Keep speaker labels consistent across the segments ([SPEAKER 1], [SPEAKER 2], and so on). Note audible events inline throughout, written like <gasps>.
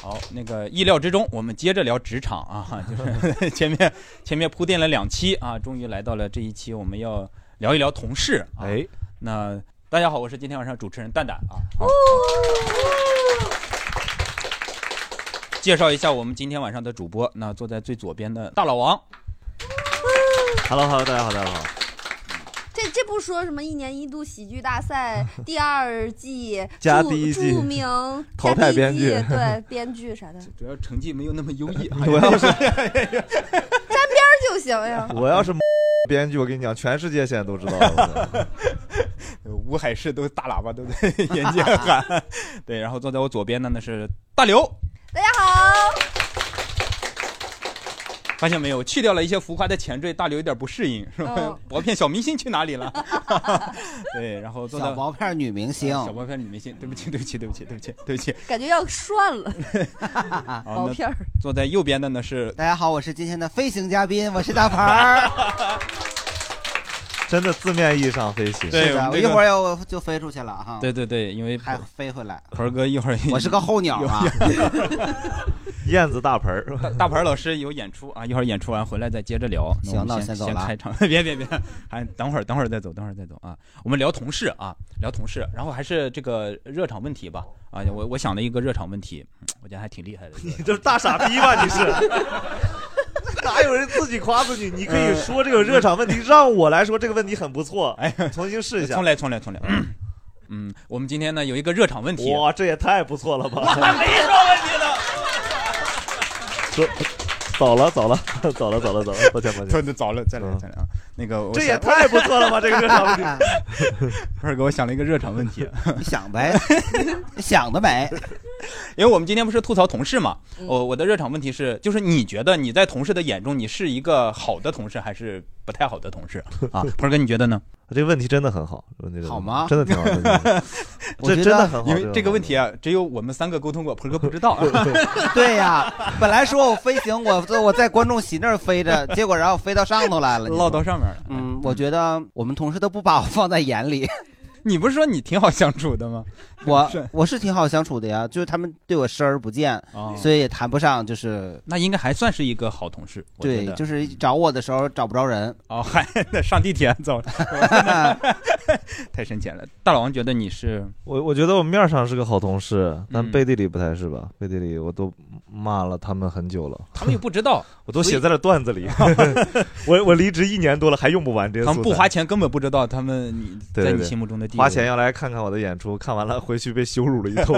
[SPEAKER 1] 好，那个意料之中，我们接着聊职场啊， <laughs> 就是前面前面铺垫了两期啊，终于来到了这一期，我们要聊一聊同事啊。哎，那大家好，我是今天晚上主持人蛋蛋啊。好介绍一下我们今天晚上的主播，那坐在最左边的大老王。Hello，Hello，大家好，大家好。
[SPEAKER 2] 这这不说什么一年一度喜剧
[SPEAKER 3] <laughs>
[SPEAKER 2] 大赛第二季
[SPEAKER 1] 加
[SPEAKER 2] 著
[SPEAKER 1] 第一季
[SPEAKER 2] 著名
[SPEAKER 1] 淘
[SPEAKER 2] 加
[SPEAKER 1] 汰
[SPEAKER 2] 第一
[SPEAKER 1] 编剧
[SPEAKER 3] <laughs>
[SPEAKER 2] 季对编剧啥的，沾
[SPEAKER 1] 主要成绩没有那么优异。啊
[SPEAKER 3] 我要是。
[SPEAKER 2] 边儿就行呀
[SPEAKER 3] 我要是 <laughs> 编剧，我跟你讲，全世界现在都知道了。
[SPEAKER 1] 吴海市都大喇叭都在 <laughs> 沿街喊，对，然后坐在我左边的呢是大刘，
[SPEAKER 2] 大家好，
[SPEAKER 1] 发现没有，去掉了一些浮夸的前缀，大刘有点不适应，是吧？
[SPEAKER 2] 嗯
[SPEAKER 1] 薄片小明星去哪里了？ <laughs> 对，然后坐到
[SPEAKER 4] 小薄片女明星
[SPEAKER 1] 啊
[SPEAKER 2] <laughs>
[SPEAKER 1] 小薄片女明星，对不起，对不起，对不起，对不起，对不起。
[SPEAKER 2] 感觉要涮
[SPEAKER 1] <laughs>
[SPEAKER 2] 了，
[SPEAKER 1] 好
[SPEAKER 2] 啊薄片儿。
[SPEAKER 1] 坐在右边的呢是
[SPEAKER 4] 大家好，我是今天的飞行嘉宾，我是大鹏儿。
[SPEAKER 3] 真的字面意义上飞
[SPEAKER 1] <laughs>
[SPEAKER 3] 行。
[SPEAKER 1] 对
[SPEAKER 4] 是
[SPEAKER 1] 我
[SPEAKER 4] 的，
[SPEAKER 1] 们
[SPEAKER 4] 我
[SPEAKER 1] 这
[SPEAKER 4] 一
[SPEAKER 1] 个
[SPEAKER 4] 会儿要就飞出去了哈。
[SPEAKER 1] 对，对对，因为
[SPEAKER 4] 还飞回来。
[SPEAKER 1] 盆儿哥一会儿
[SPEAKER 4] 我是个候鸟啊。 <laughs>
[SPEAKER 3] <laughs> 燕子大盆儿，
[SPEAKER 1] 大 <laughs> 大鹏老师有演出啊，一会儿演出完回来再接着聊。
[SPEAKER 4] 行那
[SPEAKER 1] 我
[SPEAKER 4] 我
[SPEAKER 1] 们先
[SPEAKER 4] 先走了啊
[SPEAKER 1] 先开场， <laughs> 别别别，还等会儿，等会儿再走，等会儿再走啊。我们聊同事啊，聊同事，然后还是这个热场问题吧。啊，我我想了一个热场问题，嗯我觉得还挺厉害的。
[SPEAKER 3] <laughs> 你这是大 <laughs> 傻逼吧？你 <laughs> 是？ <laughs> 哪有人自己夸自己？你可
[SPEAKER 5] 嗯
[SPEAKER 3] 以说这个热场问题，让我来说这个问题很不错。
[SPEAKER 1] 哎，
[SPEAKER 3] 重新试一下
[SPEAKER 1] 重。来，重来，重来。嗯嗯， <laughs> 我们今天呢有一个热场问题，
[SPEAKER 3] 哇，这也太不
[SPEAKER 1] <laughs>
[SPEAKER 3] 错了吧！
[SPEAKER 1] 没什么问题了。
[SPEAKER 3] 走了，走了， <laughs> 走了，走了，走了，抱歉，抱歉。
[SPEAKER 1] <laughs> 对对，早了，再来，再来啊。那个，我
[SPEAKER 3] 这也
[SPEAKER 1] 想
[SPEAKER 3] 太不错了吧！这个热场问题，
[SPEAKER 1] 二哥，我想了一个热场问题，
[SPEAKER 4] 你 <laughs> 想呗，你想得美。
[SPEAKER 1] 因为我们今天不是吐槽同事嘛，
[SPEAKER 2] 嗯
[SPEAKER 1] 我我的热场问题是，就是你觉得你在同事的眼中，你是一个好的同事还是不太好的同事 <laughs> 啊？鹏哥，你觉得呢？
[SPEAKER 3] 这个问题真的很好，问题真的
[SPEAKER 4] 好吗
[SPEAKER 3] 真的挺
[SPEAKER 4] <laughs>
[SPEAKER 1] <laughs>
[SPEAKER 3] 好的，
[SPEAKER 4] 我
[SPEAKER 3] 这
[SPEAKER 4] 觉
[SPEAKER 3] 真的
[SPEAKER 4] 得
[SPEAKER 3] 很好。
[SPEAKER 1] 因为这个问题
[SPEAKER 3] 啊，
[SPEAKER 1] 啊，只有我们三个沟通过，鹏哥不知道。
[SPEAKER 4] <laughs> 对呀，本来说我飞行，我我在观众席那儿飞着，结果然后飞到上头来了。你
[SPEAKER 1] <laughs> 落到上面了，
[SPEAKER 4] 嗯，我觉得我们同事都不把我放在眼里，
[SPEAKER 1] <laughs> 你不是说你挺好相处的吗？
[SPEAKER 4] <laughs> 我
[SPEAKER 1] 是
[SPEAKER 4] 我是挺好相处的呀，就是他们对我视而不见，
[SPEAKER 1] 啊
[SPEAKER 4] 所以也谈不上就是
[SPEAKER 1] 那应该还算是一个好同事。我觉
[SPEAKER 4] 对
[SPEAKER 1] 得，
[SPEAKER 4] 就是找我的时候找不着人，
[SPEAKER 1] 哦，还 <laughs> 上地铁走， <laughs>
[SPEAKER 4] <laughs>
[SPEAKER 1] 太深浅了。大老王觉得你是
[SPEAKER 3] 我我觉得我面儿上是个好同事，但
[SPEAKER 1] 嗯
[SPEAKER 3] 背地里不太是吧？背地里我都骂了他们很久了，
[SPEAKER 1] 他们又不知道，
[SPEAKER 3] 我都写在了段子
[SPEAKER 1] <laughs>
[SPEAKER 3] 里。 <laughs> 我我离职一年多了，还用不完这些
[SPEAKER 1] 他
[SPEAKER 3] 素
[SPEAKER 1] 们
[SPEAKER 3] 材。
[SPEAKER 1] 不花钱根本不知道他们你
[SPEAKER 3] 对
[SPEAKER 1] 在
[SPEAKER 3] 对
[SPEAKER 1] 你
[SPEAKER 3] 对
[SPEAKER 1] 心目中的地位。
[SPEAKER 3] 花钱要来看看我的演出，看完了回去被羞辱了一通。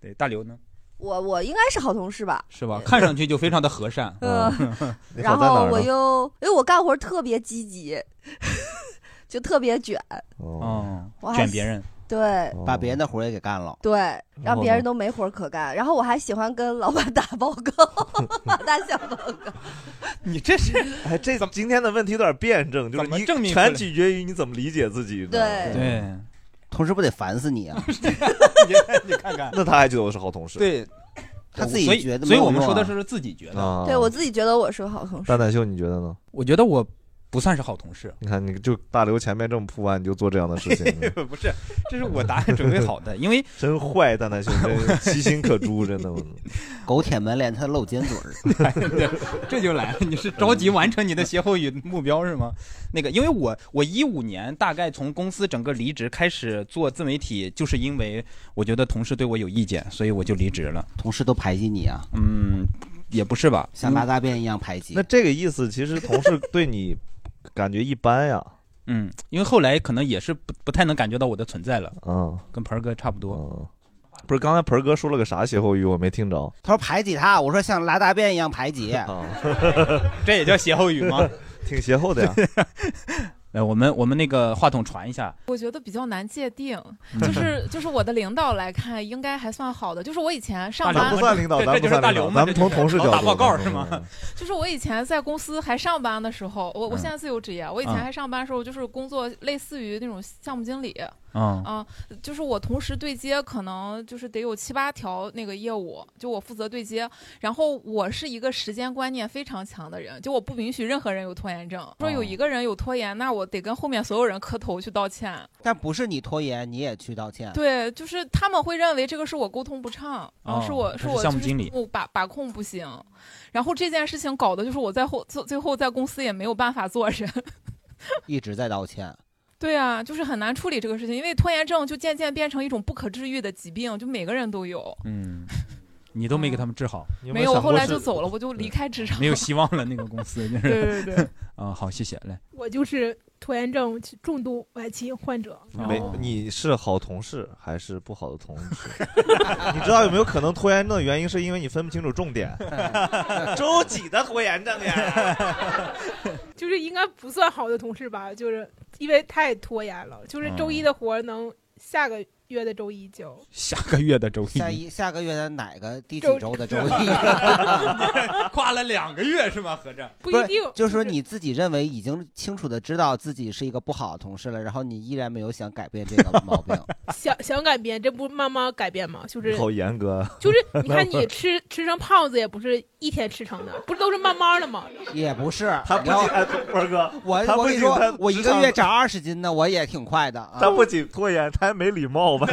[SPEAKER 1] 对大刘呢
[SPEAKER 2] 我我应该是好同事吧？
[SPEAKER 1] 是吧？看上去就非常的和
[SPEAKER 2] <laughs>
[SPEAKER 1] 善。
[SPEAKER 2] 嗯，
[SPEAKER 3] <laughs> 你
[SPEAKER 2] 然
[SPEAKER 3] 好在哪
[SPEAKER 2] 后
[SPEAKER 3] 儿
[SPEAKER 2] 我
[SPEAKER 3] 呢？
[SPEAKER 2] 又因为我干活特别积极， <laughs> 就特别卷，
[SPEAKER 3] 哦，
[SPEAKER 1] 嗯
[SPEAKER 2] 我，还
[SPEAKER 1] 卷别人，哦
[SPEAKER 2] 对
[SPEAKER 3] 哦
[SPEAKER 4] 把别人的活儿也给干了。
[SPEAKER 2] 对，
[SPEAKER 3] 然
[SPEAKER 2] 让
[SPEAKER 3] 后
[SPEAKER 2] 别人
[SPEAKER 3] 呢
[SPEAKER 2] 都没活儿可干。然后我还喜欢跟
[SPEAKER 3] <laughs>
[SPEAKER 2] 老板打报告，大小报告。
[SPEAKER 1] <laughs> 你这是
[SPEAKER 3] <laughs> 哎，这今天的问题有点辩证，就是
[SPEAKER 1] 怎么
[SPEAKER 3] 你
[SPEAKER 1] 证明出来
[SPEAKER 3] 全取决于你怎么理解自己。你知道吗
[SPEAKER 2] 对
[SPEAKER 1] 对，
[SPEAKER 4] 同事不得烦死
[SPEAKER 2] <laughs>
[SPEAKER 4] 你啊？
[SPEAKER 3] <laughs>
[SPEAKER 1] 你你看看，
[SPEAKER 3] 那他还觉得我是好同事。
[SPEAKER 1] 对
[SPEAKER 4] 他自己
[SPEAKER 1] 所以
[SPEAKER 4] 觉得
[SPEAKER 1] 所
[SPEAKER 4] 没有用啊，
[SPEAKER 1] 以我们说的是自己觉得。 <laughs>
[SPEAKER 3] 啊，
[SPEAKER 2] 对我自己觉得我是个好同事，
[SPEAKER 3] 蛋蛋秀，你觉得呢？
[SPEAKER 1] 我觉得我不算是好同事，
[SPEAKER 3] 你看，你就大刘前面这么铺完，你就做这样的事情，
[SPEAKER 1] <laughs> 不是，这是我答案准备好的，因为
[SPEAKER 3] 真坏！蛋蛋秀，真其心可诛，真的。
[SPEAKER 4] <laughs> 狗舔门帘，它露尖嘴儿。
[SPEAKER 1] <laughs> 这就来了，你是着急完成你的歇后语目标是吗？那个，因为我我一五年大概从公司整个离职开始做自媒体，就是因为我觉得同事对我有意见，所以我就离职了。
[SPEAKER 4] 同事都排挤你啊，
[SPEAKER 1] 嗯，也不是吧，
[SPEAKER 4] 像拉大便一样排挤。
[SPEAKER 3] 那这个意思，其实同事对你感觉一般呀。
[SPEAKER 1] 嗯，因为后来可能也是不不太能感觉到我的存在了，
[SPEAKER 3] 嗯
[SPEAKER 1] 跟盆儿哥差不多。
[SPEAKER 3] 嗯，不是，刚才盆儿哥说了个啥歇后语，我没听着。
[SPEAKER 4] 他说排挤他，我说像拉大便一样排挤。
[SPEAKER 3] 啊， <laughs>
[SPEAKER 1] 这也叫歇后语吗？ <laughs>
[SPEAKER 3] 挺歇后的呀。
[SPEAKER 1] 呃，我们我们那个话筒传一下，
[SPEAKER 6] 我觉得比较难界定，
[SPEAKER 1] 嗯
[SPEAKER 6] 就是就是我的领导来看，应该还算好的。就是我以前上
[SPEAKER 3] 咱
[SPEAKER 6] 班
[SPEAKER 3] 不 <laughs> 算领导，
[SPEAKER 1] 这
[SPEAKER 3] 咱
[SPEAKER 1] 这
[SPEAKER 3] 不
[SPEAKER 1] 就是
[SPEAKER 3] 算
[SPEAKER 1] 大
[SPEAKER 3] 领
[SPEAKER 1] 刘
[SPEAKER 3] 导，
[SPEAKER 1] 嘛
[SPEAKER 3] 咱们从同事角嗯
[SPEAKER 1] 老
[SPEAKER 3] 度
[SPEAKER 1] 打报告
[SPEAKER 3] 咱们
[SPEAKER 1] 是吗？
[SPEAKER 6] 就是我以前在公司还上班的时候，我我
[SPEAKER 1] 嗯
[SPEAKER 6] 现在自由职业，我以前
[SPEAKER 1] 嗯
[SPEAKER 6] 还上班的时候，就是工作类似于那种项目经理，
[SPEAKER 1] 嗯
[SPEAKER 6] 啊，就是我同时对接，可能就是得有七八条那个业务，就我负责对接。然后我是一个时间观念非常强的人，就我不允许任何人有拖延症。说
[SPEAKER 1] 哦
[SPEAKER 6] 有一个人有拖延，那我得跟后面所有人磕头去道歉。
[SPEAKER 4] <laughs> 但不是你拖延，你也去道歉。
[SPEAKER 6] 对，就是他们会认为这个是我沟通不畅，然后是
[SPEAKER 1] 哦
[SPEAKER 6] 我
[SPEAKER 1] 他
[SPEAKER 6] 是
[SPEAKER 1] 是
[SPEAKER 6] 我
[SPEAKER 1] 项
[SPEAKER 6] 就
[SPEAKER 1] 目经理
[SPEAKER 6] 我把把控不行，然后这件事情搞的就是我在后最最后在公司也没有办法做人。 <laughs>
[SPEAKER 4] 一直在道歉。
[SPEAKER 6] 对啊，就是很难处理这个事情，因为拖延症就渐渐变成一种不可治愈的疾病，就每个人都有。
[SPEAKER 1] 嗯，你都没给他们治好，
[SPEAKER 3] 你有
[SPEAKER 6] 没嗯有，
[SPEAKER 3] 有
[SPEAKER 6] 我
[SPEAKER 3] 想
[SPEAKER 6] 后
[SPEAKER 3] 过
[SPEAKER 6] 来
[SPEAKER 3] 是
[SPEAKER 6] 就走了，我就离开职场。
[SPEAKER 1] 没有希望了，那个公司就是
[SPEAKER 6] 对对对，
[SPEAKER 1] <laughs> 啊，好，谢谢，来，
[SPEAKER 7] 我就是拖延症重度晚期患者。
[SPEAKER 3] 嗯没
[SPEAKER 1] 哦，
[SPEAKER 3] 你是好同事还是不好的同事？ <laughs> 你知道有没有可能拖延症的原因是因为你分不清楚重点？ <laughs>
[SPEAKER 7] <laughs>
[SPEAKER 3] 周几的拖延症呀？
[SPEAKER 7] 就是应该不算好的同事吧，就是因为太拖延了，就是周
[SPEAKER 1] 嗯
[SPEAKER 7] 一的活儿能下个月的周一交。
[SPEAKER 1] 下个月的周
[SPEAKER 4] 下一下个月的哪个第
[SPEAKER 7] 周
[SPEAKER 4] 几周的周一？ <laughs>
[SPEAKER 1] 跨了两个月是吗？合着
[SPEAKER 7] 不
[SPEAKER 4] 不
[SPEAKER 7] 一
[SPEAKER 4] 是
[SPEAKER 7] 定，
[SPEAKER 4] 就是说你自己认为已经清楚的知道自己是一个不好的同事了，然后你依然没有想改变这个毛病。
[SPEAKER 7] 想想改变，这不慢慢改变吗？ <laughs> 就是
[SPEAKER 3] 好严格，
[SPEAKER 7] 就是，你看你 <laughs> 吃吃成胖子也不是一天吃成的，不是都是慢慢的吗？
[SPEAKER 4] 也不是，
[SPEAKER 3] <laughs> 他不
[SPEAKER 4] 然后
[SPEAKER 3] 仅哎，文哥，
[SPEAKER 4] 我
[SPEAKER 3] 他不
[SPEAKER 4] 我跟你
[SPEAKER 3] 仅
[SPEAKER 4] 说
[SPEAKER 3] 他，
[SPEAKER 4] 我一
[SPEAKER 3] 职
[SPEAKER 4] 个
[SPEAKER 3] 场
[SPEAKER 4] 月长二十斤呢，我也挺快的啊
[SPEAKER 3] 他。不仅拖延，他还没礼貌吧？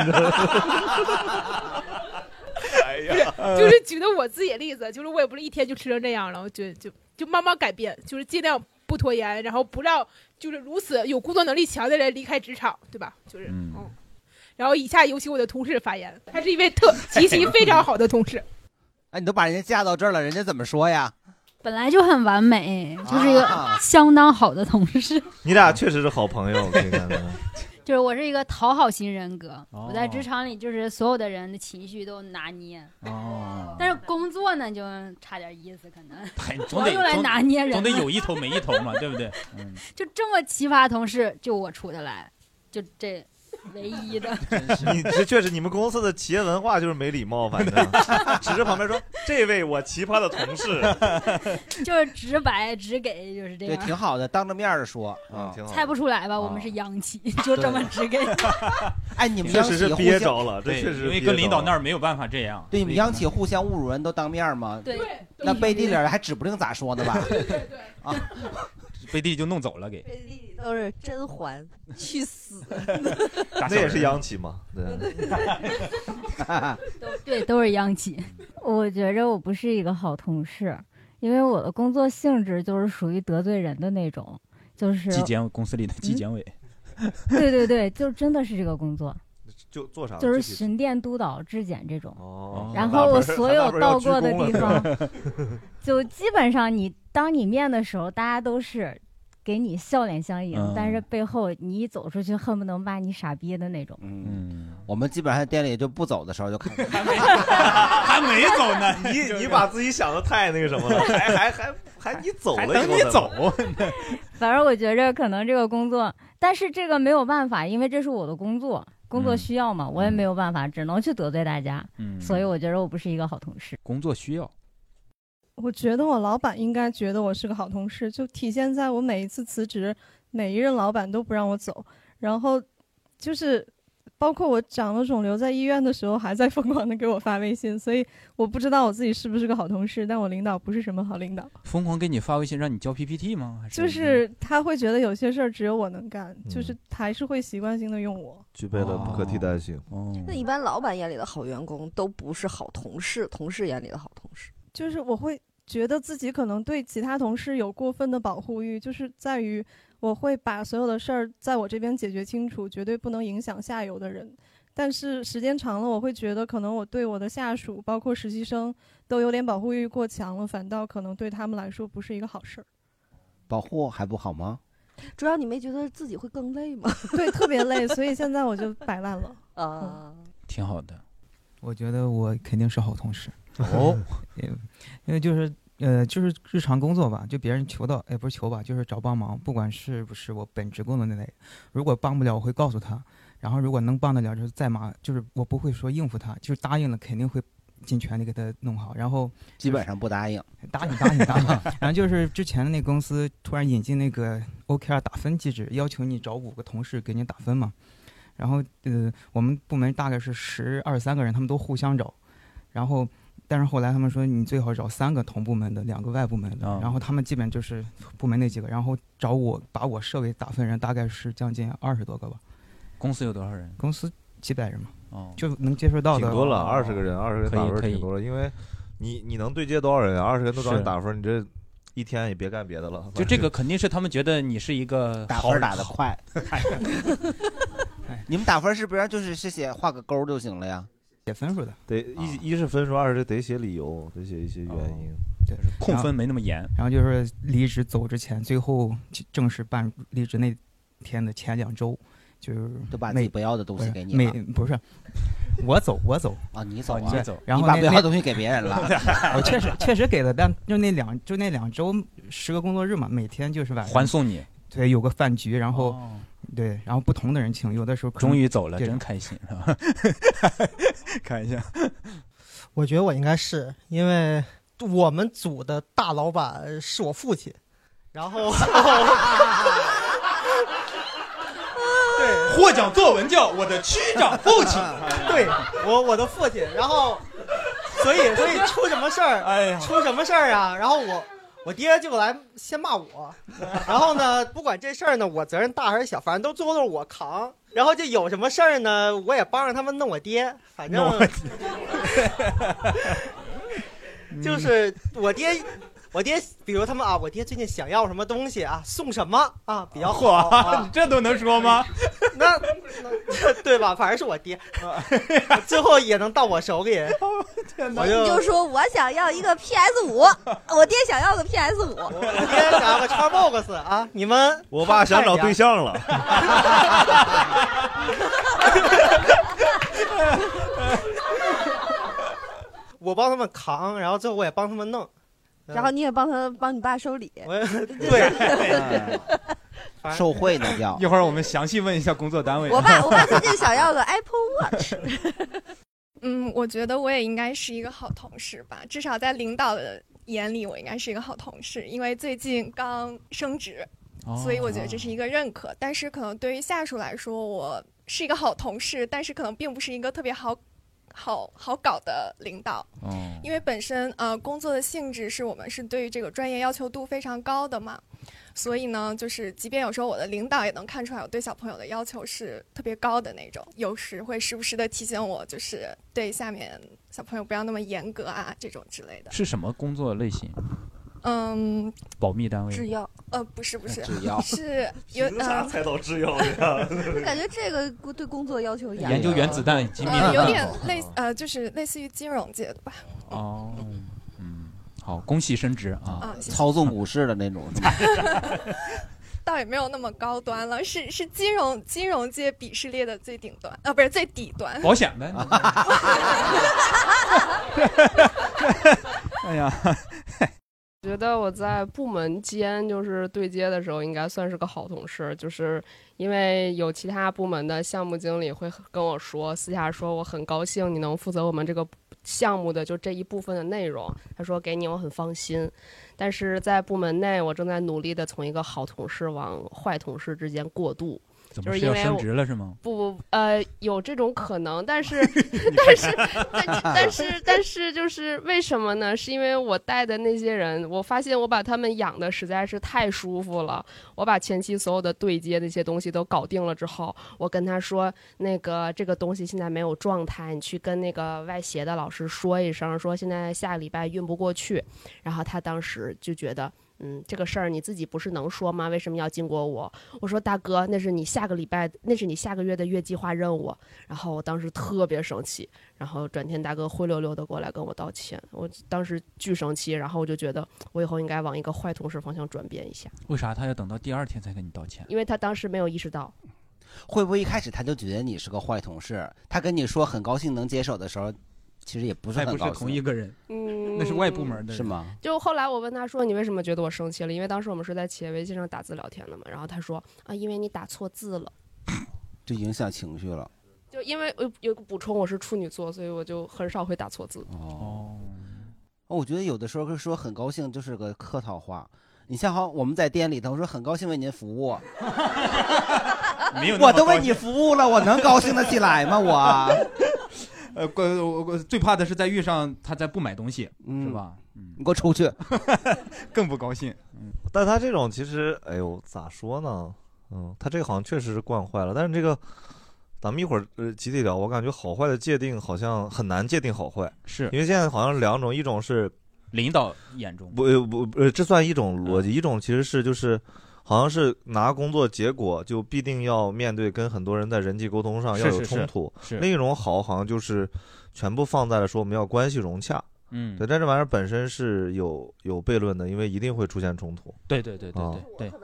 [SPEAKER 3] 哎呀，
[SPEAKER 7] 就是举的我自己的例子，就是我也不是一天就吃成这样了，我觉得就就慢慢改变，就是尽量不拖延，然后不让就是如此有工作能力强的人离开职场，对吧？就是
[SPEAKER 1] 嗯
[SPEAKER 7] 然后以下有请我的同事发言，他是一位特极其非常好的 <laughs> 同事，
[SPEAKER 4] <laughs> 哎，你都把人家架到这儿了，人家怎么说呀？
[SPEAKER 8] 本来就很完美，就是一个
[SPEAKER 4] 啊
[SPEAKER 8] 相当好的同事。 <laughs>
[SPEAKER 3] 你俩确实是好朋友，我跟你讲，
[SPEAKER 1] <laughs>
[SPEAKER 8] 就是我是一个讨好型人格，
[SPEAKER 1] 哦
[SPEAKER 8] 我在职场里就是所有的人的情绪都拿捏，
[SPEAKER 1] <laughs> 哦，
[SPEAKER 8] 但是工作呢就差点意思，可能
[SPEAKER 1] 嗨哎
[SPEAKER 8] <laughs>
[SPEAKER 1] 你
[SPEAKER 8] 主
[SPEAKER 1] 总
[SPEAKER 8] 要
[SPEAKER 1] 得
[SPEAKER 8] 用来
[SPEAKER 1] 总
[SPEAKER 8] 拿捏人
[SPEAKER 1] 总
[SPEAKER 8] 嘛
[SPEAKER 1] 得。有一头没一头嘛，对不对？嗯，
[SPEAKER 8] <laughs> 就这么奇葩同事，就我处得来，就这唯一的。
[SPEAKER 1] <laughs>
[SPEAKER 3] 你这确实你们公司的企业文化就是没礼貌，反正 <laughs> 指着旁边说这位我奇葩的同事，
[SPEAKER 8] 就是直白直给，就是这
[SPEAKER 4] 对，
[SPEAKER 7] 啊
[SPEAKER 8] 样。
[SPEAKER 4] 挺好的，当着面儿的说
[SPEAKER 3] 嗯，
[SPEAKER 4] 啊。
[SPEAKER 3] 挺好
[SPEAKER 8] 猜不
[SPEAKER 3] 的。
[SPEAKER 8] 出来吧？我
[SPEAKER 1] 哦
[SPEAKER 8] 们是央企，就这么直给。
[SPEAKER 4] 哎，你们
[SPEAKER 3] 确
[SPEAKER 4] 央企
[SPEAKER 3] 实是
[SPEAKER 4] 互相，
[SPEAKER 3] 憋着了，这
[SPEAKER 1] 对，
[SPEAKER 3] 确实
[SPEAKER 1] 因为
[SPEAKER 3] 憋
[SPEAKER 1] 跟领
[SPEAKER 3] 着
[SPEAKER 1] 导
[SPEAKER 3] 了
[SPEAKER 1] 那儿没有办法这样，
[SPEAKER 4] 对你们
[SPEAKER 1] 所以
[SPEAKER 4] 央企互相侮辱人都当面儿吗？
[SPEAKER 8] 对，
[SPEAKER 4] 那背地里儿还指不定咋说呢吧？ <laughs>
[SPEAKER 3] <laughs>
[SPEAKER 1] 背地里就弄走了，给
[SPEAKER 2] 背地里都是甄嬛，
[SPEAKER 3] <laughs>
[SPEAKER 2] 去死！ <laughs>
[SPEAKER 9] <laughs>
[SPEAKER 1] 那
[SPEAKER 3] 那也是央企嘛，对，
[SPEAKER 8] 都 <laughs> 对，都是央企。
[SPEAKER 10] 我觉着我不是一个好同事，因为我的工作性质就是属于得罪人的那种，就是
[SPEAKER 1] 纪检公司里的纪检委，
[SPEAKER 3] 嗯
[SPEAKER 10] 对对对，就真的是这个工作，
[SPEAKER 3] 啊就做啥？
[SPEAKER 10] 就是
[SPEAKER 3] 具体
[SPEAKER 10] 巡店督导质检这种。
[SPEAKER 3] 哦
[SPEAKER 10] 然
[SPEAKER 3] 那
[SPEAKER 10] 后
[SPEAKER 3] 不
[SPEAKER 10] 我
[SPEAKER 3] 是
[SPEAKER 10] 所
[SPEAKER 3] 那
[SPEAKER 10] 有
[SPEAKER 3] 不是要
[SPEAKER 10] 到
[SPEAKER 3] 鞠
[SPEAKER 10] 过的
[SPEAKER 3] 躬了
[SPEAKER 10] 地
[SPEAKER 3] 是吧
[SPEAKER 10] 方，就基本上你当你面的时候，大家都是给你笑脸相迎，但是
[SPEAKER 1] 嗯
[SPEAKER 10] 背后你一走出去，恨不能骂你傻逼的那种。
[SPEAKER 4] 嗯，
[SPEAKER 1] 嗯，
[SPEAKER 4] 我们基本上店里就不走的时候就看。
[SPEAKER 1] <laughs> 还没走呢，
[SPEAKER 3] <laughs> 你你把自己想的太那个什么了，还还还还你走
[SPEAKER 1] 还
[SPEAKER 3] 了以后
[SPEAKER 1] 等你
[SPEAKER 3] 再
[SPEAKER 1] 走，啊
[SPEAKER 10] 反正我觉着可能这个工作，但是这个没有办法，因为这是我的工作，工作
[SPEAKER 1] 嗯
[SPEAKER 10] 需要嘛，我也没有办法，只能去得罪大家。
[SPEAKER 1] 嗯，
[SPEAKER 10] 所以我觉得我不是一个好同事。
[SPEAKER 1] 工作需要，
[SPEAKER 11] 我觉得我老板应该觉得我是个好同事，就体现在我每一次辞职，每一任老板都不让我走，然后就是包括我长了肿瘤在医院的时候，还在疯狂的给我发微信，所以我不知道我自己是不是个好同事，但我领导不是什么好领导，
[SPEAKER 1] 疯狂给你发微信让你交 PPT 吗？还
[SPEAKER 11] 啊就是他会觉得有些事儿只有我能干，
[SPEAKER 3] 嗯
[SPEAKER 11] 就是还是会习惯性的用我。
[SPEAKER 3] 具备了不可替代性。
[SPEAKER 1] 哦，
[SPEAKER 2] 那一般老板眼里的好员工都不是好同事，同事眼里的好同事。
[SPEAKER 11] 就是我会觉得自己可能对其他同事有过分的保护欲，就是在于我会把所有的事儿在我这边解决清楚，绝对不能影响下游的人。但是时间长了，我会觉得可能我对我的下属，包括实习生，都有点保护欲过强了，反倒可能对他们来说不是一个好事儿。
[SPEAKER 4] 保护还不好吗？
[SPEAKER 2] 主要你没觉得自己会更累吗？
[SPEAKER 11] <laughs> 对，特别累，所以现在我
[SPEAKER 10] <laughs>
[SPEAKER 11] 就摆烂了。嗯
[SPEAKER 5] <laughs>
[SPEAKER 2] 啊，
[SPEAKER 1] 挺好的
[SPEAKER 9] <laughs> 我觉得我肯定是好同事，
[SPEAKER 1] 哦，
[SPEAKER 9] 因为就是呃，就是日常工作吧，就别人求到，哎，不是求吧，就是找帮忙，不管是不是我本职工作那类，如果帮不了，我会告诉他，然后如果能帮得了，就是再麻，就是我不会说应付他，就是答应了肯定会尽全力给他弄好，然后、
[SPEAKER 4] 基本上不
[SPEAKER 9] <laughs>
[SPEAKER 4] 答应，
[SPEAKER 9] 答应答应答应，然后就是之前的那公司突然引进那个 OKR 打分机制，要求你找五个同事给你打分嘛，然后呃，我们部门大概是十二三个人，他们都互相找，然后但是后来他们说你最好找三个同部门的，两个外部门
[SPEAKER 1] 啊
[SPEAKER 9] 的，然后他们基本就是部门那几个，然后找我把我设为打分人，大概是将近二十多个吧，
[SPEAKER 1] 公司有多少人？
[SPEAKER 9] 公司几百人嘛，
[SPEAKER 1] 哦，
[SPEAKER 9] 就能接触到的哦
[SPEAKER 3] 挺多了，二十个人，二十个人
[SPEAKER 9] 可以
[SPEAKER 3] 打分
[SPEAKER 9] 可以
[SPEAKER 3] 挺多了，因为你你能对接多少人啊？二十个人都找
[SPEAKER 1] 是
[SPEAKER 3] 你打分，你这一天也别干别的了。
[SPEAKER 1] 就这个肯定是他们觉得你是一个
[SPEAKER 4] 打
[SPEAKER 1] 好
[SPEAKER 4] 分打得
[SPEAKER 1] 的
[SPEAKER 4] 快。
[SPEAKER 1] 哎
[SPEAKER 4] 你们打分是不是就是是写画个勾就行了呀？
[SPEAKER 9] 写分数的，
[SPEAKER 3] 得
[SPEAKER 9] 啊
[SPEAKER 3] 一一是分数，二是得写理由，得写一些原因。
[SPEAKER 9] 对，
[SPEAKER 1] 控分没那么严。
[SPEAKER 9] 然后就是离职走之前，最后正式办离职那天的前两周，就是
[SPEAKER 4] 就把自
[SPEAKER 9] 每
[SPEAKER 4] 己不要的东西给你
[SPEAKER 9] 每
[SPEAKER 4] 了
[SPEAKER 9] 不是，我走我
[SPEAKER 4] <laughs>
[SPEAKER 9] 走
[SPEAKER 4] 啊，你走啊
[SPEAKER 9] 对
[SPEAKER 4] 你走
[SPEAKER 9] 然后
[SPEAKER 4] 你把
[SPEAKER 9] 那
[SPEAKER 4] 不要的
[SPEAKER 9] 那
[SPEAKER 4] 东西给别人
[SPEAKER 9] <laughs>
[SPEAKER 4] 了
[SPEAKER 9] 我确实确实给了，但就那两就那两周十个工作日嘛，每天就是晚上
[SPEAKER 1] 还送你，哦
[SPEAKER 9] 对，有个饭局，然后、对，然后不同的人请，有的时候可能
[SPEAKER 1] 终于走了，
[SPEAKER 9] 对
[SPEAKER 1] 真
[SPEAKER 9] <laughs>
[SPEAKER 1] 开心， <laughs> 是吧？ <laughs> 看一下，
[SPEAKER 5] <laughs> 我觉得我应该是因为我们组的大老板是我父亲，然后
[SPEAKER 12] 哦
[SPEAKER 1] 获奖作文叫《我的区长父亲》，
[SPEAKER 5] <laughs> 对我我的父亲，然后所以所以出什么事儿，
[SPEAKER 1] 哎呀
[SPEAKER 5] 出什么事儿啊？然后我我爹就来先骂我，然后呢，不管这事儿呢，我责任大还是小，反正都最后都是我扛。然后就有什么事儿呢，我也帮着他们弄我爹，反正
[SPEAKER 1] 弄我 <laughs>
[SPEAKER 3] 嗯
[SPEAKER 5] 就是我爹。我爹，比如他们啊，我爹最近想要什么东西啊，送什么啊比较好啊，
[SPEAKER 1] 嚯，
[SPEAKER 3] <laughs>
[SPEAKER 1] 这都能说吗？
[SPEAKER 5] <laughs> 那那对吧？反正是我
[SPEAKER 3] <laughs>
[SPEAKER 5] 爹，最后也能到我手里。我
[SPEAKER 2] 你就
[SPEAKER 5] 就
[SPEAKER 2] 说我想要一个 PS 五，呃我爹想要个 PS 五，
[SPEAKER 5] 我爹想要个 Xbox 啊，你们
[SPEAKER 3] 我爸想找对象了，
[SPEAKER 5] 我帮他们扛，然后最后我也帮他们弄。 <laughs> 嗯
[SPEAKER 2] 然后你也帮他帮你爸收礼。
[SPEAKER 5] 我对，
[SPEAKER 4] <laughs> 受贿呢叫。
[SPEAKER 1] 一会儿我们详细问一下工作单位。
[SPEAKER 2] 我爸我爸最近想要个 Apple Watch，
[SPEAKER 12] <laughs> 嗯，我觉得我也应该是一个好同事吧，至少在领导的眼里，我应该是一个好同事，因为最近刚升职，
[SPEAKER 13] 哦
[SPEAKER 12] 所以我觉得这是一个认可。但是可能对于下属来说，我是一个好同事，但是可能并不是一个特别好。好好搞的领导，
[SPEAKER 1] 哦
[SPEAKER 12] 因为本身呃工作的性质是我们是对于这个专业要求度非常高的嘛，所以呢，就是即便有时候我的领导也能看出来我对小朋友的要求是特别高的那种，有时会时不时的提醒我，就是对下面小朋友不要那么严格啊这种之类的。
[SPEAKER 1] <laughs> 是什么工作类型？
[SPEAKER 12] 嗯，
[SPEAKER 1] 保密单位。
[SPEAKER 12] 药？呃，不是不是，
[SPEAKER 1] <laughs> 制药
[SPEAKER 12] 是
[SPEAKER 3] <laughs>
[SPEAKER 12] 有呃
[SPEAKER 3] 到制药呀？ <laughs>
[SPEAKER 2] 我感觉这个对工作要求严。
[SPEAKER 1] 研究原子弹机密的
[SPEAKER 12] 呃有点类似呃就是类似于金融界的吧。
[SPEAKER 1] 哦，嗯，好，恭喜升职啊
[SPEAKER 12] 啊！谢谢
[SPEAKER 4] 操纵股市的那种，
[SPEAKER 12] 倒也没有那么高端了，是是金融金融界鄙视链的最顶端，呃，不是最底端。
[SPEAKER 1] <laughs> <laughs> 保险呗。
[SPEAKER 4] <laughs>
[SPEAKER 1] 哎呀， <laughs>
[SPEAKER 14] 觉得我在部门间就是对接的时候，应该算是个好同事，就是因为有其他部门的项目经理会跟我说，私下说我很高兴你能负责我们这个项目的就这一部分的内容，他说给你我很放心，但是在部门内我正在努力的从一个好同事往坏同事之间过渡。
[SPEAKER 1] 怎
[SPEAKER 14] 就
[SPEAKER 1] 么
[SPEAKER 14] 是
[SPEAKER 1] 是
[SPEAKER 14] 因
[SPEAKER 1] 要
[SPEAKER 14] 为
[SPEAKER 1] 升
[SPEAKER 14] <laughs> 我
[SPEAKER 1] 职了是吗？
[SPEAKER 14] 不不，呃，有这种可能，但是但是但是但是就是为什么呢？是因为我带的那些人，我发现我把他们养的实在是太舒服了。我把前期所有的对接那些东西都搞定了之后，我跟他说，那个这个东西现在没有状态，你去跟那个外协的老师说一声，说现在下个礼拜运不过去。然后他当时就觉得。嗯，这个事儿你自己不是能说吗？为什么要经过我？我说大哥，那是你下个礼拜，那是你下个月的月计划任务。然后我当时特别生气，然后转天大哥灰溜溜的过来跟我道歉，我当时巨生气，然后我就觉得我以后应该往一个坏同事方向转变一下，
[SPEAKER 1] 为啥他要等到第二天才跟你道歉？
[SPEAKER 14] 因为他当时没有意识到。
[SPEAKER 4] 会不会一开始他就觉得你是个坏同事？他跟你说很高兴能接手的时候，其实也不是
[SPEAKER 1] 还
[SPEAKER 4] 很
[SPEAKER 1] 不是
[SPEAKER 4] 高
[SPEAKER 1] 同
[SPEAKER 4] 兴
[SPEAKER 1] 一个人，
[SPEAKER 14] 嗯
[SPEAKER 1] 那是外部门的人
[SPEAKER 4] 是吗？
[SPEAKER 14] 就后来我问他说：“你为什么觉得我生气了？”因为当时我们是在企业微信上打字聊天的嘛。然后他说：“啊，因为你打错字了。
[SPEAKER 4] 这影响情绪了。”
[SPEAKER 14] 就因为呃有有个补充，我是处女座，所以我就很少会打错字。
[SPEAKER 4] 哦，哦，我觉得有的时候说很高兴就是个客套话。你像好，我们在店里头说很高兴为您服务，
[SPEAKER 1] 没有那么
[SPEAKER 4] 我都为
[SPEAKER 1] 高兴嗯
[SPEAKER 4] 你服务了，我能高兴得起来吗？我。
[SPEAKER 1] <laughs> 呃，怪我我最怕的是再遇上他再不买东西，是吧？嗯，
[SPEAKER 4] 你给我出去，
[SPEAKER 1] 更不高兴。嗯
[SPEAKER 3] 但他这种其实，哎呦，咋说呢？嗯，他这个好像确实是惯坏了，但是这个。咱们一会儿呃集体聊，我感觉好坏的界定好像很难界定好坏，
[SPEAKER 1] 是
[SPEAKER 3] 因为现在好像两种，一种是
[SPEAKER 1] 领导眼中嗯
[SPEAKER 3] 不呃不呃，这算一种逻辑，一种其实是就是，好像是拿工作结果就必定要面对跟很多人在人际沟通上
[SPEAKER 1] 是
[SPEAKER 3] 要
[SPEAKER 1] 是
[SPEAKER 3] 有
[SPEAKER 1] 是
[SPEAKER 3] 冲突。
[SPEAKER 1] 是
[SPEAKER 3] 另一种好好像就是全部放在了说我们要关系融洽。
[SPEAKER 1] 嗯
[SPEAKER 3] 对，但这玩意儿本身是有有悖论的，因为一定会出现冲突。
[SPEAKER 1] 对对对对
[SPEAKER 3] 啊
[SPEAKER 1] 对对，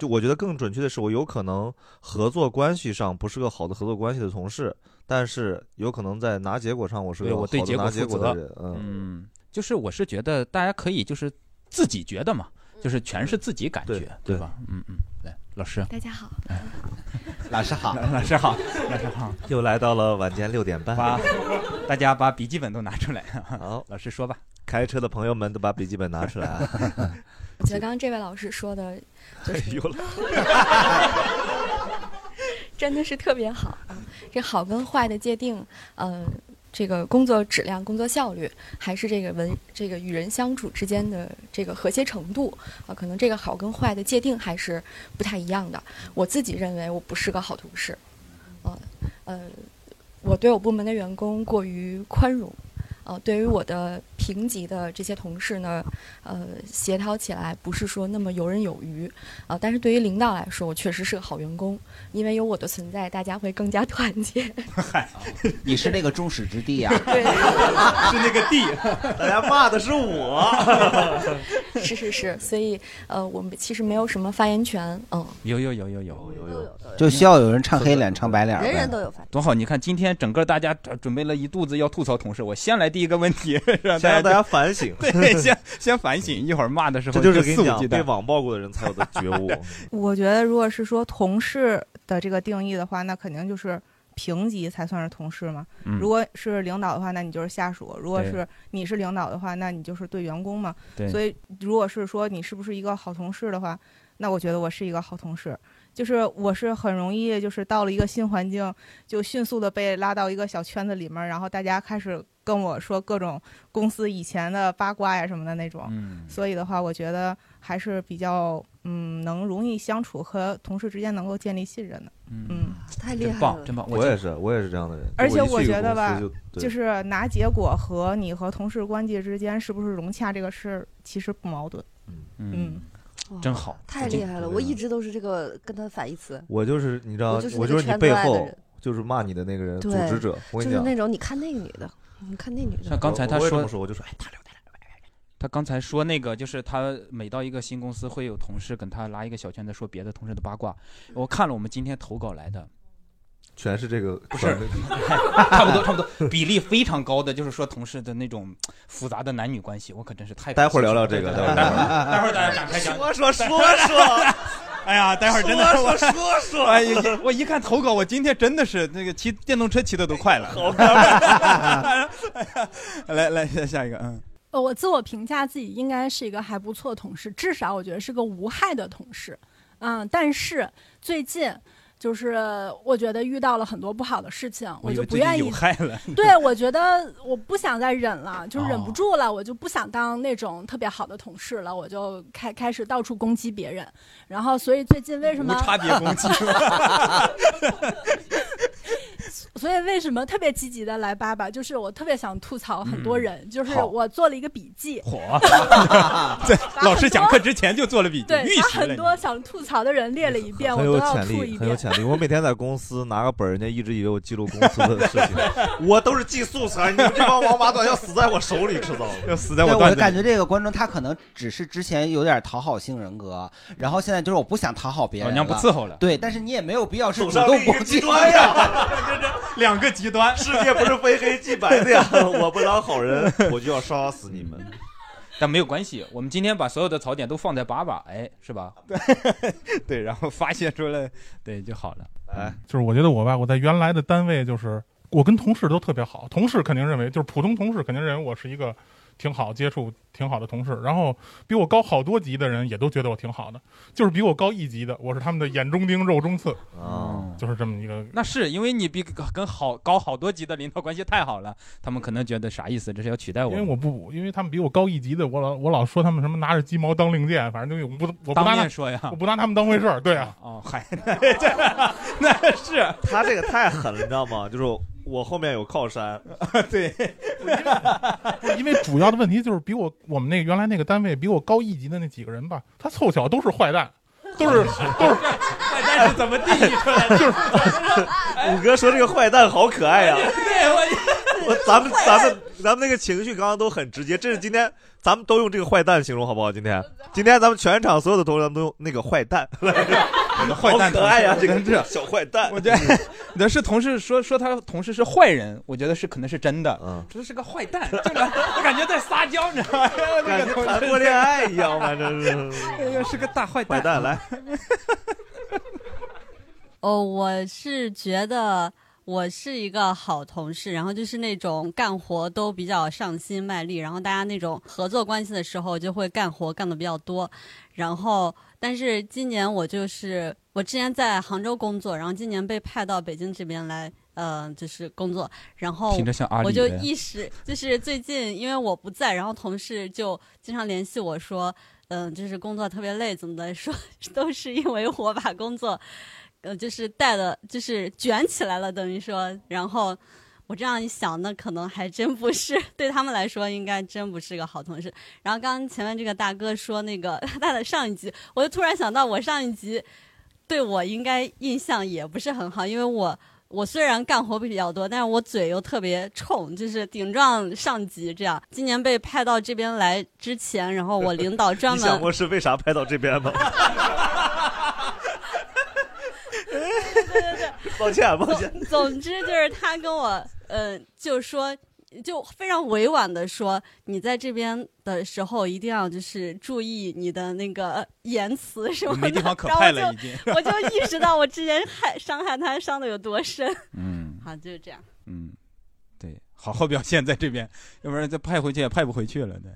[SPEAKER 3] 就我觉得更准确的是，我有可能合作关系上不是个好的合作关系的同事，但是有可能在拿结果上我是
[SPEAKER 1] 对
[SPEAKER 3] 个
[SPEAKER 1] 我
[SPEAKER 3] 好
[SPEAKER 1] 对
[SPEAKER 3] 的
[SPEAKER 1] 结果
[SPEAKER 3] 拿
[SPEAKER 1] 负
[SPEAKER 3] 结果
[SPEAKER 1] 责
[SPEAKER 3] 的人。。嗯，
[SPEAKER 1] 嗯，就是我是觉得大家可以就是自己觉得嘛，就是全是自己感觉，对吧？嗯嗯，来，老师，哎
[SPEAKER 12] 大家好，
[SPEAKER 4] 老师好，
[SPEAKER 1] <laughs> 老师好，老师好，
[SPEAKER 3] 又来到了晚间六点半，
[SPEAKER 1] 把大家把笔记本都拿出来。啊
[SPEAKER 3] 好，
[SPEAKER 1] 老师说吧。
[SPEAKER 3] 开车的朋友们都把笔记本拿出来
[SPEAKER 1] <laughs>
[SPEAKER 3] 啊。 <laughs>
[SPEAKER 12] 我觉得刚刚这位老师说的，
[SPEAKER 1] 哎
[SPEAKER 12] 就是 <laughs>
[SPEAKER 3] 又来
[SPEAKER 12] 真的是特别好啊！这好跟坏的界定，嗯、这个工作质量、工作效率，还是这个文这个与人相处之间的这个和谐程度啊、可能这个好跟坏的界定还是不太一样的。我自己认为我不是个好同事，啊、呃，我对我部门的员工过于宽容。呃，对于我的平级的这些同事呢，呃，协调起来不是说那么游刃有余，啊、但是对于领导来说，我确实是个好员工，因为有我的存在，大家会更加团结。 <laughs>
[SPEAKER 4] 你是那个众矢之的呀、
[SPEAKER 12] 对，
[SPEAKER 1] 是那个地，
[SPEAKER 3] 大家哎骂的是我。
[SPEAKER 12] 是是是，所以呃，我们其实没有什么发言权，嗯，
[SPEAKER 1] 有有有有有有有，
[SPEAKER 4] 就需要有人唱黑脸唱白脸儿呗，
[SPEAKER 12] 有发
[SPEAKER 1] 多好！你看今天整个大家呃准备了一肚子要吐槽同事，我先来第一个问题，让
[SPEAKER 3] 先
[SPEAKER 1] 大
[SPEAKER 3] 让大家反省
[SPEAKER 1] 对，先先反
[SPEAKER 3] <laughs>
[SPEAKER 1] 省，一会儿骂的时候
[SPEAKER 3] 这就是跟
[SPEAKER 1] 肆
[SPEAKER 3] 你
[SPEAKER 1] 无
[SPEAKER 3] 讲
[SPEAKER 1] 忌惮。
[SPEAKER 3] 被网暴过的人才有的觉悟。
[SPEAKER 15] 我觉得，如果是说同事的这个定义的话，那肯定就是平级才算是同事嘛。
[SPEAKER 16] 嗯
[SPEAKER 15] 如果是领导的话，那你就是下属；如果
[SPEAKER 16] 对
[SPEAKER 15] 是你是领导的话，那你就是对员工嘛
[SPEAKER 16] 对。
[SPEAKER 15] 所以，如果是说你是不是一个好同事的话，那我觉得我是一个好同事。就是我是很容易，就是到了一个新环境，就迅速的被拉到一个小圈子里面儿，然后大家开始跟我说各种公司以前的八卦呀什么的那种。
[SPEAKER 1] 嗯
[SPEAKER 15] 所以的话，我觉得还是比较嗯能容易相处和同事之间能够建立信任的。嗯，
[SPEAKER 2] 太
[SPEAKER 3] 真棒，真棒！我也是，我也是这样的人。
[SPEAKER 15] 而且
[SPEAKER 3] 一去
[SPEAKER 15] 我
[SPEAKER 3] 一个
[SPEAKER 15] 觉得
[SPEAKER 3] 公司
[SPEAKER 15] 吧，
[SPEAKER 3] 就
[SPEAKER 15] 就。是拿结果和你和同事关系之间是不是融洽这个事儿，其实不矛盾。
[SPEAKER 1] 嗯，
[SPEAKER 2] 哇
[SPEAKER 1] 真好
[SPEAKER 2] 太厉害了！我一直都是这个跟他反义词。
[SPEAKER 3] 我就是你知道，
[SPEAKER 2] 我
[SPEAKER 3] 我
[SPEAKER 2] 就
[SPEAKER 3] 就
[SPEAKER 2] 是那个
[SPEAKER 3] 是你
[SPEAKER 2] 圈
[SPEAKER 3] 背
[SPEAKER 2] 子外的
[SPEAKER 3] 后
[SPEAKER 2] 人
[SPEAKER 3] 就是骂你的那个人，组
[SPEAKER 2] 对，
[SPEAKER 3] 织者。我
[SPEAKER 2] 就
[SPEAKER 3] 跟你讲，
[SPEAKER 2] 是那种你看那个女的，你看那女的，
[SPEAKER 1] 像刚才他
[SPEAKER 3] 我也这
[SPEAKER 1] 说
[SPEAKER 3] 么，说我就说，哎，他
[SPEAKER 1] 他刚才说那个，就是他每到一个新公司，会有同事跟他拉一个小圈子，说别的同事的八卦。我看了我们今天投稿来的，
[SPEAKER 3] 全是这个，
[SPEAKER 1] 不
[SPEAKER 3] 不
[SPEAKER 1] 是， <laughs> 差 <laughs> 不多差不多，比例非常高的，就是说同事的那种复杂的男女关系，我可真是太。
[SPEAKER 3] 待会儿聊聊这个
[SPEAKER 1] 对对对
[SPEAKER 3] 待
[SPEAKER 1] 对待
[SPEAKER 3] 会儿聊
[SPEAKER 1] 会儿大家展开讲。
[SPEAKER 3] 说说说说
[SPEAKER 1] 哎呀，待会儿真的
[SPEAKER 3] 说
[SPEAKER 1] 我
[SPEAKER 3] 说说说
[SPEAKER 1] 哎呀，一我一看投稿，我今天真的是那个骑电动车骑的都快了。哎好 <laughs> 来来下下一个，嗯，
[SPEAKER 16] 呃，我自我评价自己应该是一个还不错的同事，至少我觉得是个无害的同事。嗯，但是最近就是我觉得遇到了很多不好的事情，
[SPEAKER 1] 我以
[SPEAKER 16] 就
[SPEAKER 1] 为
[SPEAKER 16] 不
[SPEAKER 1] 最近
[SPEAKER 16] 愿
[SPEAKER 1] 有
[SPEAKER 16] 意。
[SPEAKER 1] 害了。 <laughs>
[SPEAKER 16] 对，我觉得我不想再忍了，就是忍不
[SPEAKER 1] 哦
[SPEAKER 16] 住了，我就不想当那种特别好的同事了，我就开开始到处攻击别人。然后，所以最近为什么
[SPEAKER 1] 无差别攻击
[SPEAKER 16] <laughs> 所以为什么特别积极的来爸爸？就是我特别想吐槽很多人，就是
[SPEAKER 1] 嗯好
[SPEAKER 16] 我做了一个笔记，
[SPEAKER 1] 火，在老师讲课之前就做了笔记，
[SPEAKER 16] 对，
[SPEAKER 1] 预
[SPEAKER 16] 把
[SPEAKER 1] 习了
[SPEAKER 16] 很
[SPEAKER 1] 你。
[SPEAKER 16] 多想吐槽的人列了一遍，我
[SPEAKER 3] 很
[SPEAKER 16] 都
[SPEAKER 3] 有
[SPEAKER 16] 要
[SPEAKER 3] 潜
[SPEAKER 16] 吐一
[SPEAKER 3] 力，很有
[SPEAKER 16] 遍。
[SPEAKER 3] 潜力。我每天在公司拿个本儿，人家一直以为我记录公司的事
[SPEAKER 1] <laughs>
[SPEAKER 3] 情，我都是记素材。你们 <laughs> 这帮王八蛋要死在我手里，迟早
[SPEAKER 1] 要死
[SPEAKER 4] 对，我
[SPEAKER 3] 感
[SPEAKER 4] 就
[SPEAKER 3] 觉。
[SPEAKER 4] 感觉这个观众他可能只是之前有点讨好性人格，然后现在就是我不想讨好别人，
[SPEAKER 1] 哦老娘不伺候了
[SPEAKER 4] 对，但是你也没有必要是主
[SPEAKER 3] 上
[SPEAKER 4] 动
[SPEAKER 3] 另一
[SPEAKER 4] 攻
[SPEAKER 3] 个
[SPEAKER 4] 击，
[SPEAKER 3] 极端呀
[SPEAKER 1] 两个极端，
[SPEAKER 3] 世界不是非黑即白的呀！ <laughs> 我不当好人，我就要杀死你们。
[SPEAKER 1] <laughs> 但没有关系，我们今天把所有的槽点都放在粑粑，哎，是
[SPEAKER 3] <laughs>
[SPEAKER 1] 吧？对，然后发泄出来，对就好了。哎，
[SPEAKER 17] 就是我觉得我吧，我在原来的单位就是我跟同事都特别好，同事肯定认为就是普通同事肯定认为我是一个挺好接触挺好的同事，然后比我高好多级的人也都觉得我挺好的，就是比我高一级的，我是他们的眼中钉肉中刺，
[SPEAKER 1] 哦，
[SPEAKER 17] 就是这么一个。
[SPEAKER 1] 那是因为你比跟好高好多级的领导关系太好了，他们可能觉得啥意思？这是要取代
[SPEAKER 17] 因
[SPEAKER 1] 哎我
[SPEAKER 17] 为
[SPEAKER 1] 吗？
[SPEAKER 17] 我不，因为他们比我高一级的，我老我老说他们什么拿着鸡毛当令箭，反正就我不我不拿
[SPEAKER 1] 当
[SPEAKER 17] 他
[SPEAKER 1] 面说呀
[SPEAKER 17] 我不拿他们当回事儿，对啊，
[SPEAKER 1] 哦，嗨， <laughs> 那是
[SPEAKER 3] 他这个太狠了，你知道
[SPEAKER 1] <laughs>
[SPEAKER 3] 吗？就是我后面有靠山，
[SPEAKER 1] 对，
[SPEAKER 17] 不是因为主要的问题就是比我我们那个原来那个单位比我高一级的那几个人吧，他凑巧都是坏蛋，都是都是
[SPEAKER 1] 坏蛋是怎么定义出来的？
[SPEAKER 17] 就是
[SPEAKER 3] 五哥说这个坏蛋好可爱呀、啊
[SPEAKER 1] 对我
[SPEAKER 3] 我咱们咱们咱们那个情绪刚刚都很直接，这是今天咱们都用这个坏蛋形容好不好？今天今天咱们全场所有的同学都用那个坏
[SPEAKER 1] <laughs>
[SPEAKER 3] 蛋，我
[SPEAKER 1] 的坏蛋
[SPEAKER 3] 好可爱呀、
[SPEAKER 1] 同
[SPEAKER 3] 这
[SPEAKER 1] 学
[SPEAKER 3] 个
[SPEAKER 1] 真是
[SPEAKER 3] 小坏蛋，
[SPEAKER 1] 我觉得你的是同事说说他同事是坏人，我觉得是可能是真的，嗯，这是个坏蛋，就是我感觉在撒娇，你知道吗？
[SPEAKER 3] 感觉谈过恋爱一样，反正是
[SPEAKER 1] 哎呀，是个大坏
[SPEAKER 3] 坏蛋来。
[SPEAKER 18] 哦，我是觉得我是一个好同事，然后就是那种干活都比较上心卖力，然后大家那种合作关系的时候就会干活干的比较多。然后，但是今年我就是我之前在杭州工作，然后今年被派到北京这边来。呃，就是工作，然后
[SPEAKER 1] 听着像阿里
[SPEAKER 18] 我就
[SPEAKER 1] 的
[SPEAKER 18] 一时就是最近因为我不在，然后同事就经常联系我说，嗯、就是工作特别累，怎么的，说 <laughs> 都是因为我把工作呃，就是带的，就是卷起来了，等于说。然后我这样一想，那可能还真不是 <laughs> 对他们来说，应该真不是个好同事。然后刚刚前面这个大哥说那个 <laughs> 他的上一集，我就突然想到，我上一集对我应该印象也不是很好，因为我。我虽然干活比较多，但是我嘴又特别冲，就是顶撞上级这样。今年被派到这边来之前，然后我领导专
[SPEAKER 3] 你想
[SPEAKER 18] 门
[SPEAKER 3] 过是为啥拍到这边吗？抱歉，啊抱歉。
[SPEAKER 18] <laughs> 总之就是他跟我，呃，就说就非常委婉的说，你在这边的时候一定要就是注意你的那个呃言辞什么的。
[SPEAKER 1] 没地方可
[SPEAKER 18] 然后
[SPEAKER 1] 派
[SPEAKER 18] 我
[SPEAKER 1] 了
[SPEAKER 18] 就
[SPEAKER 1] 已经
[SPEAKER 18] <laughs> 我就意识到我之前害伤害他伤的有多深。
[SPEAKER 1] <laughs> 嗯，
[SPEAKER 18] 好，就是这样。
[SPEAKER 1] 嗯，对，好好表现在这边，要不然再派回去也派不回去了。对，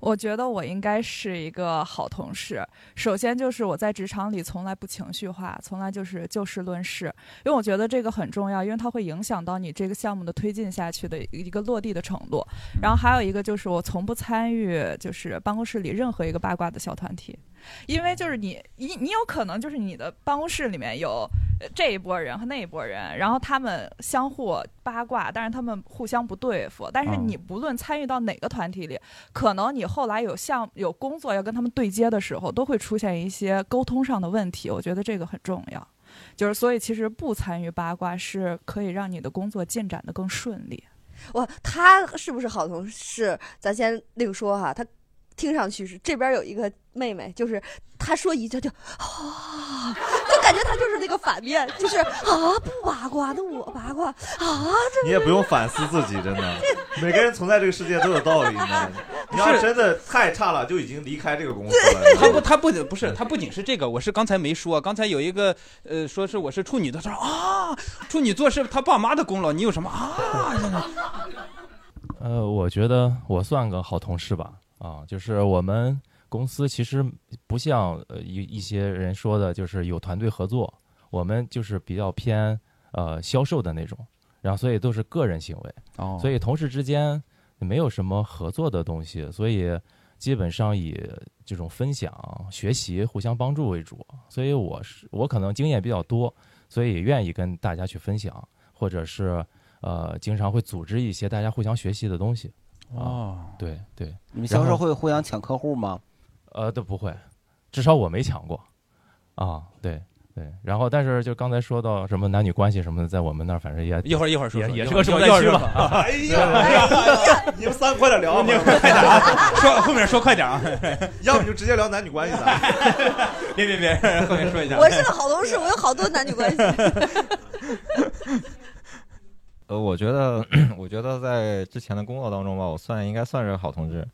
[SPEAKER 13] 我觉得我应该是一个好同事。首先就是我在职场里从来不情绪化，从来就是就事论事，因为我觉得这个很重要，因为它会影响到你这个项目的推进下去的一个落地的程度。然后还有一个就是我从不参与就是办公室里任何一个八卦的小团体。因为就是你，你你有可能就是你的办公室里面有呃这一拨人和那一拨人，然后他们相互八卦，但是他们互相不对付。但是
[SPEAKER 19] 嗯
[SPEAKER 13] 你不论参与到哪个团体里，可能你后来有项有工作要跟他们对接的时候，都会出现一些沟通上的问题。我觉得这个很重要，就是所以其实不参与八卦是可以让你的工作进展的更顺利。
[SPEAKER 2] 哇，他是不是好同事？咱先另说哈。他听上去是这边有一个妹妹，就是他说一句就 <gasps> 啊，就感觉他就是那个反面，就是啊不八卦，那我八卦啊，这
[SPEAKER 3] 你也不用反思自己，真的，每个人存在这个世界都有道理，你知道吗？
[SPEAKER 1] <laughs>
[SPEAKER 3] 你要真的太差了，就已经离开这个公司了。
[SPEAKER 1] 他不，他不不是，他不仅是这个，我是刚才没说，刚才有一个呃，说是我是处女的，他说啊，处女座是他爸妈的功劳，你有什么啊？
[SPEAKER 20] <laughs> 呃，我觉得我算个好同事吧，啊，就是我们公司其实不像呃一一些人说的，就是有团队合作，我们就是比较偏呃销售的那种，然后所以都是个人行为，
[SPEAKER 1] 哦
[SPEAKER 20] 所以同事之间没有什么合作的东西，所以基本上以这种分享、学习、互相帮助为主，所以我是我可能经验比较多，所以愿意跟大家去分享，或者是呃经常会组织一些大家互相学习的东西。啊
[SPEAKER 1] 哦，
[SPEAKER 20] 对对，
[SPEAKER 4] 你们销售会
[SPEAKER 20] 互相抢客户吗？呃，都不会，至少我没抢过。啊，对对。然后，但是就刚才说到什么男女关系什么的，在我们那儿反正也
[SPEAKER 1] 一会儿一会儿说
[SPEAKER 20] 也
[SPEAKER 1] 说
[SPEAKER 20] 也
[SPEAKER 1] 一
[SPEAKER 20] 是
[SPEAKER 1] 会儿
[SPEAKER 20] 个重
[SPEAKER 1] 一会
[SPEAKER 20] 灾
[SPEAKER 1] 儿
[SPEAKER 20] 区
[SPEAKER 1] 说
[SPEAKER 20] 吧。
[SPEAKER 1] 哎呀
[SPEAKER 20] 对
[SPEAKER 1] 哎呀
[SPEAKER 3] 你们三个快点聊，
[SPEAKER 1] 你们快点啊，说后面说快点啊，
[SPEAKER 3] 要不你就直接聊男女关系了。
[SPEAKER 1] <laughs> 别 <laughs> 别别，后面说一下，
[SPEAKER 2] 我是个好同事，我有好多男女关系。
[SPEAKER 19] <laughs> 呃，我觉得，我觉得在之前的工作当中吧，我算应该算是个好同志。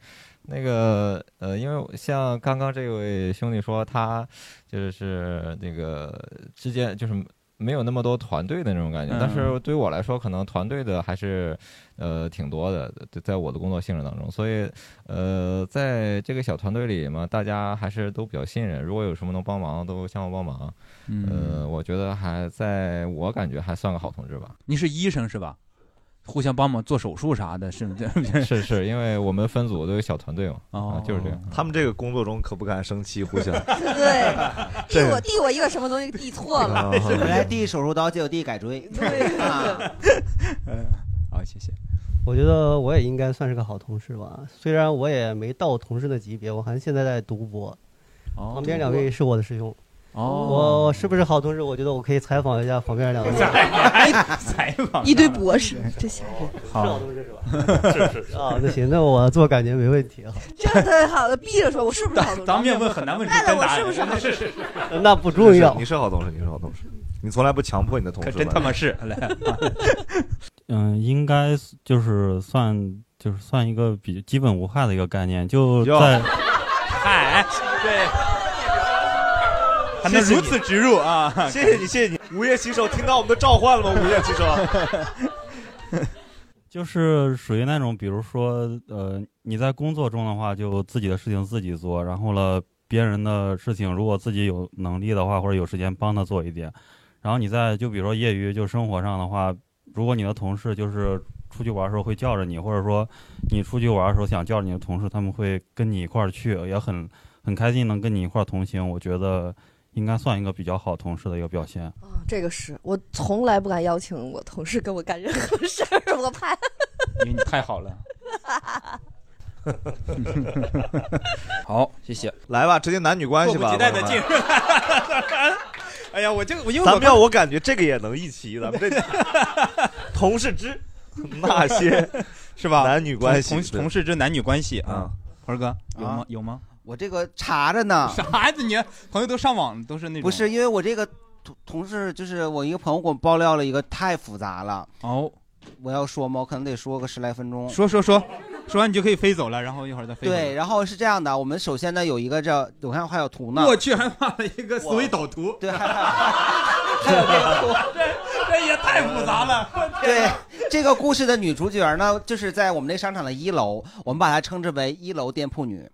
[SPEAKER 19] 那个，呃，因为像刚刚这位兄弟说，他就是那个之间就是没有那么多团队的那种感觉，
[SPEAKER 21] 嗯
[SPEAKER 19] 但是对于我来说，可能团队的还是呃挺多的，在在我的工作性质当中，所以呃，在这个小团队里嘛，大家还是都比较信任，如果有什么能帮忙，都相互帮忙。
[SPEAKER 1] 嗯
[SPEAKER 19] 呃，我觉得还在我感觉还算个好同志吧。
[SPEAKER 1] 你是医生是吧？互相帮忙做手术啥的，是 <laughs> 不是？
[SPEAKER 19] 是是，因为我们分组都有小团队嘛，啊，
[SPEAKER 1] 哦
[SPEAKER 19] 就是这样。
[SPEAKER 3] 他们这个工作中可不敢生气，
[SPEAKER 19] <laughs>
[SPEAKER 3] 互相。
[SPEAKER 2] 对，递
[SPEAKER 3] 这
[SPEAKER 2] 我递我一个什么东西，递错
[SPEAKER 3] <laughs>
[SPEAKER 2] 了。
[SPEAKER 4] 本来递手术刀，结果递改锥。对啊，
[SPEAKER 1] 好，谢谢。
[SPEAKER 21] 我觉得我也应该算是个好同事吧，虽然我也没到同事的级别，我还现在在读博。
[SPEAKER 1] 哦
[SPEAKER 21] 旁边两位是我的师兄。
[SPEAKER 1] 哦
[SPEAKER 21] 我我是不是好同事？我觉得我可以采访一下旁边两位。
[SPEAKER 1] 采访
[SPEAKER 2] 一堆博士，这吓人。
[SPEAKER 21] 好
[SPEAKER 2] 是好
[SPEAKER 21] 同
[SPEAKER 2] 事
[SPEAKER 21] <laughs> 是吧啊，那行，那我做感觉没问题啊。
[SPEAKER 2] 真的好的，闭着说，我是不是好同志？
[SPEAKER 1] 当面问很难问出
[SPEAKER 2] 那
[SPEAKER 1] 真
[SPEAKER 2] 我
[SPEAKER 1] 答
[SPEAKER 2] 是不是好
[SPEAKER 1] 案，
[SPEAKER 2] 同志？
[SPEAKER 1] 是
[SPEAKER 21] 那不重要
[SPEAKER 3] 你是好同事，你是好同事，你从来不强迫你的同事。
[SPEAKER 1] 可真他妈是来
[SPEAKER 22] 嗯，应该是就是算就是算一个比基本无害的一个概念，就
[SPEAKER 1] 哟
[SPEAKER 22] 在
[SPEAKER 1] <laughs> 嗨，对，哎还能如此植入啊！
[SPEAKER 3] 谢谢你，谢谢你。午夜骑手听到我们的召唤了吗？午夜
[SPEAKER 1] <laughs>
[SPEAKER 3] 骑手，
[SPEAKER 22] 就是属于那种，比如说呃，你在工作中的话，就自己的事情自己做，然后了别人的事情，如果自己有能力的话，或者有时间帮他做一点，然后你在就比如说业余就生活上的话，如果你的同事就是出去玩的时候会叫着你，或者说你出去玩的时候想叫着你的同事，他们会跟你一块儿去，也很很开心能跟你一块儿同行，我觉得应该算一个比较好同事的一个表
[SPEAKER 1] 哦
[SPEAKER 22] 现。
[SPEAKER 2] 啊这个是我从来不敢邀请我同事跟我干任何事儿，我怕。
[SPEAKER 1] 因为你太好了。
[SPEAKER 3] <laughs>
[SPEAKER 1] 好，谢谢。
[SPEAKER 3] 来吧，直接男女关系吧。
[SPEAKER 1] 迫不及待地
[SPEAKER 3] 朋友们
[SPEAKER 1] 进入 <laughs> 哎呀，我这个我因为
[SPEAKER 3] 咱
[SPEAKER 1] 我
[SPEAKER 3] 们要我感觉这个也能一起，咱
[SPEAKER 1] <laughs>
[SPEAKER 3] 们这同事之 <laughs> 那些
[SPEAKER 1] <laughs> 是吧？
[SPEAKER 3] 男女关系
[SPEAKER 1] 同同
[SPEAKER 3] 对
[SPEAKER 1] 同事之男女关系啊，鹏儿哥有
[SPEAKER 4] 啊
[SPEAKER 1] 吗？有吗？
[SPEAKER 4] 我这个查着呢。
[SPEAKER 1] 啥子？你朋友都上网都是那种
[SPEAKER 4] 不是因为我这个同同事，就是我一个朋友给我爆料了一个太复杂了。
[SPEAKER 1] 哦，
[SPEAKER 4] 我要说吗？我可能得说个十来分钟。
[SPEAKER 1] 说说说，说完你就可以飞走了，然后一会儿再飞回来。
[SPEAKER 4] 对，然后是这样的，我们首先呢有一个叫，我看还有图呢。
[SPEAKER 1] 我去，还画了一个思维导图。
[SPEAKER 4] 对， <laughs>
[SPEAKER 1] 还
[SPEAKER 4] 有这个图，
[SPEAKER 1] 这这也太复杂了。
[SPEAKER 4] 对，这个故事的女主角呢，就是在我们那商场的一楼，我们把她称之为一楼店铺女。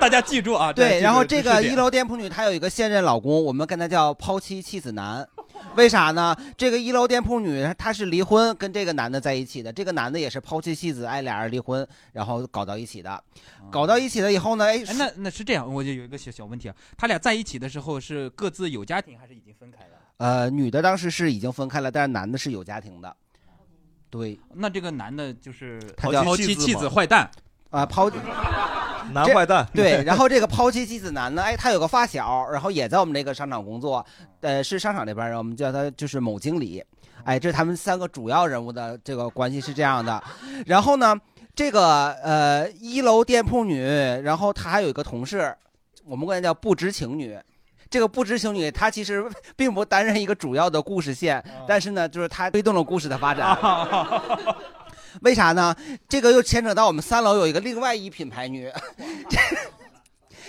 [SPEAKER 1] 大家记住啊。大家记
[SPEAKER 4] 对，
[SPEAKER 1] 住
[SPEAKER 4] 然后这
[SPEAKER 1] 知识
[SPEAKER 4] 个
[SPEAKER 1] 点
[SPEAKER 4] 一楼店铺女她有一个现任老公，我们跟她叫抛妻弃子男。 <laughs> 为啥呢？这个一楼店铺女她是离婚跟这个男的在一起的，这个男的也是抛妻弃子，哎，俩人离婚，然后搞到一起的，搞到一起了以后呢，哎
[SPEAKER 1] 哎，，那那是这样，我就有一个小小问题啊，他俩在一起的时候是各自有家庭还是已经分开了？
[SPEAKER 4] 呃，女的当时是已经分开了，但是男的是有家庭的，对，
[SPEAKER 1] 那这个男的就是
[SPEAKER 4] 他叫
[SPEAKER 1] 抛妻弃子坏蛋，
[SPEAKER 4] 啊，抛
[SPEAKER 3] 男坏蛋
[SPEAKER 4] 对，然后这个抛妻弃子男呢，哎，他有个发小，然后也在我们这个商场工作，呃，是商场这边人，我们叫他就是某经理，哎，这是他们三个主要人物的这个关系是这样的。然后呢，这个呃一楼店铺女，然后她还有一个同事，我们管她叫不知情女。这个不知情女，她其实并不担任一个主要的故事线，
[SPEAKER 3] 哦
[SPEAKER 4] 但是呢，就是她推动了故事的发
[SPEAKER 3] <laughs>
[SPEAKER 4] 展。为啥呢？这个又牵扯到我们三楼有一个另外一品牌女， <laughs>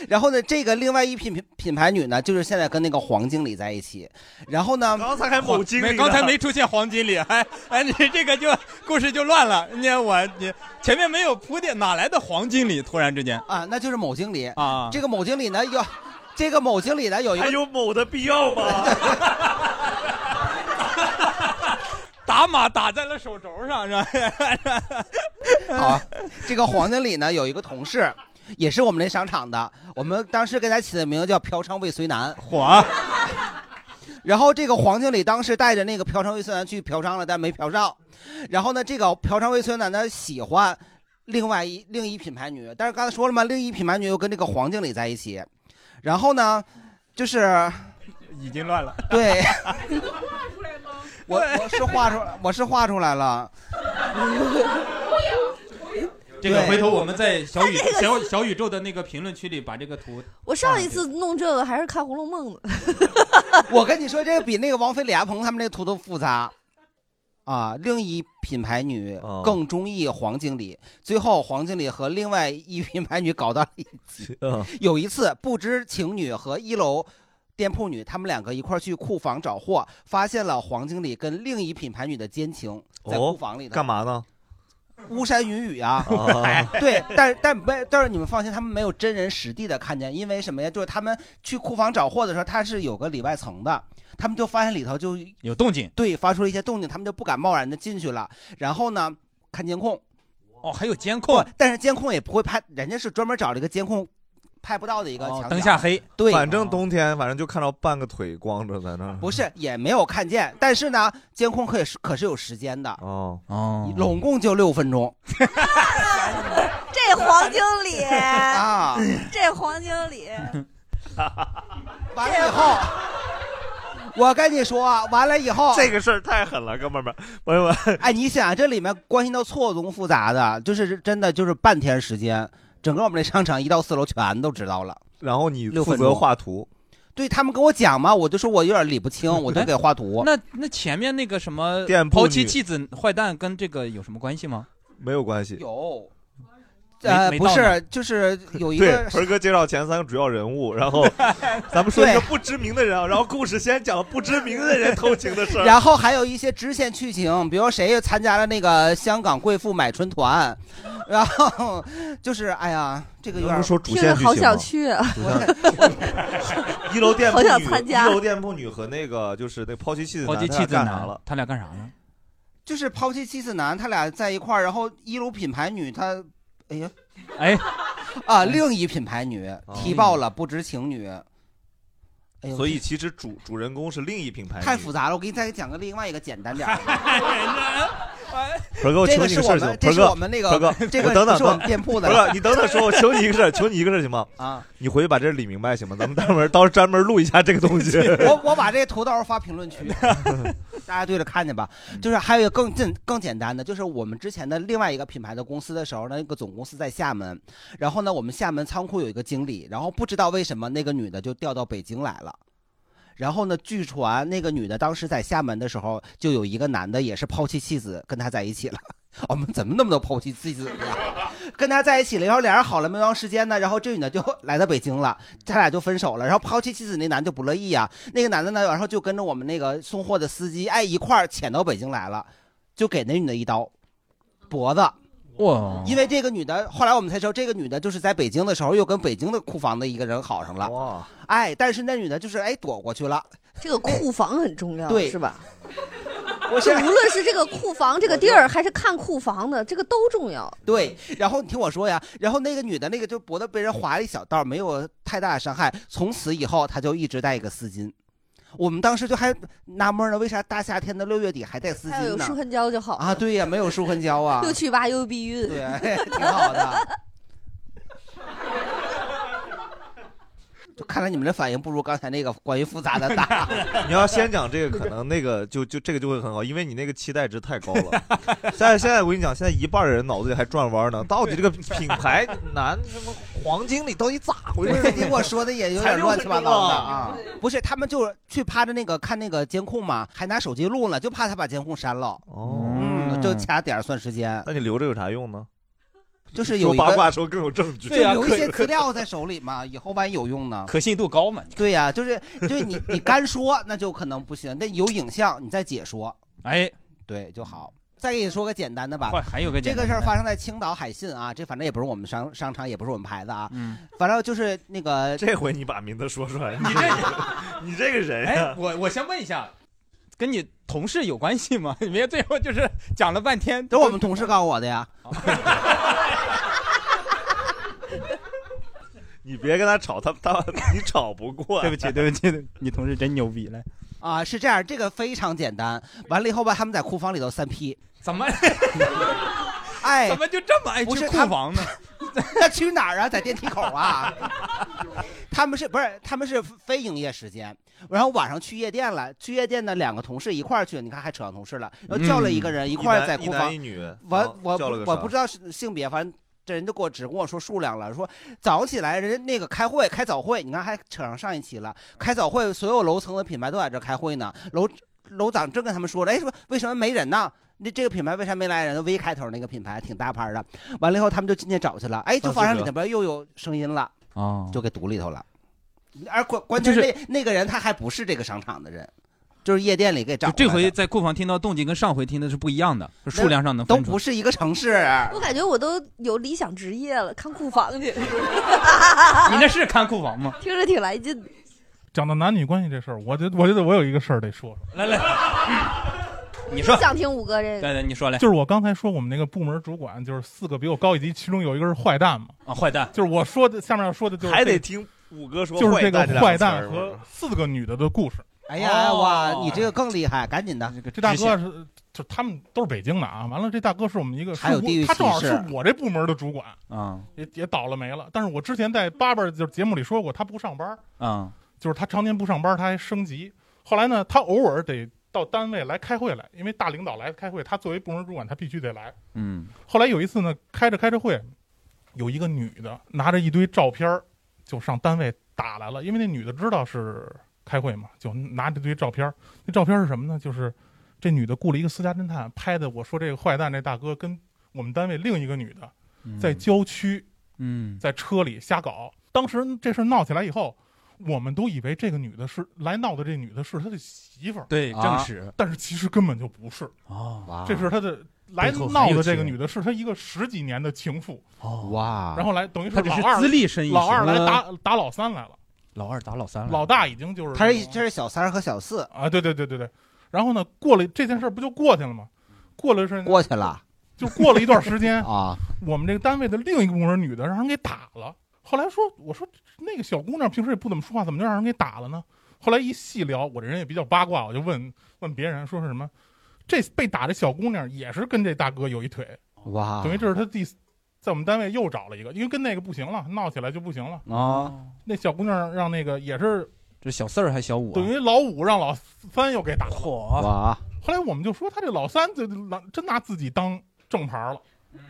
[SPEAKER 4] 然后呢，这个另外一品品牌女呢，就是现在跟那个黄经理在一起。然后呢，
[SPEAKER 3] 刚才还
[SPEAKER 1] 某经理呢没刚才没出现黄经理，哎哎，你这个就故事就乱了。你看我你前面没有铺垫，哪来的黄经理？突然之间
[SPEAKER 4] 啊，那就是某经理
[SPEAKER 1] 啊。
[SPEAKER 4] 这个某经理呢有，这个某经理呢有一个
[SPEAKER 3] 还有某的必要吗？
[SPEAKER 1] 打码打在了手肘上，是吧？ <laughs>
[SPEAKER 4] 好，啊这个黄经理呢有一个同事，也是我们那商场的，我们当时给他起的名字叫“嫖娼未遂男”。
[SPEAKER 1] 火。
[SPEAKER 4] <laughs> 然后这个黄经理当时带着那个嫖娼未遂男去嫖娼了，但没嫖上。然后呢，这个嫖娼未遂男呢喜欢另外一另一品牌女，但是刚才说了嘛，另一品牌女又跟这个黄经理在一起。然后呢，就是
[SPEAKER 1] 已经乱了。
[SPEAKER 4] 对， <laughs> 我我是画出来，我是画出来了。
[SPEAKER 1] 这个
[SPEAKER 4] 对
[SPEAKER 1] 回头我们在小宇小小宇宙的那个评论区里把这个图
[SPEAKER 2] 我上
[SPEAKER 4] 啊
[SPEAKER 2] 一次弄这个还是看《红楼梦》呢。
[SPEAKER 4] <laughs> 我跟你说，这个比那个王菲、李亚鹏他们那个图都复杂。啊，另一品牌女
[SPEAKER 3] 哦
[SPEAKER 4] 更中意黄经理，最后黄经理和另外一品牌女搞到了一起。
[SPEAKER 3] 哦
[SPEAKER 4] 有一次，不知情女和一楼店铺女，他们两个一块儿去库房找货，发现了黄经理跟另一品牌女的奸情，在
[SPEAKER 3] 哦
[SPEAKER 4] 库房里头、
[SPEAKER 3] 干嘛呢？
[SPEAKER 4] 巫山云雨
[SPEAKER 1] <laughs>
[SPEAKER 4] 啊
[SPEAKER 3] 哦，
[SPEAKER 4] 对，但但没，但是你们放心，他们没有真人实地的看见，因为什么呀？就是他们去库房找货的时候，它是有个里外层的，他们就发现里头就
[SPEAKER 1] 有动静，
[SPEAKER 4] 对，发出了一些动静，他们就不敢贸然的进去了。然后呢，看监控，
[SPEAKER 1] 哦，还有监控，
[SPEAKER 4] 但是监控也不会拍，人家是专门找了一个监控拍不到的一
[SPEAKER 1] 哦
[SPEAKER 4] 个墙角，
[SPEAKER 1] 黑，
[SPEAKER 4] 对
[SPEAKER 3] 反正冬天，反正就看到半个腿光着在那儿。
[SPEAKER 4] 不是也没有看见，但是呢，监控可以是可是有时间的
[SPEAKER 3] 哦
[SPEAKER 1] 哦，
[SPEAKER 4] 拢共就六分钟。
[SPEAKER 2] 这黄经理
[SPEAKER 4] 啊，
[SPEAKER 2] <laughs> 这黄经理，
[SPEAKER 4] 完了以后，我跟你说啊，完了以后
[SPEAKER 3] 这个事儿太狠了，哥们儿们， <laughs> 朋友们，
[SPEAKER 4] 哎，你想这里面关系到错综复杂的，就是真的就是半天时间，整个我们这商场一到四楼全都知道了。
[SPEAKER 3] 然后你
[SPEAKER 4] 六
[SPEAKER 3] 负
[SPEAKER 4] 分
[SPEAKER 3] 责
[SPEAKER 4] 钟
[SPEAKER 3] 画图，
[SPEAKER 4] 对他们跟我讲嘛，我就说我有点理不 <laughs> 清，我就给画图。
[SPEAKER 3] <laughs>
[SPEAKER 1] 那那前面那个什么
[SPEAKER 3] 店铺
[SPEAKER 1] 抛
[SPEAKER 3] 女
[SPEAKER 1] 妻弃子坏蛋跟这个有什么关系吗？
[SPEAKER 3] 没有关系。
[SPEAKER 4] 有，
[SPEAKER 1] 没
[SPEAKER 4] 呃，
[SPEAKER 1] 没
[SPEAKER 4] 不
[SPEAKER 1] 到呢
[SPEAKER 4] 是，就是有一
[SPEAKER 3] 对
[SPEAKER 4] 个，
[SPEAKER 3] 盆儿哥介绍前三个主要人物，
[SPEAKER 1] <laughs>
[SPEAKER 3] 然后咱们说一个不知名的人啊，然后故事先讲不知名的人偷情的事儿，
[SPEAKER 4] 然后还有一些支线剧情，比如谁又参加了那个香港贵妇买春团，然后 <laughs> 就是哎呀，这个有点
[SPEAKER 3] 能说主线剧情吗主线
[SPEAKER 4] <laughs>
[SPEAKER 3] <laughs> 一楼店铺
[SPEAKER 4] 好想
[SPEAKER 3] 女，
[SPEAKER 4] 参加
[SPEAKER 3] 一楼店铺女和那个就是那抛妻弃子
[SPEAKER 1] 抛
[SPEAKER 3] 男
[SPEAKER 1] 妻
[SPEAKER 3] 他
[SPEAKER 1] 弃
[SPEAKER 3] 俩
[SPEAKER 1] 子
[SPEAKER 3] 干
[SPEAKER 1] 男
[SPEAKER 3] 啥了？
[SPEAKER 1] 他俩干啥呢？
[SPEAKER 4] 就是抛弃妻子男，他俩在一块儿，然后一楼品牌女她，哎呀，
[SPEAKER 1] 哎，
[SPEAKER 4] <laughs> 啊，另一品牌女踢爆了不知情女，哎呦
[SPEAKER 3] 哦所以其实主主人公是另一品牌女，
[SPEAKER 4] 太复杂了。我给你再讲个另外一个简单点儿的。
[SPEAKER 3] 鹏哥，我
[SPEAKER 4] 这
[SPEAKER 3] 求
[SPEAKER 4] 个
[SPEAKER 3] 你
[SPEAKER 4] 是
[SPEAKER 3] 个事
[SPEAKER 4] 我
[SPEAKER 3] 儿行
[SPEAKER 4] 们
[SPEAKER 3] 吗？
[SPEAKER 4] 这
[SPEAKER 3] 鹏
[SPEAKER 4] 是
[SPEAKER 3] 哥，
[SPEAKER 4] 我们那个
[SPEAKER 3] 鹏哥，
[SPEAKER 4] 这个
[SPEAKER 3] 我等等，
[SPEAKER 4] 是我们店铺
[SPEAKER 3] <laughs>
[SPEAKER 4] 的
[SPEAKER 3] 鹏哥，你等等说，我求你一个事儿，求你一个事儿行吗？
[SPEAKER 4] 啊，
[SPEAKER 3] 你回去把这理明白行吗？咱们待会儿到时候专门录一下这个东
[SPEAKER 4] <laughs>
[SPEAKER 3] 西。
[SPEAKER 4] 我我把这个图到时候发评论区，大家对着看去吧。就是还有一个更简更简单的，就是我们之前的另外一个品牌的公司的时候呢，那个总公司在厦门，然后呢，我们厦门仓库有一个经理，然后不知道为什么那个女的就调到北京来了。然后呢？据传那个女的当时在厦门的时候，就有一个男的也是抛弃妻子，跟她在一起了。 <laughs> 哦我们怎么那么多抛弃妻子呀？ <laughs> 跟她在一起了，然后俩人好了没多长时间呢，然后这女的就来到北京了，他俩就分手了。然后抛弃妻子那男就不乐意啊，那个男的呢，然后就跟着我们那个送货的司机，哎，一块儿潜到北京来了，就给那女的一刀，脖子。
[SPEAKER 1] 哇！
[SPEAKER 4] 因为这个女的，后来我们才知道，这个女的就是在北京的时候又跟北京的库房的一个人好上了。
[SPEAKER 3] 哇！
[SPEAKER 4] 哎，但是那女的就是哎躲过去了。
[SPEAKER 2] 这个库房很重要，
[SPEAKER 4] 对
[SPEAKER 2] 是吧？
[SPEAKER 4] 我
[SPEAKER 2] 就
[SPEAKER 4] 现在
[SPEAKER 2] 无论是这个库房这个地儿，还是看库房的，这个都重要。
[SPEAKER 4] 对，然后你听我说呀，然后那个女的，那个就脖子被人划了一小道，没有太大的伤害。从此以后，她就一直戴一个丝巾。我们当时就还纳闷呢，为啥大夏天的六月底还戴丝
[SPEAKER 2] 还有
[SPEAKER 4] 巾
[SPEAKER 2] 有舒
[SPEAKER 4] 呢？
[SPEAKER 2] 痕胶就好
[SPEAKER 4] 啊，对呀，没有舒痕胶啊。
[SPEAKER 2] 又去疤又避孕，
[SPEAKER 4] 对，哎挺好的。 <laughs> 就看来你们这反应不如刚才那个关于复杂的大。 <laughs>
[SPEAKER 3] 你要先讲这个，可能那个就就这个就会很好，因为你那个期待值太高了。 <laughs> 现在现在我跟你讲，现在一半人脑子里还转弯呢，到底这个品
[SPEAKER 5] <laughs>
[SPEAKER 3] 牌男什么黄经理到底咋回事？
[SPEAKER 4] 你给我说的也有点乱七八糟的啊！不是，他们就是去趴着那个看那个监控嘛，还拿手机录呢，就怕他把监控删了。
[SPEAKER 3] 哦，
[SPEAKER 4] 嗯，就掐点儿算时间。
[SPEAKER 3] 那你留着有啥用呢？
[SPEAKER 4] 就是有
[SPEAKER 3] 说
[SPEAKER 4] 一个
[SPEAKER 3] 八卦的时候更有证据。
[SPEAKER 4] 就
[SPEAKER 3] <laughs>
[SPEAKER 4] 留一些资料在手里嘛，以后万一有用呢。
[SPEAKER 1] 啊可信度高嘛？
[SPEAKER 4] 对呀、就是就是你你干说那就可能不行，但有影像你再解说。
[SPEAKER 1] 哎，
[SPEAKER 4] 对就好。再给你说个简单的吧
[SPEAKER 1] 快，还有个
[SPEAKER 4] 这
[SPEAKER 1] 简
[SPEAKER 4] 个
[SPEAKER 1] 单
[SPEAKER 4] 事儿
[SPEAKER 1] 的
[SPEAKER 4] 发生在青岛海信啊，这反正也不是我们商商场，也不是我们牌子啊，
[SPEAKER 1] 嗯，
[SPEAKER 4] 反正就是那个。
[SPEAKER 3] 这回你把名字说出来，你
[SPEAKER 1] <laughs>
[SPEAKER 3] 这你这个人
[SPEAKER 1] 哎
[SPEAKER 17] 啊
[SPEAKER 3] 呀，，
[SPEAKER 1] 我我先问一下，跟你同事有关系吗？ <laughs> 你别最后就是讲了半天，
[SPEAKER 4] 都我们同事告诉我的呀。
[SPEAKER 3] 你别跟他吵，他他你吵不过。
[SPEAKER 1] 对不起，对不起，
[SPEAKER 4] <laughs>
[SPEAKER 1] 你同事真牛逼来。
[SPEAKER 4] 啊，是这样，这个非常简单。完了以后吧，他们在库房里头三 P，
[SPEAKER 1] <laughs> 怎么？
[SPEAKER 4] 哎，
[SPEAKER 1] 怎么就这么爱
[SPEAKER 4] 不
[SPEAKER 1] 去
[SPEAKER 4] 是
[SPEAKER 1] 库
[SPEAKER 4] 他
[SPEAKER 1] 房呢？
[SPEAKER 4] 那去哪儿啊？在电梯口啊？ <laughs> 他们是不是他们是非营业时间？然后晚上去夜店了，去夜店的两个同事一块儿去，你看还扯上同事了，然后叫了一个人
[SPEAKER 3] 嗯
[SPEAKER 4] 一块
[SPEAKER 3] 一
[SPEAKER 4] 儿在
[SPEAKER 3] 男
[SPEAKER 4] 库
[SPEAKER 3] 一
[SPEAKER 4] 房
[SPEAKER 3] 男一女，然后
[SPEAKER 4] 我我
[SPEAKER 3] 叫了个
[SPEAKER 4] 不我
[SPEAKER 3] 啥
[SPEAKER 4] 不知道是性别，反正这人就给我只跟我说数量了，说早上起来人家那个开会开早会，你看还扯上上一期了，开早会所有楼层的品牌都在这开会呢，楼楼长正跟他们说了，哎，说为什么没人呢？那这个品牌为啥没来人？V 开头那个品牌挺大牌的，完了以后他们就进去找去了，哎，就发现里边又有声音了，
[SPEAKER 1] 啊，
[SPEAKER 4] 就给堵里头了。而关关键是那、那个人他还不是这个商场的人，就是夜店里给找
[SPEAKER 1] 就这
[SPEAKER 4] 回来
[SPEAKER 1] 回
[SPEAKER 4] 的
[SPEAKER 1] 在库房听到动静跟上回听的是不一样的，就数量上能
[SPEAKER 4] 都
[SPEAKER 1] 分出
[SPEAKER 4] 不是一个城市。
[SPEAKER 2] <laughs>
[SPEAKER 4] 啊
[SPEAKER 2] 我感觉我都有理想职业了，看库房
[SPEAKER 4] <laughs>
[SPEAKER 2] 去，
[SPEAKER 1] 来。你那是看库房吗？
[SPEAKER 2] <laughs> 听着挺来劲的。
[SPEAKER 17] 讲到男女关系这事儿，我觉我觉得我有一个事儿得说说。
[SPEAKER 1] 来来，你说
[SPEAKER 2] 想听五哥这
[SPEAKER 1] 对对，
[SPEAKER 2] 个？
[SPEAKER 1] 你说来，
[SPEAKER 17] 就是我刚才说我们那个部门主管，就是四个比我高一级，其中有一个是坏蛋嘛。
[SPEAKER 1] 啊，坏蛋，
[SPEAKER 17] 就是我说的，下面要说的就是
[SPEAKER 3] 还
[SPEAKER 17] 这
[SPEAKER 3] 得
[SPEAKER 17] 个
[SPEAKER 3] 听五哥说
[SPEAKER 17] 就是这个坏蛋
[SPEAKER 3] 坏蛋这两个词儿
[SPEAKER 17] 和四个女的的故事。
[SPEAKER 4] 哎呀哇，
[SPEAKER 17] 哦
[SPEAKER 4] 你这个更厉害，赶紧的，
[SPEAKER 17] 这大哥是就他们都是北京的啊。完了，这大哥是我们一个，
[SPEAKER 4] 还有
[SPEAKER 17] 是我
[SPEAKER 4] 地域
[SPEAKER 17] 他
[SPEAKER 4] 歧
[SPEAKER 17] 正好
[SPEAKER 4] 视
[SPEAKER 17] 是我这部门的主管，
[SPEAKER 1] 啊
[SPEAKER 17] 也也倒了霉了。但是我之前在八八就是节目里说过，他不上班儿，
[SPEAKER 1] 啊
[SPEAKER 17] 就是他常年不上班儿，他还升级。后来呢，他偶尔得到单位来开会来，因为大领导来开会，他作为部门主管，他必须得来。
[SPEAKER 1] 嗯
[SPEAKER 17] 后来有一次呢，开着开着会，有一个女的拿着一堆照片儿就上单位打来了，因为那女的知道是开会嘛，就拿这堆照片儿。那照片儿是什么呢？就是这女的雇了一个私家侦探拍的。我说这个坏蛋这大哥跟我们单位另一个女的在郊区，
[SPEAKER 1] 嗯，
[SPEAKER 17] 在车里瞎搞。当时这事儿闹起来以后。我们都以为这个女的是来闹的，这女的是他的媳妇儿，
[SPEAKER 1] 对
[SPEAKER 17] 啊
[SPEAKER 1] 正是
[SPEAKER 17] 但是其实根本就不是
[SPEAKER 1] 哦
[SPEAKER 17] 这是他的来
[SPEAKER 1] 背后还
[SPEAKER 17] 闹
[SPEAKER 1] 有
[SPEAKER 17] 的这个
[SPEAKER 1] 情
[SPEAKER 17] 女的是他一个十几年的情妇，
[SPEAKER 4] 哦哇
[SPEAKER 17] 然后来等于
[SPEAKER 1] 他
[SPEAKER 17] 是
[SPEAKER 1] 只
[SPEAKER 17] 老
[SPEAKER 1] 是
[SPEAKER 17] 二
[SPEAKER 1] 资历深一些
[SPEAKER 17] 老二来
[SPEAKER 1] 嗯
[SPEAKER 17] 打打老三来了，
[SPEAKER 1] 老二打老三了，
[SPEAKER 17] 老大已经就是
[SPEAKER 4] 他是这是小三儿和小四
[SPEAKER 17] 啊，对对对对对。然后呢，过了这件事儿不就过去了吗？过了是
[SPEAKER 4] 过去了，
[SPEAKER 17] 就过了一段时间
[SPEAKER 4] <laughs> 啊，
[SPEAKER 17] 我们这个单位的另一个部门女的让人给打了。后来说，我说那个小姑娘平时也不怎么说话，怎么就让人给打了呢？后来一细聊，我这人也比较八卦，我就问问别人说是什么，这被打的小姑娘也是跟这大哥有一腿，
[SPEAKER 23] 啊
[SPEAKER 4] 哇
[SPEAKER 17] 等于这是他第四在我们单位又找了一个，因为跟那个不行了，闹起来就不行了。
[SPEAKER 4] 哦
[SPEAKER 1] 啊，
[SPEAKER 17] 那小姑娘让那个也是
[SPEAKER 1] 这小四儿还小五啊
[SPEAKER 17] 等，于老五让老三又给打火
[SPEAKER 4] 哇，
[SPEAKER 17] 后来我们就说他这老三就拿真拿自己当正牌了，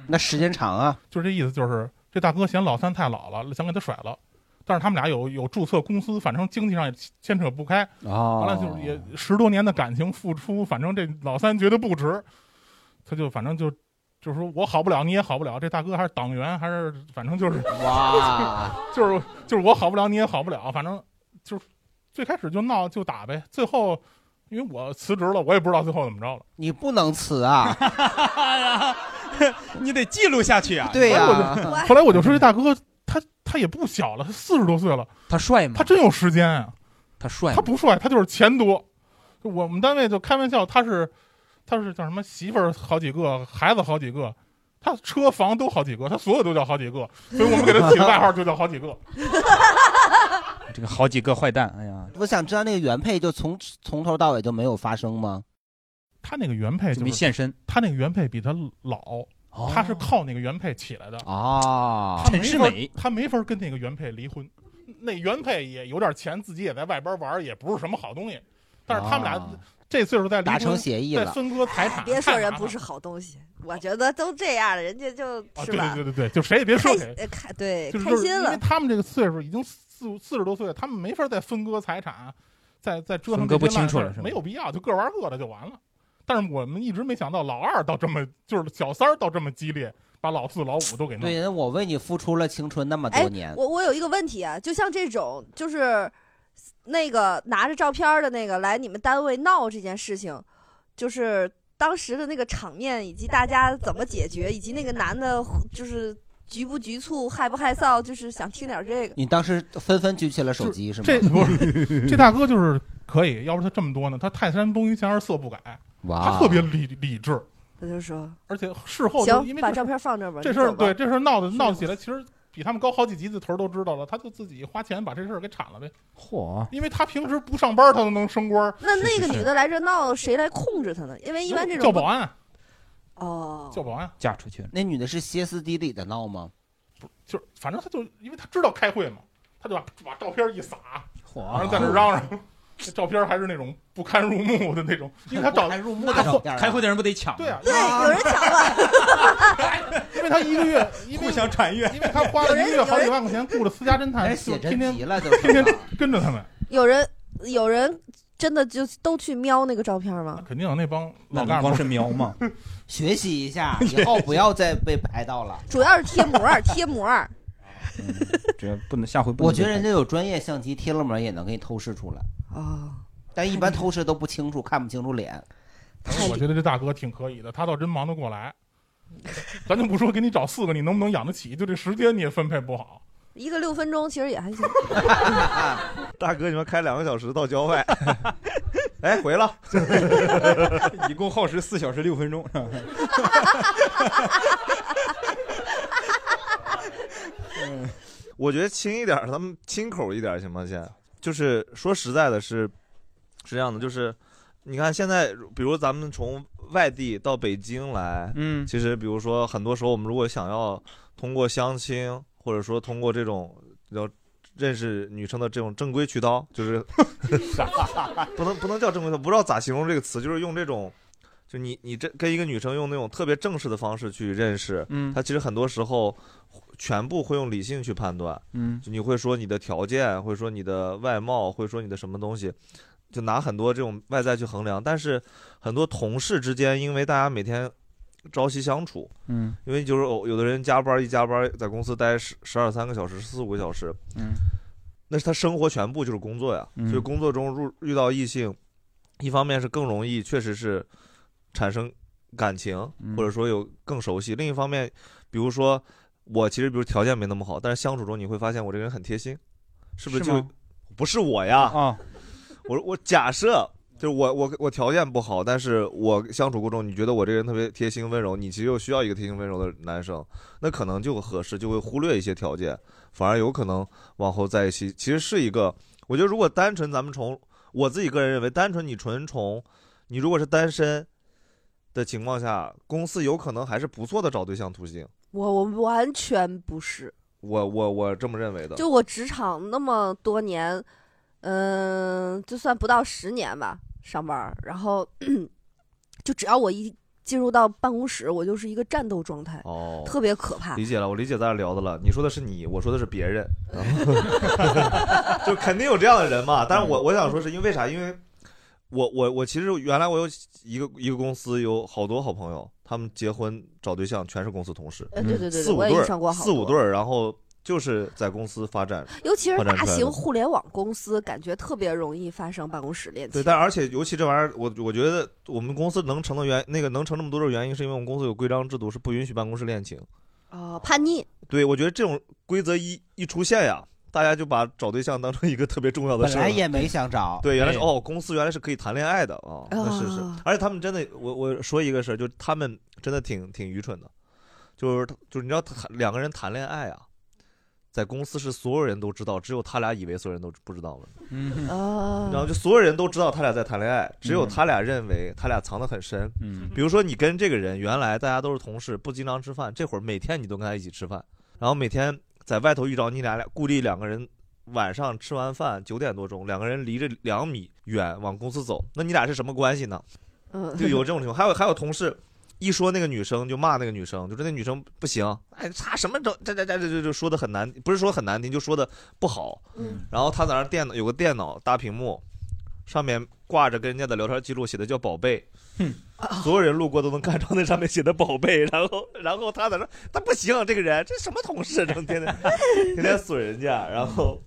[SPEAKER 4] 那时间长啊，
[SPEAKER 17] 就是这意思，就是这大哥嫌老三太老了，想给他甩了。但是他们俩有有注册公司，反正经济上也牵扯不开。
[SPEAKER 4] 哦
[SPEAKER 17] 完了就是也十多年的感情付出，反正这老三觉得不值，他就反正就就是说我好不了，你也好不了。这大哥还是党员，还是反正就是
[SPEAKER 4] 哇，
[SPEAKER 17] <laughs> 就是就是我好不了，你也好不了，反正就是最开始就闹就打呗，最后因为我辞职了，我也不知道最后怎么着了。
[SPEAKER 4] 你不能辞啊，
[SPEAKER 1] 你得记录下去啊。
[SPEAKER 4] 对呀、
[SPEAKER 17] 后来我就说这大哥他他也不小了，他四十多岁了，
[SPEAKER 1] 他帅吗？
[SPEAKER 17] 他真有时间啊，
[SPEAKER 1] 他帅，
[SPEAKER 17] 他不帅，他就是钱多。就我们单位就开玩笑，他是他是叫什么媳妇儿好几个，孩子好几个，他车房都好几个，他所有都叫好几个，所以我们给他起的外号就叫好几
[SPEAKER 1] <laughs>
[SPEAKER 17] 个。
[SPEAKER 1] <laughs> 这个好几个坏蛋，哎呀，
[SPEAKER 4] 我想知道那个原配就从从头到尾就没有发生吗？
[SPEAKER 17] 他那个原配哎就
[SPEAKER 4] 没
[SPEAKER 17] 是
[SPEAKER 4] 现
[SPEAKER 1] 身，
[SPEAKER 17] 他那个原配比他老，
[SPEAKER 1] 哦
[SPEAKER 17] 他是靠那个原配起来的。
[SPEAKER 4] 啊
[SPEAKER 17] 他没法，他没法跟那个原配离婚。那原配也有点钱，自己也在外边玩，也不是什么好东西。但是他们俩
[SPEAKER 4] 啊
[SPEAKER 17] 这岁数再离婚，
[SPEAKER 4] 达成协议
[SPEAKER 17] 再
[SPEAKER 4] 了
[SPEAKER 17] 分割财产，
[SPEAKER 2] <laughs> 别说人不
[SPEAKER 17] 是
[SPEAKER 2] 是好东西，我觉得都这样了，人家就是
[SPEAKER 17] 对
[SPEAKER 2] 吧？
[SPEAKER 17] 对对对，就谁也别说
[SPEAKER 2] 开
[SPEAKER 17] 谁，
[SPEAKER 2] 呃开对
[SPEAKER 17] 就是
[SPEAKER 2] 开
[SPEAKER 17] 就是
[SPEAKER 2] 心
[SPEAKER 17] 因为
[SPEAKER 2] 了。
[SPEAKER 17] 他们这个岁数已经四五四十多岁了，他们没法再分割财产，再再折腾
[SPEAKER 1] 分割
[SPEAKER 17] 这
[SPEAKER 1] 不
[SPEAKER 17] 些烂
[SPEAKER 1] 清楚
[SPEAKER 17] 事
[SPEAKER 1] 了
[SPEAKER 17] 儿
[SPEAKER 1] 是吗
[SPEAKER 17] 没有必要，就各玩各的就完了。但是我们一直没想到老二到这么，就是小三儿到这么激烈，把老四老五都给弄。
[SPEAKER 4] 对，人家我为你付出了青春那么
[SPEAKER 2] 哎
[SPEAKER 4] 多年，，
[SPEAKER 2] 我我有一个问题啊，就像这种就是那个拿着照片儿的那个来你们单位闹这件事情，就是当时的那个场面以及大家怎么解决，以及那个男的就是局不局促、害不害臊，就是想听点这个。
[SPEAKER 4] 你当时纷纷举起了手机是吗？
[SPEAKER 17] 这 <laughs> 不是这大哥就是可以，要不他这么多呢？他泰山崩于前而色不改，
[SPEAKER 4] 哇，
[SPEAKER 17] 他特别理理智。
[SPEAKER 2] 他就说，
[SPEAKER 17] 而且事后就因
[SPEAKER 2] 行，
[SPEAKER 17] 为
[SPEAKER 2] 把
[SPEAKER 17] 这
[SPEAKER 2] 照片放这儿吧。
[SPEAKER 17] 这
[SPEAKER 2] 你
[SPEAKER 17] 事儿
[SPEAKER 2] 走吧
[SPEAKER 17] 对这事儿闹的闹起来，其实比他们高好几级的头儿都知道了，他就自己花钱把这事儿给铲了呗。
[SPEAKER 1] 嚯！
[SPEAKER 17] 因为他平时不上班，他都能升官儿。
[SPEAKER 2] 那那个女的来这闹，谁来控制她呢？因为一般这种
[SPEAKER 17] 叫保安，
[SPEAKER 2] 哦，
[SPEAKER 17] 叫保安，
[SPEAKER 1] 嫁出去了。
[SPEAKER 4] 那女的是歇斯底里的闹吗？
[SPEAKER 17] 就是反正他就因为他知道开会嘛，他就把把照片一撒，
[SPEAKER 4] 嚯
[SPEAKER 17] 然后在
[SPEAKER 4] 哦
[SPEAKER 17] 那嚷嚷。这照片还是那种不堪入目的那种，因为他找
[SPEAKER 4] 入
[SPEAKER 1] 那开会的人不得抢？对
[SPEAKER 17] 啊，
[SPEAKER 2] 对，有人抢了，
[SPEAKER 17] 因为他一个月，因为
[SPEAKER 1] 想产业，
[SPEAKER 17] 因为他花了一个月好几万块钱雇了私家侦探，
[SPEAKER 4] 人
[SPEAKER 17] 就
[SPEAKER 4] 写
[SPEAKER 17] 天
[SPEAKER 4] 真
[SPEAKER 17] 天
[SPEAKER 4] 集了，都
[SPEAKER 17] 天天跟着他们。
[SPEAKER 2] 有人有人真的就都去瞄那个照片吗？
[SPEAKER 17] 肯定有那帮
[SPEAKER 1] 那
[SPEAKER 17] 老
[SPEAKER 1] 不
[SPEAKER 17] 干部
[SPEAKER 1] 光是瞄
[SPEAKER 17] <laughs>
[SPEAKER 1] 吗？
[SPEAKER 4] 学习一下，以后不要再被拍到了。
[SPEAKER 2] 主要是贴膜儿，贴膜儿。
[SPEAKER 1] 这不能下回不能
[SPEAKER 4] 我觉得人家有专业相机贴了膜也能给你透视出来
[SPEAKER 2] 啊，
[SPEAKER 4] 但
[SPEAKER 1] <laughs>
[SPEAKER 4] 一般透视都不清楚，看不清楚脸。
[SPEAKER 17] 我觉得这大哥挺可以的，他倒真忙得过来。咱就不说给你找四个，你能不能养得起？就这时间你也分配不好。
[SPEAKER 2] 一个六分钟其实也还
[SPEAKER 3] <laughs>
[SPEAKER 2] 行。
[SPEAKER 3] 大哥，你们开两个小时到郊外， <laughs> 哎，回了，
[SPEAKER 1] <laughs> 一共耗时四小时六分
[SPEAKER 3] <laughs>
[SPEAKER 1] 钟。
[SPEAKER 3] 嗯我觉得轻一点儿，咱们亲口一点儿行吗？先就是说实在的是，是这样的，就是你看现在，比如咱们从外地到北京来，
[SPEAKER 1] 嗯
[SPEAKER 3] 其实比如说很多时候我们如果想要通过相亲，或者说通过这种要认识女生的这种正规渠道，就是
[SPEAKER 1] <laughs>
[SPEAKER 3] 不能不能叫正规渠道，不知道咋形容这个词，就是用这种。就你你这跟一个女生用那种特别正式的方式去认识，
[SPEAKER 1] 嗯
[SPEAKER 3] 她其实很多时候全部会用理性去判断，
[SPEAKER 1] 嗯
[SPEAKER 3] 就你会说你的条件，会说你的外貌，会说你的什么东西，就拿很多这种外在去衡量。但是很多同事之间，因为大家每天朝夕相处，
[SPEAKER 1] 嗯
[SPEAKER 3] 因为就是有有的人加班一加班在公司待十十二三个小时、四五个小时，
[SPEAKER 1] 嗯
[SPEAKER 3] 那是他生活全部就是工作呀，
[SPEAKER 1] 嗯
[SPEAKER 3] 所以工作中入遇到异性，一方面是更容易，确实是产生感情，或者说有更熟悉；另一方面，比如说我其实比如条件没那么好，但是相处中你会发现我这个人很贴心，是不是
[SPEAKER 1] 是
[SPEAKER 3] 就
[SPEAKER 1] 吗
[SPEAKER 3] 不是我呀？
[SPEAKER 1] 啊，
[SPEAKER 3] 我我假设。就是我我我条件不好，但是我相处过程中，你觉得我这个人特别贴心温柔，你其实又需要一个贴心温柔的男生，那可能就合适，就会忽略一些条件，反而有可能往后在一起，其实是一个，我觉得如果单纯咱们从我自己个人认为，单纯你纯从你如果是单身的情况下，公司有可能还是不错的找对象途径，
[SPEAKER 2] 我我完全不是，
[SPEAKER 3] 我我我这么认为的，
[SPEAKER 2] 就我职场那么多年，嗯、就算不到十年吧，上班儿，然后 <clears throat> 就只要我一进入到办公室，我就是一个战斗状态，
[SPEAKER 3] 哦，
[SPEAKER 2] 特别可怕
[SPEAKER 3] 理解了，我理解咱俩聊的了。你说的是你，我说的是别人， <laughs> 就肯定有这样的人嘛。但
[SPEAKER 2] 嗯
[SPEAKER 3] 是我我想说，是因为啥？因为我我我其实原来我有一个一个公司有好多好朋友，他们结婚找对象全是公司同事，
[SPEAKER 2] 呃对对对对
[SPEAKER 3] 四五
[SPEAKER 2] 我也
[SPEAKER 3] 对
[SPEAKER 2] 遇上过
[SPEAKER 3] 儿，
[SPEAKER 2] 好
[SPEAKER 3] 四五
[SPEAKER 2] 多
[SPEAKER 3] 对儿，然后就是在公司发展，
[SPEAKER 2] 尤其是
[SPEAKER 3] 发展
[SPEAKER 2] 大
[SPEAKER 3] 出来
[SPEAKER 2] 型
[SPEAKER 3] 的
[SPEAKER 2] 互联网公司，感觉特别容易发生办公室恋情。
[SPEAKER 3] 对，但而且尤其这玩意儿，我我觉得我们公司能成的原那个能成这么多的原因，是因为我们公司有规章制度，是不允许办公室恋情。
[SPEAKER 2] 哦，叛逆，
[SPEAKER 3] 对，我觉得这种规则一一出现呀，大家就把找对象当成一个特别重要的
[SPEAKER 4] 本
[SPEAKER 3] 事儿了。
[SPEAKER 4] 来也没想找，
[SPEAKER 3] 对，原来是
[SPEAKER 4] 哎
[SPEAKER 3] 哦，公司原来是可以谈恋爱的啊、哦，那是是
[SPEAKER 4] 啊，
[SPEAKER 3] 而且他们真的，我我说一个事儿，就他们真的挺挺愚蠢的，就是他就是你知道他两个人谈恋爱啊，在公司是所有人都知道，只有他俩以为所有人都不知道了，
[SPEAKER 1] 嗯
[SPEAKER 2] 哦
[SPEAKER 3] 然后就所有人都知道他俩在谈恋爱，只有他俩认为他俩藏得很深。
[SPEAKER 1] 嗯
[SPEAKER 3] 比如说你跟这个人原来大家都是同事，不经常吃饭，这会儿每天你都跟他一起吃饭，然后每天在外头遇着你俩俩故地两个人。晚上吃完饭九点多钟，两个人离着两米远往公司走，那你俩是什么关系呢？
[SPEAKER 2] 嗯
[SPEAKER 3] 就有这种情况。还有还有同事一说那个女生就骂那个女生，就是那女生不行，哎，她什么整这这这这这就说的很难，不是说很难听，就说的不好。
[SPEAKER 2] 嗯
[SPEAKER 3] 然后他在那儿电脑有个电脑大屏幕，上面挂着跟人家的聊天记录，写的叫宝贝。所有人路过都能看到那上面写的宝贝， <laughs> 然后，然后他在那，他不行，这个人这什么同事，整天的，天天损人家，然后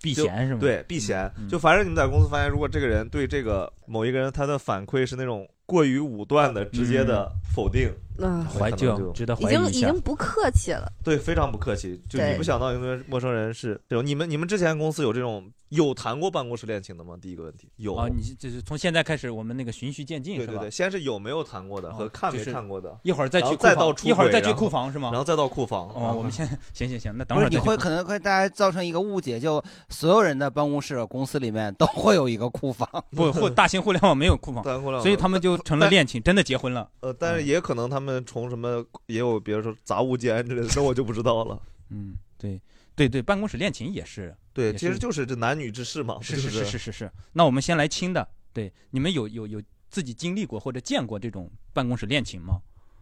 [SPEAKER 1] 避
[SPEAKER 3] 就
[SPEAKER 1] 嫌是吗嗯
[SPEAKER 3] 对，避嫌。就反正你们在公司发现，如果这个人对这个某一个人他的反馈是那种过于武断的、直接的否定，
[SPEAKER 2] 嗯
[SPEAKER 3] 那可能
[SPEAKER 1] 怀旧
[SPEAKER 3] 就
[SPEAKER 1] 值得
[SPEAKER 2] 已经已经不客气了。
[SPEAKER 3] 对，非常不客气。就
[SPEAKER 2] 对
[SPEAKER 3] 你不想到一个陌生人是这种。你们你们之前公司有这种有谈过办公室恋情的吗？第一个问题有
[SPEAKER 1] 啊，你就是从现在开始，我们那个循序渐进
[SPEAKER 3] 对
[SPEAKER 1] 是
[SPEAKER 3] 对
[SPEAKER 1] 吧哦
[SPEAKER 3] 对，？先是有没有谈过的和看
[SPEAKER 1] 就
[SPEAKER 3] 没
[SPEAKER 1] 是
[SPEAKER 3] 看过的，
[SPEAKER 1] 一会儿再去
[SPEAKER 3] 然后
[SPEAKER 1] 库房
[SPEAKER 3] 再到出轨
[SPEAKER 1] 一会儿再去
[SPEAKER 3] 然后
[SPEAKER 1] 库房是吗
[SPEAKER 3] 然后再到库房。
[SPEAKER 1] 哦，
[SPEAKER 3] <laughs>
[SPEAKER 1] 我们先行行行，那等
[SPEAKER 4] 不是
[SPEAKER 1] 会儿
[SPEAKER 4] 你
[SPEAKER 1] 再去
[SPEAKER 4] 会可能会大家造成一个误解，就所有人的办公室、公司里面都会有一个库房，
[SPEAKER 1] 不
[SPEAKER 4] <laughs>
[SPEAKER 1] 或大型互联网没有库房，
[SPEAKER 3] 互联网
[SPEAKER 1] 所以他们就成了
[SPEAKER 3] 但
[SPEAKER 1] 恋情，真的结婚了。嗯
[SPEAKER 3] 呃，但是也可能他们从什么也有，比如说杂物间之类的，那我就不知道了。
[SPEAKER 1] 嗯，对对对，办公室恋情也是，
[SPEAKER 3] 对，
[SPEAKER 1] 也
[SPEAKER 3] 其实就是这男女之事嘛。
[SPEAKER 1] 是
[SPEAKER 3] 不
[SPEAKER 1] 是
[SPEAKER 3] 是
[SPEAKER 1] 是是是是。那我们先来轻的，对，你们有有有自己经历过或者见过这种办公室恋情吗？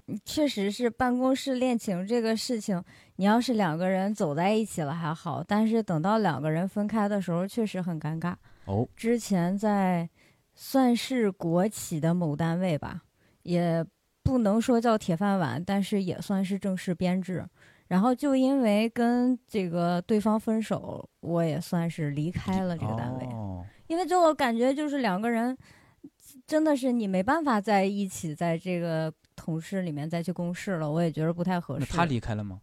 [SPEAKER 10] 嗯确实是办公室恋情这个事情，你要是两个人走在一起了还好，但是等到两个人分开的时候，确实很尴尬。
[SPEAKER 1] <laughs> 哦，
[SPEAKER 10] 之前在算是国企的某单位吧，也不能说叫铁饭碗，但是也算是正式编制。然后就因为跟这个对方分手，我也算是离开了这个单位，
[SPEAKER 1] 哦，
[SPEAKER 10] 因为就我感觉就是两个人真的是你没办法在一起，在这个同事里面再去共事了，我也觉得不太合
[SPEAKER 1] 那
[SPEAKER 10] 适。
[SPEAKER 1] 他离开了吗？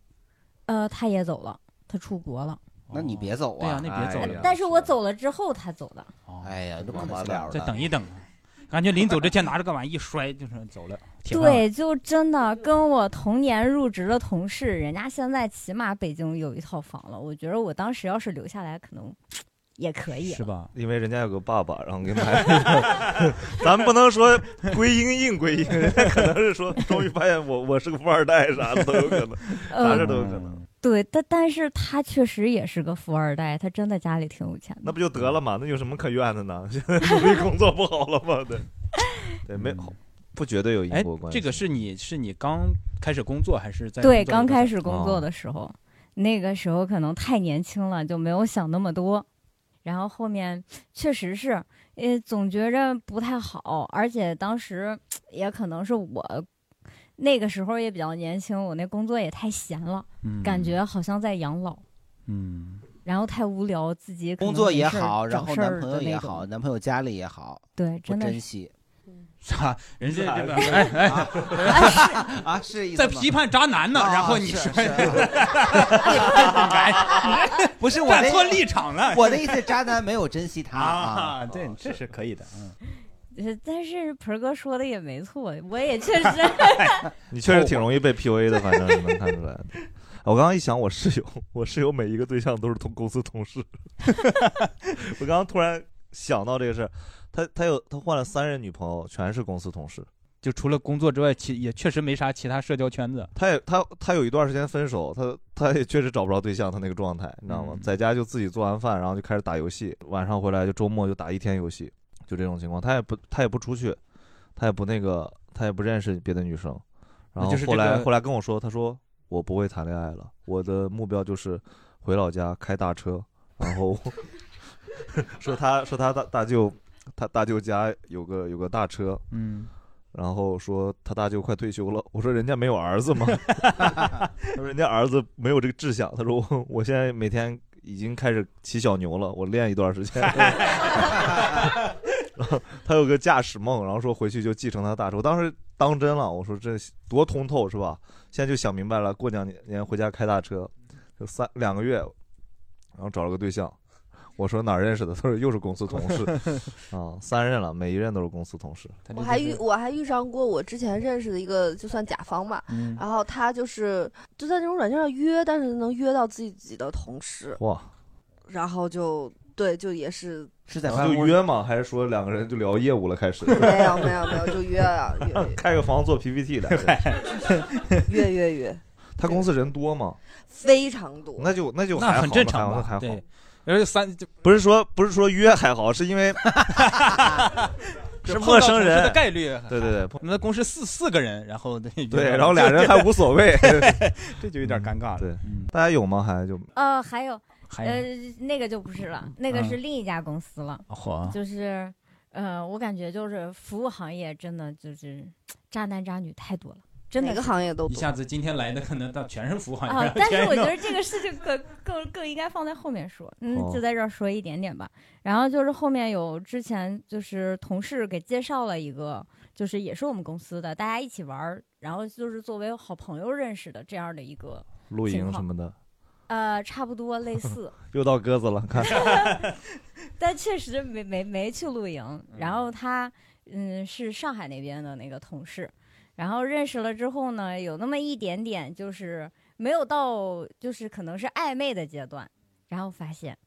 [SPEAKER 10] 呃，他也走了，他出国了。
[SPEAKER 4] 那你别走
[SPEAKER 1] 对
[SPEAKER 4] 啊
[SPEAKER 1] 呀，那别走了
[SPEAKER 10] 但是我走了之后，他走的。
[SPEAKER 4] 哎呀，这
[SPEAKER 1] 哦不
[SPEAKER 4] 不可了
[SPEAKER 1] 再
[SPEAKER 4] 了
[SPEAKER 1] 等一等，啊感觉临走之前拿着个碗一摔，就是走了。铁饭碗
[SPEAKER 10] 对，，就真的跟我同年入职的同事，人家现在起码北京有一套房了。我觉得我当时要是留下来，可能也可以了
[SPEAKER 1] 是吧？
[SPEAKER 3] 因为人家有个爸爸，然后给买了。 <laughs> 咱不能说归因硬归因，人家可能是说，终于发现我我是个富二代，啥的都有
[SPEAKER 1] <laughs>
[SPEAKER 3] 可能，
[SPEAKER 1] 嗯
[SPEAKER 3] 啥事都有可能。
[SPEAKER 10] 对，但但是他确实也是个富二代，他真的家里挺有钱的。
[SPEAKER 3] 那不就得了嘛？那有什么可怨
[SPEAKER 1] <laughs>
[SPEAKER 3] 的呢？现在努力工作不好了吗？对，对，没好不绝对有因
[SPEAKER 1] 嗯哎
[SPEAKER 3] 果关，系。
[SPEAKER 1] 这个是你是你刚开始工作还是在
[SPEAKER 10] 对，
[SPEAKER 1] 工作的
[SPEAKER 10] 刚开
[SPEAKER 1] 时
[SPEAKER 10] 始
[SPEAKER 1] 候
[SPEAKER 10] 工作的时
[SPEAKER 4] 哦
[SPEAKER 10] 候，那个时候可能太年轻了，就没有想那么多。然后后面确实是，呃，总觉着不太好，而且当时也可能是我那个时候也比较年轻，我那工作也太闲了，
[SPEAKER 1] 嗯
[SPEAKER 10] 感觉好像在养老，
[SPEAKER 1] <laughs> 嗯，
[SPEAKER 10] 然后太无聊，自己可
[SPEAKER 4] 工
[SPEAKER 10] 能
[SPEAKER 4] 作
[SPEAKER 10] 哎没
[SPEAKER 4] 也
[SPEAKER 10] 事儿
[SPEAKER 4] 好，
[SPEAKER 10] 找
[SPEAKER 4] 然后
[SPEAKER 10] 事
[SPEAKER 4] 男
[SPEAKER 10] 儿
[SPEAKER 4] 朋
[SPEAKER 10] 的
[SPEAKER 4] 友
[SPEAKER 10] 那
[SPEAKER 4] 也
[SPEAKER 10] 种
[SPEAKER 4] 好，男朋友家里也好，
[SPEAKER 10] 对
[SPEAKER 4] 不
[SPEAKER 10] 真的
[SPEAKER 4] 珍
[SPEAKER 10] 是
[SPEAKER 4] 惜。
[SPEAKER 1] 啥？人家这个
[SPEAKER 4] 是
[SPEAKER 1] 哎哎
[SPEAKER 4] 啊
[SPEAKER 1] 哎
[SPEAKER 4] 啊是意思
[SPEAKER 1] 在
[SPEAKER 4] 吗
[SPEAKER 1] 批判渣男呢，
[SPEAKER 4] 啊
[SPEAKER 1] 然后你
[SPEAKER 4] 是
[SPEAKER 1] 说
[SPEAKER 4] 是 <laughs> 不是我
[SPEAKER 1] 站
[SPEAKER 4] 的
[SPEAKER 1] 错立场了
[SPEAKER 4] 我的意思，渣男没有珍惜他
[SPEAKER 1] 啊
[SPEAKER 4] 啊，
[SPEAKER 1] 对，这是可以的，嗯。
[SPEAKER 10] 呃但是盆儿哥说的也没错，我也确实
[SPEAKER 3] <laughs>
[SPEAKER 10] <laughs>
[SPEAKER 3] 你确实挺容易被 PUA 的，反正是能看出 <laughs> 来的。我刚刚一想，我室友， <laughs> 我室友每一个对象都是同公司同事。 <laughs> 我刚刚突然想到这个事儿，他他有他换了三任女朋友，全是公司同事。
[SPEAKER 1] 就除了工作之外，其也确实没啥其他社交圈子。
[SPEAKER 3] 他也他他有一段时间分手，他他也确实找不着对象，他那个状态，你知道吗？
[SPEAKER 1] 嗯
[SPEAKER 3] 在家就自己做完饭，然后就开始打游戏，晚上回来就周末就打一天游戏，就这种情况。他也不他也不出去，他也不那个，他也不认识别的女生。然
[SPEAKER 1] 那
[SPEAKER 3] 后
[SPEAKER 1] 就是
[SPEAKER 3] 后来、
[SPEAKER 1] 这个
[SPEAKER 3] 后来跟我说，他说我不会谈恋爱了，我的目标就是回老家开大车，然后 <laughs> 说他说他大大舅他大舅家有个有个大车，
[SPEAKER 1] 嗯。
[SPEAKER 3] 然后说他大舅快退休了，我说人家没有儿子吗？ <laughs> 他说人家儿子没有这个志向。他说我我现在每天已经开始骑小牛了，我练一段时间。 <laughs> 然后他有个驾驶梦，然后说回去就继承他大车。我当时当真了，我说这多通透是吧？现在就想明白了，过两年回家开大车，就三两个月，然后找了个对象。我说哪儿认识的？他说又是公司同事啊，三任了，每一任都是公司同事。
[SPEAKER 2] 我还遇我还遇上过我之前认识的一个，就算甲方吧，
[SPEAKER 3] 嗯
[SPEAKER 2] 然后他就是就在那种软件上约，但是能约到自己的同事，
[SPEAKER 3] 哇，
[SPEAKER 2] 然后就对，就也是
[SPEAKER 4] 是
[SPEAKER 3] 就约吗？还是说两个人就聊业务了？开始
[SPEAKER 2] 没有没有没有，就约啊约
[SPEAKER 3] <laughs> 开个房做 PPT 的。
[SPEAKER 2] <laughs> 约约约，
[SPEAKER 3] 他公司人多吗？
[SPEAKER 2] 非常多。 <laughs>
[SPEAKER 3] 那就那就
[SPEAKER 1] 那
[SPEAKER 3] 还好
[SPEAKER 1] 很正常
[SPEAKER 3] 还好
[SPEAKER 1] 吧
[SPEAKER 3] 那还好
[SPEAKER 1] 对。而且三就
[SPEAKER 3] 不是说不是说约还好，是因为
[SPEAKER 1] 是
[SPEAKER 3] 陌生人
[SPEAKER 1] 的概率。嗯
[SPEAKER 3] 对对对，
[SPEAKER 1] 我们的公司四四个人，然后对
[SPEAKER 3] 对，然后俩人还无所谓
[SPEAKER 1] <laughs>，
[SPEAKER 3] 嗯
[SPEAKER 1] 这就有点尴尬了。
[SPEAKER 3] 对，大家有吗？还就
[SPEAKER 10] 呃，还有，
[SPEAKER 3] 还有
[SPEAKER 10] 呃，那个就不是了，那个
[SPEAKER 3] 嗯啊
[SPEAKER 10] 是另一家公司了。
[SPEAKER 1] 嚯
[SPEAKER 10] 就是，呃，我感觉就是服务行业真的就是渣男渣女太多了，真的
[SPEAKER 2] 哪个
[SPEAKER 10] 是
[SPEAKER 2] 行业都
[SPEAKER 1] 一下子今天来的可能到全是服务行业。
[SPEAKER 10] 啊、但是
[SPEAKER 1] 全
[SPEAKER 10] 我觉
[SPEAKER 1] 弄
[SPEAKER 10] 得这个事情更更更应该放在后面说，嗯，
[SPEAKER 1] 哦
[SPEAKER 10] 就在这儿说一点点吧。然后就是后面有之前就是同事给介绍了一个，就是也是我们公司的，大家一起玩儿，然后就是作为好朋友认识的这样的一个
[SPEAKER 3] 露
[SPEAKER 10] 情
[SPEAKER 3] 营
[SPEAKER 10] 况
[SPEAKER 3] 什么的，
[SPEAKER 10] 呃，差不多类似，
[SPEAKER 3] <laughs> 又到鸽子了，
[SPEAKER 10] <laughs>
[SPEAKER 3] 看
[SPEAKER 10] 但确实没没没去露营。然后他嗯是上海那边的那个同事，然后认识了之后呢，有那么一点点就是没有到就是可能是暧昧的阶段，然后发现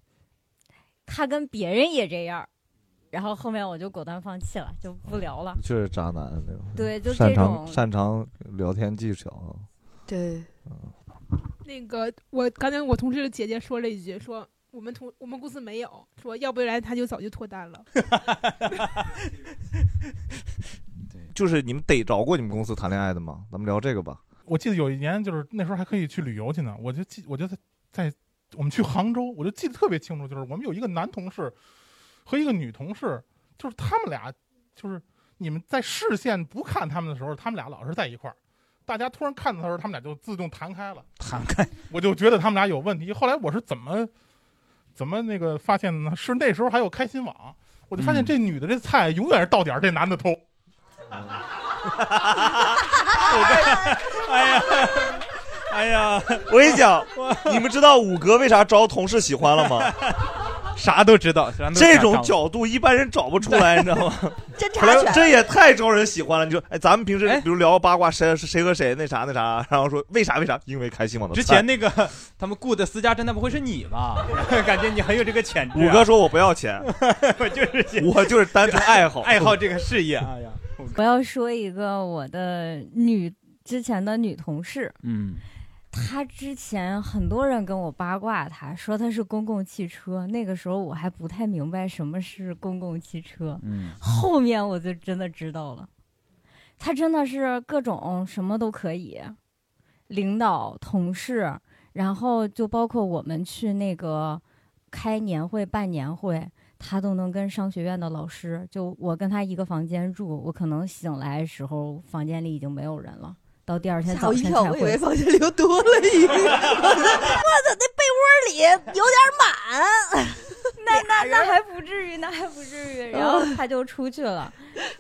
[SPEAKER 10] 他跟别人也这样儿，然后后面我就果断放弃了，就不聊了。
[SPEAKER 3] 确实渣男那种。嗯
[SPEAKER 10] 对就
[SPEAKER 3] 擅
[SPEAKER 10] 这
[SPEAKER 3] 长
[SPEAKER 10] 种
[SPEAKER 3] 擅长聊天技巧啊。
[SPEAKER 2] 对，
[SPEAKER 7] 那个我刚才我同事的姐姐说了一句，说我们同我们公司没有，说要不然他就早就脱单了。
[SPEAKER 3] 就是你们得找过你们公司谈恋爱的吗？咱们聊这个吧。
[SPEAKER 17] 我记得有一年，就是那时候还可以去旅游去呢，我就记，我就在在我们去杭州，我就记得特别清楚，就是我们有一个男同事，和一个女同事，就是他们俩，就是你们在视线不看他们的时候，他们俩老是在一块儿。大家突然看到他的时候，他们俩就自动弹开了。
[SPEAKER 1] <laughs> 弹开，
[SPEAKER 17] 我就觉得他们俩有问题。后来我是怎么怎么那个发现的呢？是那时候还有开心网，我就发
[SPEAKER 1] 嗯
[SPEAKER 17] 现这女的这菜永远是到点儿这男的偷。
[SPEAKER 3] 哎
[SPEAKER 1] 呀，哎呀，
[SPEAKER 3] 我跟你讲，你们知道五哥为啥招同事喜欢了吗？
[SPEAKER 1] <laughs> 啥都知道，啥都
[SPEAKER 3] 这种角度一般人找不出来，你知
[SPEAKER 2] <laughs>
[SPEAKER 3] 道吗？
[SPEAKER 2] 侦
[SPEAKER 3] 后来这也太招人喜欢了。你说，哎，咱们平时比如聊八卦，谁谁和谁那啥那啥，然后说为啥为啥？因为开心网的
[SPEAKER 1] 之前那个他们雇的私家侦探不会是你吧？ <laughs> 感觉你很有这个潜质、啊。
[SPEAKER 3] <laughs> 五哥说我不要钱，
[SPEAKER 1] 我 <laughs> 就是
[SPEAKER 3] 我就是单纯爱好
[SPEAKER 1] 爱好这个事业。哎呀，
[SPEAKER 10] 我要说一个我的女之前的女同事，
[SPEAKER 1] 嗯，
[SPEAKER 10] 她之前很多人跟我八卦她，说她是公共汽车，那个时候我还不太明白什么是公共汽车，
[SPEAKER 1] 嗯
[SPEAKER 10] 后面我就真的知道了，她真的是各种什么都可以，领导、同事，然后就包括我们去那个开年会、办年会，他都能跟商学院的老师，就我跟他一个房间住，我可能醒来的时候房间里已经没有人了，到第二天
[SPEAKER 2] 吓
[SPEAKER 10] 早
[SPEAKER 2] 我一
[SPEAKER 10] 晨
[SPEAKER 2] 跳，
[SPEAKER 10] 才
[SPEAKER 2] 我
[SPEAKER 10] 会。
[SPEAKER 2] 以为房间里又多了一个，
[SPEAKER 10] <laughs>
[SPEAKER 2] 我在我在那被窝里有点满。
[SPEAKER 10] 那
[SPEAKER 11] 哎
[SPEAKER 10] 那那还不至于，那还不至
[SPEAKER 1] <laughs>
[SPEAKER 10] 于。然后他就出去了，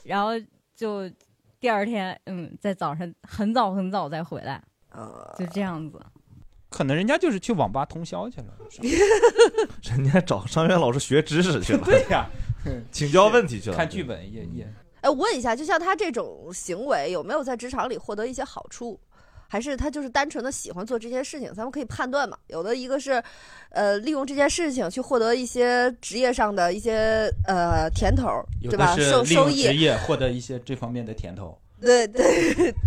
[SPEAKER 10] 然后就第二天，嗯，在早上很早很早再回来，就这样
[SPEAKER 2] <laughs>
[SPEAKER 10] 子。
[SPEAKER 1] 可能人家就是去网吧通宵去了。
[SPEAKER 3] 人家找商学院老师学知识去了，
[SPEAKER 1] <laughs> 对呀、
[SPEAKER 3] 请教问题去了，
[SPEAKER 1] 看剧本也也
[SPEAKER 2] 哎，我问一下，就像他这种行为，有没有在职场里获得一些好处？还是他就是单纯的喜欢做这些事情？咱们可以判断嘛。有的一个是，呃，利用这件事情去获得一些职业上的一些呃甜头儿，
[SPEAKER 1] 有
[SPEAKER 2] 对
[SPEAKER 1] 的
[SPEAKER 2] 吧？
[SPEAKER 1] 是
[SPEAKER 2] 收
[SPEAKER 1] 利用
[SPEAKER 2] 收
[SPEAKER 1] 职
[SPEAKER 2] 益，
[SPEAKER 1] 业获得一些这方面的甜头。
[SPEAKER 2] 对对。 <laughs>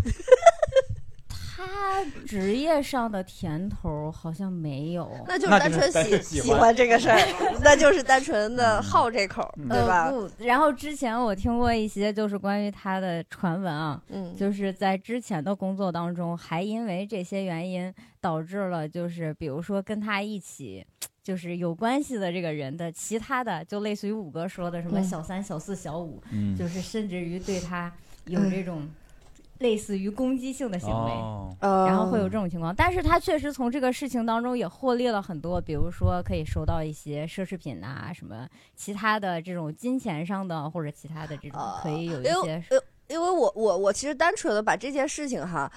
[SPEAKER 10] 他职业上的甜头好像没有，
[SPEAKER 2] 那就是单纯喜喜欢这个事 <laughs> 儿，那就是单纯
[SPEAKER 1] 嗯
[SPEAKER 2] 的好这口儿，对吧
[SPEAKER 10] 呃？不，然后之前我听过一些就是关于他的传闻啊，
[SPEAKER 2] 嗯
[SPEAKER 10] 就是在之前的工作当中，还因为这些原因导致了就是比如说跟他一起。就是有关系的这个人的其他的，就类似于五哥说的什么
[SPEAKER 2] 嗯
[SPEAKER 10] 小三、小四、小五，
[SPEAKER 1] 嗯
[SPEAKER 10] 就是甚至于对他
[SPEAKER 2] 嗯
[SPEAKER 10] 有这种类似于攻击性的行为，
[SPEAKER 1] 哦
[SPEAKER 10] 然后会有这种情况。但是他确实从这个事情当中也获利了很多，比如说可以收到一些奢侈品啊，什么其他的这种金钱上的或者其他的这种可以有一
[SPEAKER 2] 因
[SPEAKER 10] 些
[SPEAKER 2] 为呃因为我我我其实单纯的把这件事情哈，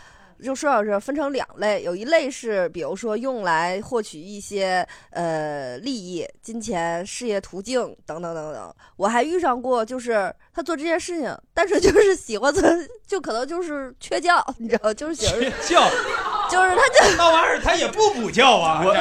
[SPEAKER 2] 就说到这儿分成两类，有一类是比如说用来获取一些呃利益、金钱、事业途径等等等等。我还遇上过，就是他做这件事情，但是就是喜欢做，就可能就是缺觉，你知道，就是喜欢
[SPEAKER 1] 叫
[SPEAKER 2] 就是他就
[SPEAKER 1] 那玩意儿他也不补觉啊，
[SPEAKER 3] 我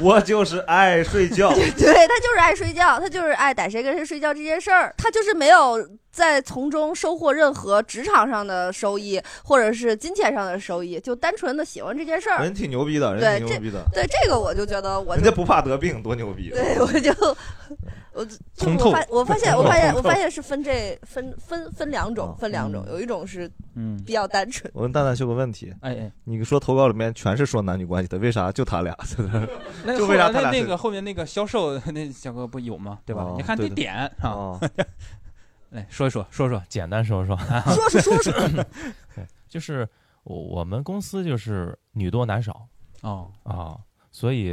[SPEAKER 3] <laughs> 我就是爱睡
[SPEAKER 2] <laughs>
[SPEAKER 3] 觉。
[SPEAKER 2] 对他就是爱睡觉，他就是爱逮谁跟谁睡觉这件事儿，他就是没有在从中收获任何职场上的收益，或者是金钱上的收益，就单纯的喜欢这件事儿。
[SPEAKER 3] 人挺牛逼的，人
[SPEAKER 2] 对
[SPEAKER 3] 挺
[SPEAKER 2] 这
[SPEAKER 3] 牛逼的，
[SPEAKER 2] 对这个我就觉得我
[SPEAKER 3] 人家
[SPEAKER 2] 就
[SPEAKER 3] 不怕得病，多牛逼！啊
[SPEAKER 2] 对 <laughs> 我就
[SPEAKER 3] <laughs>
[SPEAKER 2] 我就
[SPEAKER 3] 通
[SPEAKER 2] 我
[SPEAKER 3] 透
[SPEAKER 2] 发我发
[SPEAKER 3] <laughs>
[SPEAKER 2] 现
[SPEAKER 3] 通透
[SPEAKER 2] 我发现
[SPEAKER 3] 通
[SPEAKER 2] 我
[SPEAKER 3] 透
[SPEAKER 2] 发现是分这分分分两种分两种，有一种是
[SPEAKER 3] 嗯
[SPEAKER 2] 比较单纯，
[SPEAKER 3] 我问蛋蛋秀个问题，
[SPEAKER 1] 哎哎，
[SPEAKER 3] 你说投稿里面全是说男女关系的，为啥就他俩 <laughs> 在那儿？
[SPEAKER 1] <laughs> 那
[SPEAKER 3] 就
[SPEAKER 1] 后
[SPEAKER 3] 为啥
[SPEAKER 1] 来
[SPEAKER 3] 他俩
[SPEAKER 1] 那
[SPEAKER 3] 是
[SPEAKER 1] 个后面那个销售那小哥不有吗？对吧？
[SPEAKER 3] 哦
[SPEAKER 1] 你看
[SPEAKER 3] 对
[SPEAKER 1] 这
[SPEAKER 3] 对
[SPEAKER 1] 点
[SPEAKER 20] 哦
[SPEAKER 1] 啊，
[SPEAKER 2] 哦
[SPEAKER 20] <laughs> 来说一说，说啊说，简单说说，
[SPEAKER 2] 说说说
[SPEAKER 20] <laughs>
[SPEAKER 2] 说
[SPEAKER 20] 对，就是我我们公司就是女多男少
[SPEAKER 1] 哦
[SPEAKER 20] 啊，所以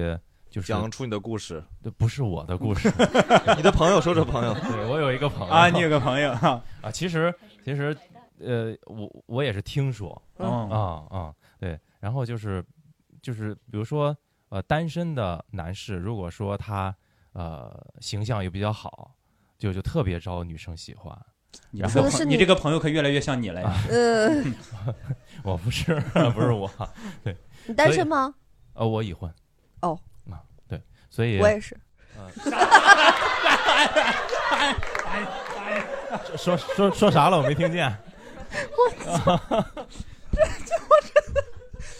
[SPEAKER 20] 就是
[SPEAKER 3] 讲出你的故事，
[SPEAKER 20] 这不是我的 <laughs> 故事，
[SPEAKER 3] 你的朋友说这
[SPEAKER 1] <laughs>
[SPEAKER 3] 朋友，
[SPEAKER 20] <laughs> 对我有一个朋友
[SPEAKER 1] 啊你有个朋友
[SPEAKER 20] 啊，其实其实呃，我我也是听说，啊
[SPEAKER 1] 嗯
[SPEAKER 20] 啊、对，然后就是就是比如说呃，单身的男士，如果说他呃形象也比较好，就就特别招女生喜欢。
[SPEAKER 1] 你
[SPEAKER 20] 然
[SPEAKER 1] 这
[SPEAKER 20] 后
[SPEAKER 1] 个朋你这个朋友可越来越像你了呀。
[SPEAKER 2] 呃，
[SPEAKER 20] <laughs> 我不是，不是我，对。
[SPEAKER 2] 你单
[SPEAKER 20] 所以
[SPEAKER 2] 身吗？
[SPEAKER 20] 呃，我已婚。
[SPEAKER 2] 哦，
[SPEAKER 20] 啊，对，所
[SPEAKER 1] 嗯
[SPEAKER 20] 以呃
[SPEAKER 2] 我也
[SPEAKER 1] <laughs>
[SPEAKER 2] 是。
[SPEAKER 1] 啊
[SPEAKER 20] 说说说啥了？我没听见。 <laughs>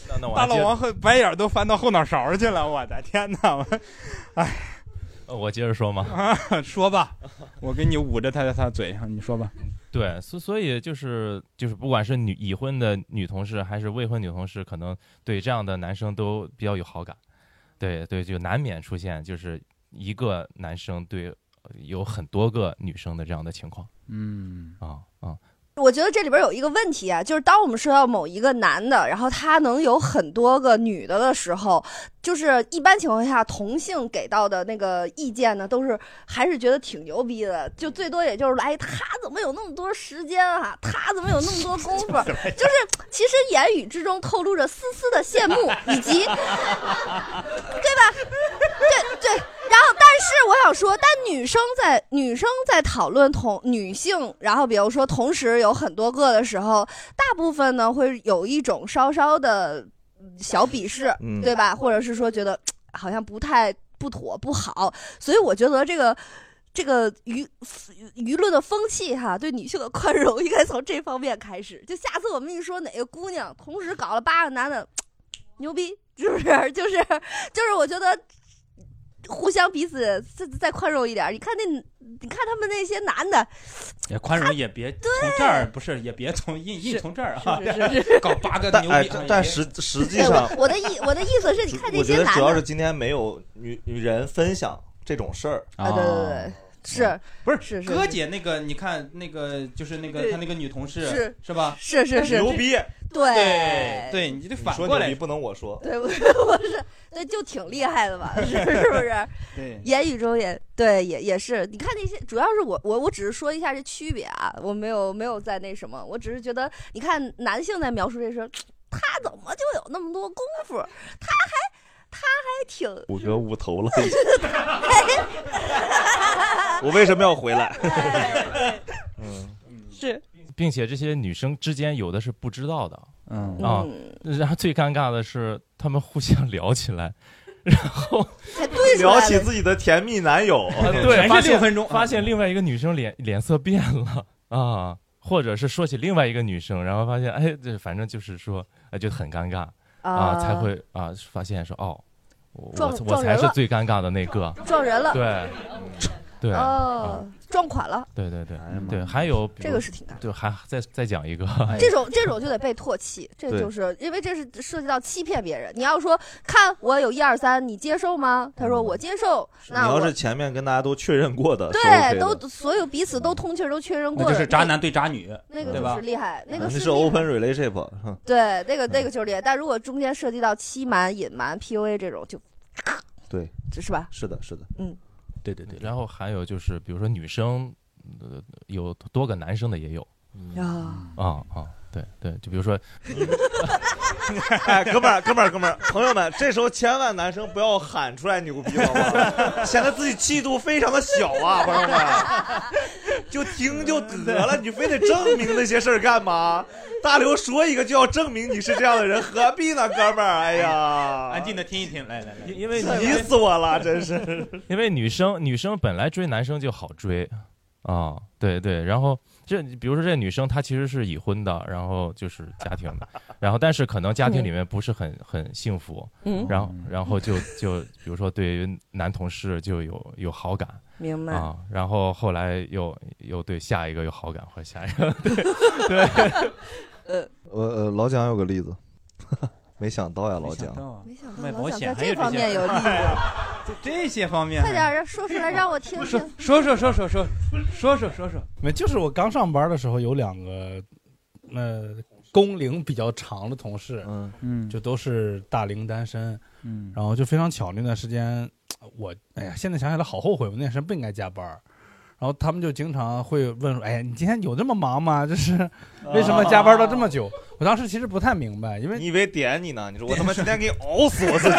[SPEAKER 20] 那那我
[SPEAKER 1] 大
[SPEAKER 20] 还
[SPEAKER 1] 老
[SPEAKER 20] 接着
[SPEAKER 1] 王和白眼儿都翻到后脑勺去了，我的天哪！我哎，
[SPEAKER 20] 呃我接着说嘛。
[SPEAKER 1] 啊，说吧，我给你捂着他的他嘴上，你说吧。
[SPEAKER 20] 对，所所以就是就是，不管是女已婚的女同事还是未婚女同事，可能对这样的男生都比较有好感。对对，就难免出现就是一个男生对有很多个女生的这样的情况。
[SPEAKER 1] 嗯
[SPEAKER 20] 啊啊，
[SPEAKER 2] 我觉得这里边有一个问题啊，就是当我们说到某一个男的，然后他能有很多个女的的时候，就是一般情况下同性给到的那个意见呢，都是还是觉得挺牛逼的，就最多也就是哎，他怎么有那么多时间啊？他怎么有那么多功夫？就是其实言语之中透露着丝丝的羡慕，以及对吧？对对。然后，但是我想说，但女生在女生在讨论同女性，然后比如说同时有很多个的时候，大部分呢会有一种稍稍的小鄙视，
[SPEAKER 24] 嗯
[SPEAKER 2] 对吧？或者是说觉得哎好像不太不妥不好，所以我觉得这个。这个舆舆论的风气哈，对女性的宽容应该从这方面开始。就下次我们一说哪个姑娘同时搞了八个男的，牛逼，是 <laughs> 不是？就是就是，我觉得互相彼此再再宽容一点儿。你看那，你看他们那些男的，
[SPEAKER 1] 也宽容也别从这儿，不是也别从硬硬从这儿啊
[SPEAKER 3] 是是
[SPEAKER 1] <laughs>
[SPEAKER 3] 是，
[SPEAKER 1] 搞八个
[SPEAKER 3] 但
[SPEAKER 1] 牛
[SPEAKER 3] 哎
[SPEAKER 1] 逼啊，！
[SPEAKER 3] 但
[SPEAKER 1] 也
[SPEAKER 3] 实实际
[SPEAKER 2] 哎
[SPEAKER 3] 上，
[SPEAKER 2] 我我的意我的意思是，你看那
[SPEAKER 3] 我觉
[SPEAKER 2] 些
[SPEAKER 3] 得
[SPEAKER 2] 男
[SPEAKER 3] 主要是
[SPEAKER 2] 的，
[SPEAKER 3] 今天没有女女人分享这种事儿
[SPEAKER 2] 啊，对对
[SPEAKER 3] 哦
[SPEAKER 2] 对， <laughs>
[SPEAKER 3] 嗯
[SPEAKER 2] 是
[SPEAKER 1] 不是
[SPEAKER 2] 是是
[SPEAKER 1] 哥姐那个，你看那个就是那个
[SPEAKER 2] 对
[SPEAKER 1] 她那个女同事
[SPEAKER 2] 是
[SPEAKER 1] 是吧？
[SPEAKER 2] 是是是
[SPEAKER 3] 牛逼，
[SPEAKER 2] 对
[SPEAKER 1] 对对，你得反
[SPEAKER 3] 说
[SPEAKER 1] 过
[SPEAKER 3] 牛
[SPEAKER 1] 来
[SPEAKER 3] 逼不能我说，
[SPEAKER 2] 对，我我是对，就挺厉害的吧，是是不是？
[SPEAKER 1] 对
[SPEAKER 2] 言语中也对，也也是。你看那些，主要是我我我只是说一下这区别啊，我没有没有在那什么，我只是觉得，你看男性在描述这事儿，他怎么就有那么多功夫？他还他还挺 <laughs>
[SPEAKER 3] 我觉得捂头了。 <laughs> 我为什么要回来？
[SPEAKER 1] 嗯
[SPEAKER 21] 嗯
[SPEAKER 2] 是
[SPEAKER 20] 并且这些女生之间有的是不知道的，
[SPEAKER 1] 嗯
[SPEAKER 20] 啊，然后最尴尬的是她们互相聊起来，然后
[SPEAKER 2] 对
[SPEAKER 3] 聊起自己的甜蜜男 <laughs> 友，
[SPEAKER 1] 啊
[SPEAKER 20] 对，发现
[SPEAKER 3] 啊
[SPEAKER 1] 钟
[SPEAKER 20] 发现另外一个女生脸脸色变了啊，或者是说起另外一个女生，然后发现哎，这反正就是说，哎，就很尴尬啊，
[SPEAKER 2] 啊
[SPEAKER 20] 才会啊发现说哦，我
[SPEAKER 2] 撞
[SPEAKER 20] 我我
[SPEAKER 2] 撞人
[SPEAKER 20] 才是
[SPEAKER 2] 了
[SPEAKER 20] 最尴尬的那个，
[SPEAKER 2] 撞人了
[SPEAKER 20] 对对嗯
[SPEAKER 2] 哦，撞款了。
[SPEAKER 20] 对对
[SPEAKER 3] 哎
[SPEAKER 20] 对对，还有比如
[SPEAKER 2] 这个是挺尴尬哎
[SPEAKER 20] 对，还再再讲一个
[SPEAKER 3] 哎
[SPEAKER 2] 这种这种就得被唾弃，这
[SPEAKER 20] 对
[SPEAKER 2] 就是因为这是涉及到欺骗别人。你要说看我有一二三，你接受吗？他说我接受，
[SPEAKER 3] 你
[SPEAKER 2] 那
[SPEAKER 3] 要
[SPEAKER 2] 我
[SPEAKER 3] 嗯是前面跟大家都确认过的，是 OK
[SPEAKER 2] 对
[SPEAKER 3] 的
[SPEAKER 2] 都所有彼此都通气儿都确认
[SPEAKER 1] 那
[SPEAKER 2] 过
[SPEAKER 1] 就
[SPEAKER 2] 了，
[SPEAKER 1] 是渣男对渣女，
[SPEAKER 2] 那个
[SPEAKER 1] 对
[SPEAKER 2] 就
[SPEAKER 1] 吧
[SPEAKER 2] 是？厉害，那个
[SPEAKER 3] 啊是
[SPEAKER 2] 是厉害
[SPEAKER 3] open 嗯 relationship，哼 <laughs>
[SPEAKER 2] 对那个那个就是厉害。但如果中间涉及到欺瞒、隐瞒、PUA 这种，就
[SPEAKER 3] 对，
[SPEAKER 2] 是吧？
[SPEAKER 3] 是的，是的，
[SPEAKER 2] 嗯，
[SPEAKER 20] 对对对，然后还有就是，比如说女生，呃，有多个男生的也有，
[SPEAKER 2] 啊
[SPEAKER 20] 啊啊，对对，就比如说，
[SPEAKER 3] 哎，哥们儿，哥们儿，哥们儿，朋友们，这时候千万男生不要喊出来牛逼，好吗？显得自己气度非常的小啊，朋友们，就听就得了，你非得证明那些事儿干嘛？大刘说一个就要证明你是这样的人，何必呢，哥们儿？哎呀，
[SPEAKER 1] 安静的听一听，来来来，
[SPEAKER 20] 因
[SPEAKER 1] 为
[SPEAKER 20] 你
[SPEAKER 3] 急死我了，真是。
[SPEAKER 20] 因为女生女生本来追男生就好追，啊，对对，然后这比如说这女生她其实是已婚的，然后就是家庭的，然后但是可能家庭里面不是很很幸福，
[SPEAKER 2] 嗯
[SPEAKER 20] 然后然后就就比如说对于男同事就有有好感，
[SPEAKER 2] 明白
[SPEAKER 20] 啊，然后后来又又对下一个有好感或者下一个对
[SPEAKER 3] <laughs>
[SPEAKER 20] 对。
[SPEAKER 3] 呃呃，老蒋有个例子，没想到啊呀，老蒋，
[SPEAKER 2] 没想
[SPEAKER 1] 卖
[SPEAKER 2] 到
[SPEAKER 1] 保
[SPEAKER 2] 老
[SPEAKER 1] 险
[SPEAKER 2] 蒋
[SPEAKER 1] 还
[SPEAKER 2] 在这
[SPEAKER 1] 这
[SPEAKER 2] 方面
[SPEAKER 1] 些
[SPEAKER 2] 有利
[SPEAKER 1] 这这些方面
[SPEAKER 2] 快点儿说出来让我听听。
[SPEAKER 1] 说说说说说说说说说，
[SPEAKER 23] <laughs> 没，就是我刚上班的时候有两个，呃，工龄比较长的同事，
[SPEAKER 3] 嗯
[SPEAKER 1] 嗯，
[SPEAKER 23] 就都是大龄单身，
[SPEAKER 1] 嗯
[SPEAKER 23] 然后就非常巧，那段时间我，哎呀，现在想起来好后悔，我那段时间不应该加班儿。然后他们就经常会问说：“哎呀，你今天有这么忙吗？就是 <laughs> 为什么加班到这么久？”我当时其实不太明白，因为
[SPEAKER 3] 你以为点你呢？你说我他妈今天给你熬死我自
[SPEAKER 23] <laughs>
[SPEAKER 3] 己，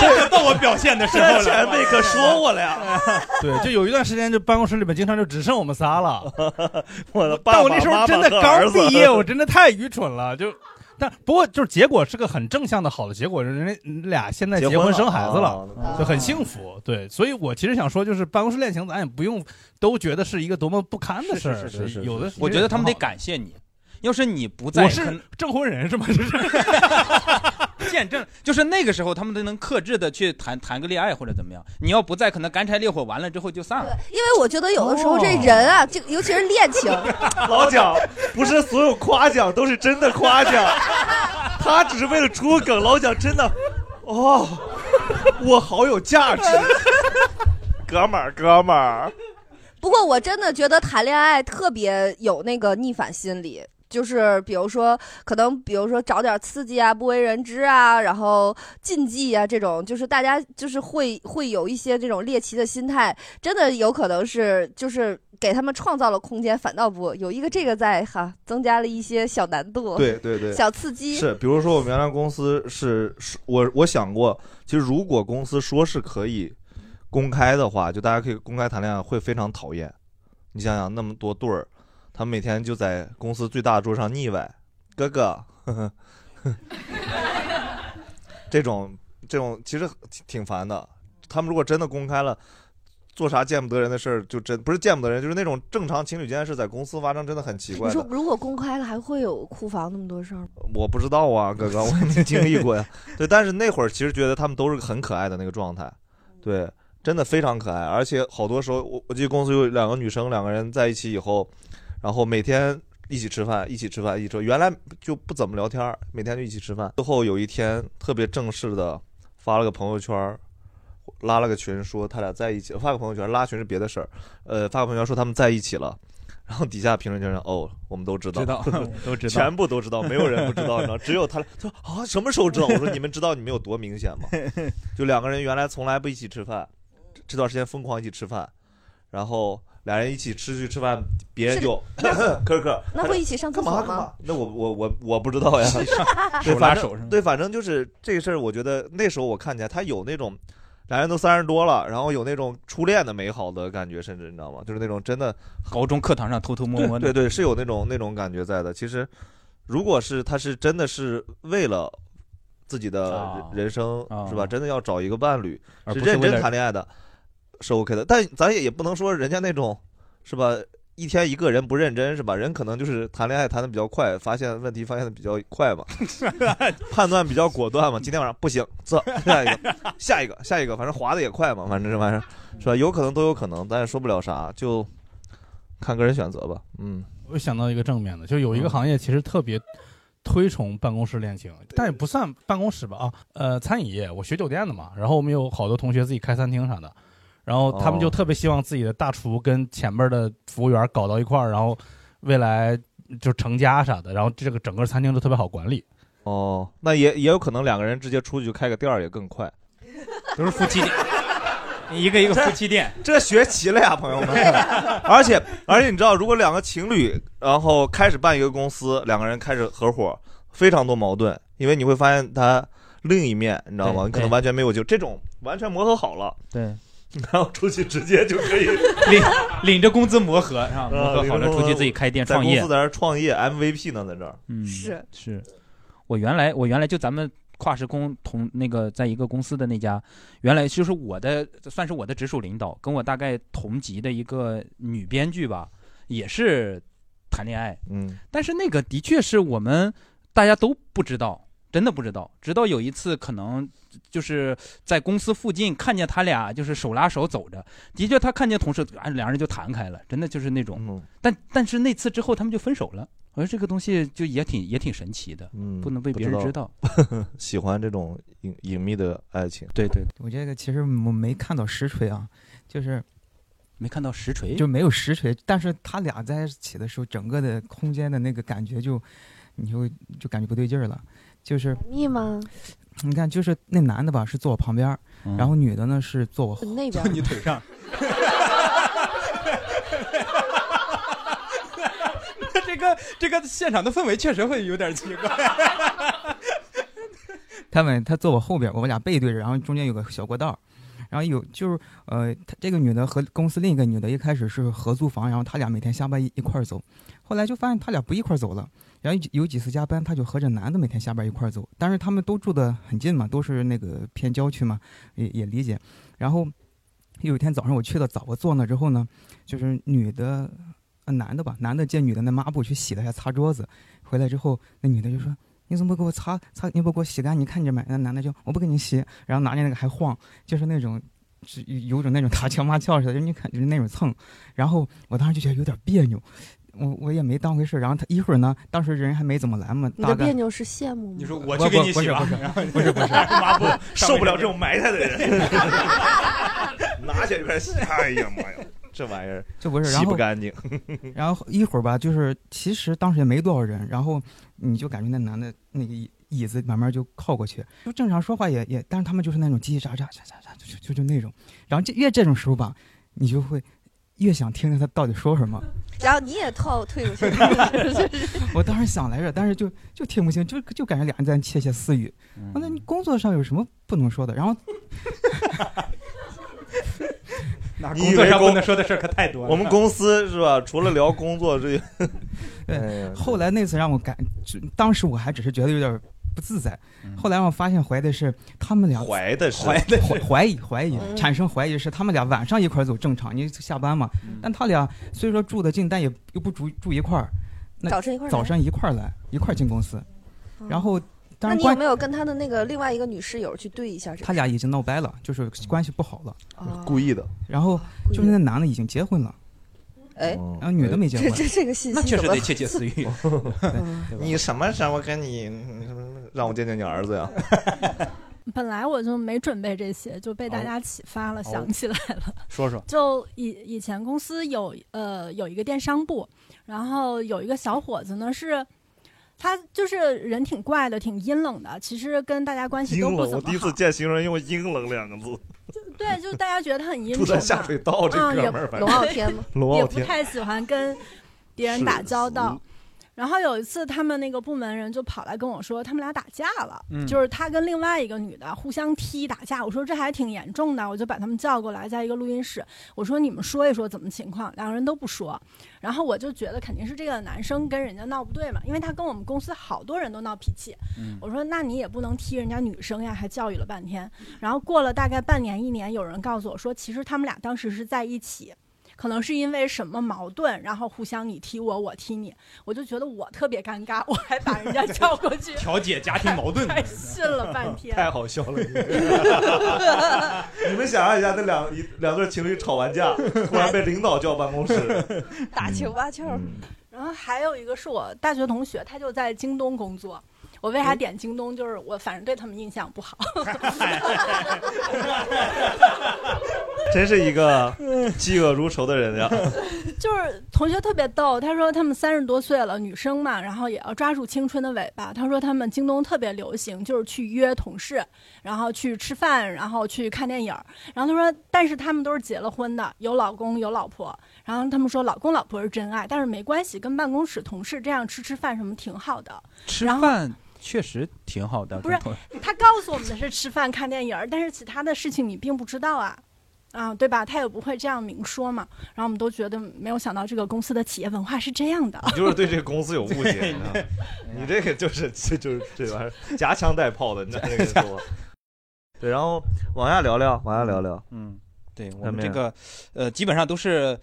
[SPEAKER 1] 这到我表现的时候了，
[SPEAKER 23] 这前
[SPEAKER 3] 辈可说我了呀。 <laughs>
[SPEAKER 1] <laughs>
[SPEAKER 23] 对，就有一段时间，就办公室里面经常就只剩我们仨了。
[SPEAKER 3] 我的
[SPEAKER 23] 但
[SPEAKER 3] 爸
[SPEAKER 23] 我
[SPEAKER 3] 爸
[SPEAKER 23] 那时候
[SPEAKER 3] 妈妈
[SPEAKER 23] 真的
[SPEAKER 3] 和儿
[SPEAKER 23] 刚
[SPEAKER 3] 子
[SPEAKER 23] 毕业，我真的太愚蠢了。就，但不过就是结果是个很正向的好的结果，人家俩现在
[SPEAKER 3] 结
[SPEAKER 23] 结
[SPEAKER 3] 婚
[SPEAKER 23] 婚
[SPEAKER 3] 了
[SPEAKER 23] 生孩子了，
[SPEAKER 3] 啊
[SPEAKER 23] 就很幸福。对，所以我其实想说，就是办公室恋情，咱也不用都觉得是一个多么不堪的事儿。
[SPEAKER 1] 是是是是
[SPEAKER 23] 有的，
[SPEAKER 1] 我觉得他们得感谢你，要是你不在，
[SPEAKER 23] 我是
[SPEAKER 1] 证婚人是吗？见证就是那个时候，他们都能克制的去谈谈个恋爱或者怎么样。你要不在，可能干柴烈火完了之后就散了。
[SPEAKER 2] 因为我觉得有的时候这人啊，就尤其是恋情，
[SPEAKER 3] 哦 <laughs> 老蒋不是所有夸奖都是真的夸 <laughs> 奖，他只是为了出梗。老蒋真的，哦，我好有价值。 <laughs> 哥们儿，哥们儿，
[SPEAKER 2] 不过我真的觉得谈恋爱特别有那个逆反心理，就是比如说，可能比如说找点刺激啊，不为人知啊，然后禁忌啊这种，就是大家就是会会有一些这种猎奇的心态，真的有可能是就是给他们创造了空间，反倒不有一个这个在哈，增加了一些小难度，
[SPEAKER 3] 对对对，
[SPEAKER 2] 小刺激
[SPEAKER 3] 是，比如说我们原来公司是，是我我想过，其实如果公司说是可以公开的话，就大家可以公开谈恋爱，会非常讨厌。你想想，那么多对儿，他们每天就在公司最大的桌上腻歪，哥哥，呵呵呵这种这种其实挺烦的。他们如果真的公开了。做啥见不得人的事儿，就真不是见不得人，就是那种正常情侣间是在公司发生，真的很奇怪
[SPEAKER 2] 你
[SPEAKER 3] 的。
[SPEAKER 2] 说如果公开了，还会有库房那么多事儿吗？
[SPEAKER 3] 我不知道啊，哥哥， <laughs> 我没经历 <laughs> 过呀。对，但是那会儿其实觉得他们都是很可爱的那个状态，对，真的非常可爱。而且好多时候，我我记得公司有两个女生，两个人在一起以后，然后每天一起吃饭，一起吃饭，一起吃饭。原来就不怎么聊天儿，每天就一起吃饭。最后有一天特别正式的发了个朋友圈儿，拉了个群说他俩在一起，发个朋友圈拉群是别的事儿，呃，发个朋友圈说他们在一起了。然后底下评论圈上，哦，我们都知道，
[SPEAKER 1] 知道都知道，
[SPEAKER 3] <laughs> 全部都知道，没有人不知道，你知
[SPEAKER 2] <laughs>
[SPEAKER 3] 道，只有他俩，他说啊，什么时候知道？我说你们知道你们有多明显吗？就两个人原来从来不一起吃饭，这这段时间疯狂一起吃饭，然后俩人一起吃去吃饭，别人就 <clears throat> <coughs> 可可，
[SPEAKER 2] 那会一起上厕所吗？
[SPEAKER 3] 那我我我我不知道呀
[SPEAKER 1] <laughs>
[SPEAKER 3] 对
[SPEAKER 1] 手拉
[SPEAKER 3] 反正
[SPEAKER 1] 手是吗
[SPEAKER 3] 对，反正就是这个事儿，我觉得那时候我看起来他有那种。俩人都三十多了，然后有那种初恋的美好的感觉，甚至你知道吗？就是那种真的
[SPEAKER 1] 高中课堂上偷偷摸摸的
[SPEAKER 3] 对对对，是有那种那种感觉在的。其实，如果是他是真的是为了自己的人人生、是吧？真的要找一个伴侣，
[SPEAKER 1] 啊而
[SPEAKER 3] 是
[SPEAKER 1] 不是
[SPEAKER 3] 认
[SPEAKER 1] 为
[SPEAKER 3] 真
[SPEAKER 1] 了
[SPEAKER 3] 谈恋爱的，是 OK 的。但咱也也不能说人家那种是吧，一天一个人不认真是吧？人可能就是谈恋爱谈的比较快，发现问题发现的比较快
[SPEAKER 1] <laughs>
[SPEAKER 3] 嘛，判断比较果断嘛。今天晚上不行，这下一个，下一个，下一个，反正滑的也快嘛，反正这玩意儿是吧？有可能都有可能，但是说不了啥，就看个人选择吧。嗯，
[SPEAKER 23] 我想到一个正面的，就有一个行业其实特别推崇办公室恋情，但也不算办公室吧啊，呃，餐饮业，我学酒店的嘛，然后我们有好多同学自己开餐厅啥的，然后他们就
[SPEAKER 20] 哦
[SPEAKER 23] 特别希望自己的大厨跟前面的服务员搞到一块儿，然后未来就成家啥的，然后这个整个餐厅都特别好管理。
[SPEAKER 3] 哦，那也也有可能两个人直接出去开个店儿也更快，
[SPEAKER 1] <laughs> 都是夫妻店，一个一个夫妻店，
[SPEAKER 3] 这学齐了呀，朋友们。 <laughs> 而且而且你知道，如果两个情侣然后开始办一个公司，两个人开始合伙，非常多矛盾，因为你会发现他另一面，你知道吗？
[SPEAKER 1] 对
[SPEAKER 3] 你可能
[SPEAKER 1] 对
[SPEAKER 3] 完全没有就这种完全磨合好了，
[SPEAKER 1] 对，
[SPEAKER 3] 然后出去直接就可以
[SPEAKER 1] 领领着工资磨合是吧？
[SPEAKER 3] 啊
[SPEAKER 1] 磨合好了
[SPEAKER 3] 领着工
[SPEAKER 1] 出
[SPEAKER 3] 资
[SPEAKER 1] 去自己开店
[SPEAKER 3] 在
[SPEAKER 1] 创业
[SPEAKER 3] 公司在那儿创业 MVP 呢，在这儿。
[SPEAKER 1] 嗯，
[SPEAKER 2] 是
[SPEAKER 1] 是，我原来我原来就咱们跨时空同那个在一个公司的那家，原来就是我的算是我的直属领导，跟我大概同级的一个女编剧吧，也是谈恋爱，
[SPEAKER 3] 嗯，
[SPEAKER 1] 但是那个的确是我们大家都不知道。真的不知道，直到有一次可能就是在公司附近看见他俩就是手拉手走着，的确他看见同事，啊，两人就谈开了，真的就是那种。 <laughs> 但但是那次之后他们就分手了，我说这个东西就也挺也挺神奇的，
[SPEAKER 3] 嗯
[SPEAKER 1] 不能被别人知 <laughs> 道。
[SPEAKER 3] <laughs> 喜欢这种隐隐秘的爱情。
[SPEAKER 1] 对对
[SPEAKER 9] 我这个其实我没看到实锤啊，就是
[SPEAKER 1] 没看到实锤，
[SPEAKER 9] 就没有实锤，但是他俩在一起的时候，整个的空间的那个感觉就，你就就感觉不对劲儿了，就是
[SPEAKER 2] 密吗？
[SPEAKER 9] 你看，就是那男的吧是坐我旁边儿，然后女的呢是坐我后
[SPEAKER 2] 那边
[SPEAKER 9] 你
[SPEAKER 1] 嗯腿上，这个这个现场的氛围确实会有点奇怪。
[SPEAKER 9] 他们他坐我后边，我们俩背对着，然后中间有个小过道儿，然后有就是呃，他这个女的和公司另一个女的一开始是合租房，然后他俩每天下班一一块儿走，后来就发现他俩不一块儿走了，然后有有几次加班，他就和这男的每天下班一块儿走，但是他们都住的很近嘛，都是那个偏郊区嘛，也也理解。然后有一天早上我去的早，我坐那之后呢，就是女的。呃男的吧，男的借女的那抹布去洗了一下擦桌子，回来之后，那女的就说：“你怎么不给我擦擦？你不给我洗干？你看见没？”那男的就：“我不给你洗。”然后拿着那个还晃，就是那种，是有有种那种打情骂俏似的，就是你看就是那种蹭。然后我当时就觉得有点别扭，我我也没当回事。然后他一会儿呢，当时人还没怎么来嘛，
[SPEAKER 2] 你
[SPEAKER 9] 大
[SPEAKER 2] 的
[SPEAKER 9] 概
[SPEAKER 2] 别扭是羡慕吗？
[SPEAKER 1] 你说
[SPEAKER 9] 我去给你洗吧 <laughs>
[SPEAKER 1] 不是不是
[SPEAKER 3] <laughs>
[SPEAKER 9] 不是不是
[SPEAKER 1] 抹布
[SPEAKER 9] <laughs>
[SPEAKER 3] 受不了这种埋汰的人。拿起来就开始洗，哎呀妈呀，这玩意儿
[SPEAKER 9] 这不是然
[SPEAKER 3] 洗
[SPEAKER 9] 后
[SPEAKER 3] 不干净。
[SPEAKER 9] 然后一会儿吧，就是其实当时也没多少人，然后你就感觉那男的那个椅椅子慢慢就靠过去，就正常说话也也，但是他们就是那种叽叽喳喳喳喳喳，就就就就那种。然后这越这种时候吧，你就会越想听听他到底说什么。
[SPEAKER 2] 然后你也套退过去，
[SPEAKER 9] 我当时想来着，但是就就听不清，就就感觉俩人在窃窃私语。我那你工作上有什么不能说的？然后
[SPEAKER 1] 那
[SPEAKER 3] 你
[SPEAKER 1] 工
[SPEAKER 3] 以为
[SPEAKER 1] 作上不
[SPEAKER 3] 公
[SPEAKER 1] 能说的事儿可太多了。啊
[SPEAKER 3] 我们公司是吧？除了聊工
[SPEAKER 1] <laughs>
[SPEAKER 3] 作哎之外，
[SPEAKER 9] 对，后来那次让我感，就当时我还只是觉得有点不自在，
[SPEAKER 2] 嗯
[SPEAKER 9] 后来让我发现怀的是他们俩
[SPEAKER 3] 怀的是
[SPEAKER 9] 怀
[SPEAKER 3] 怀的是
[SPEAKER 9] 怀怀疑怀疑
[SPEAKER 3] 嗯
[SPEAKER 9] 产生怀疑是他们俩晚上一块儿走正常，你下班嘛，
[SPEAKER 2] 嗯
[SPEAKER 9] 但他俩虽说住的近，但也又不住住一块儿，那
[SPEAKER 2] 早上一块儿来嗯
[SPEAKER 9] 早上一块儿来一块儿进公司，然后当
[SPEAKER 2] <laughs> 那
[SPEAKER 9] 然
[SPEAKER 2] 你有
[SPEAKER 9] 关
[SPEAKER 2] 没有跟他的那个另外一个女室友去对一下这个？
[SPEAKER 9] 他俩已经闹掰了，就是关系不好了，
[SPEAKER 2] 哦
[SPEAKER 3] 故意的，
[SPEAKER 9] 然后就是那男的已经结婚了，
[SPEAKER 2] 哎，
[SPEAKER 9] 然后啊女的没结婚，
[SPEAKER 2] 这这这个信息
[SPEAKER 3] 确实
[SPEAKER 2] 怎么嗯
[SPEAKER 3] 得窃窃私
[SPEAKER 2] <laughs>
[SPEAKER 3] 语你什么时候跟你嗯什么什么让我见见你儿子呀？
[SPEAKER 16] 本来我就没准备这些，就被大家启发了，
[SPEAKER 3] 哦
[SPEAKER 16] 想起来了。
[SPEAKER 1] 说说
[SPEAKER 16] 就以以前公司有呃有一个电商部，然后有一个小伙子呢是。他就是人挺怪的，挺阴冷的，其实跟大家关系
[SPEAKER 3] 阴
[SPEAKER 16] 都不
[SPEAKER 3] 冷，
[SPEAKER 16] 怎
[SPEAKER 3] 我
[SPEAKER 16] 么
[SPEAKER 3] 第一
[SPEAKER 16] 好
[SPEAKER 3] 次。见形容用“阴冷”两个字， <laughs>
[SPEAKER 16] 对，就大家觉得他很阴
[SPEAKER 3] 住在
[SPEAKER 16] 冷。
[SPEAKER 3] 下水道这
[SPEAKER 16] 啊
[SPEAKER 3] 哥
[SPEAKER 16] 也
[SPEAKER 3] 们儿，反正
[SPEAKER 16] 龙傲天吗
[SPEAKER 3] <laughs> 龙傲
[SPEAKER 16] 也
[SPEAKER 3] 天
[SPEAKER 16] 不，太喜欢跟别人打交
[SPEAKER 3] 嗯
[SPEAKER 16] 道。然后有一次，他们那个部门人就跑来跟我说，他们俩打架了，
[SPEAKER 24] 嗯
[SPEAKER 16] 就是他跟另外一个女的互相踢打架。我说这还挺严重的，我就把他们叫过来，在一个录音室，我说你们说一说怎么情况，两个人都不说。然后我就觉得肯定是这个男生跟人家闹不对嘛，因为他跟我们公司好多人都闹脾气。
[SPEAKER 24] 嗯
[SPEAKER 16] 我说那你也不能踢人家女生呀，还教育了半天。然后过了大概半年一年，有人告诉我说，其实他们俩当时是在一起。可能是因为什么矛盾，然后互相你踢我，我踢你，我就觉得我特别尴尬，我还把人家叫过
[SPEAKER 1] <laughs>
[SPEAKER 16] 去
[SPEAKER 1] 调解家庭矛 <laughs> 盾，
[SPEAKER 16] 太信了
[SPEAKER 3] <laughs>
[SPEAKER 16] 半天。
[SPEAKER 3] 太好笑
[SPEAKER 1] <laughs>
[SPEAKER 3] 了。你你们想象一下，那两一两对情侣吵
[SPEAKER 1] <laughs>
[SPEAKER 3] 完架，突然被领导叫办公室，
[SPEAKER 16] 打情骂俏。
[SPEAKER 3] 嗯
[SPEAKER 16] 然后还有一个是我大学同学，他就在京东工作。我为啥点京东？就是我反正对他们印
[SPEAKER 3] <laughs>
[SPEAKER 16] 象不好。
[SPEAKER 3] 真是一个嫉恶如仇的人呀！
[SPEAKER 16] 就是同学特别逗，他说他们三十多岁了，女生嘛，然后也要抓住青春的尾巴。他说他们京东特别流行，就是去约同事，然后去吃饭，然后去看电影儿。然后他说，但是他们都是结了婚的，有老公有老婆。然后他们说，老公老婆是真爱，但是没关系，跟办公室同事这样吃吃饭什么挺好的。
[SPEAKER 1] 吃饭确实挺好的，
[SPEAKER 16] 不是
[SPEAKER 1] 跟同，
[SPEAKER 16] 他告诉我们的是吃饭看电影儿，但是其他的事情你并不知道啊，啊，对吧？他也不会这样明说嘛。然后我们都觉得没有想到这个公司的企业文化是这样的。 <laughs>
[SPEAKER 3] 你就是对这个公司有误解
[SPEAKER 1] 对，
[SPEAKER 3] 你这个就是这就是这玩意儿夹枪带炮的，你
[SPEAKER 1] <laughs>
[SPEAKER 3] 这个说。对，然后往下聊聊，往下聊聊。
[SPEAKER 1] 嗯，对我
[SPEAKER 3] 下
[SPEAKER 1] 们
[SPEAKER 3] 面
[SPEAKER 1] 这个呃，基本上都是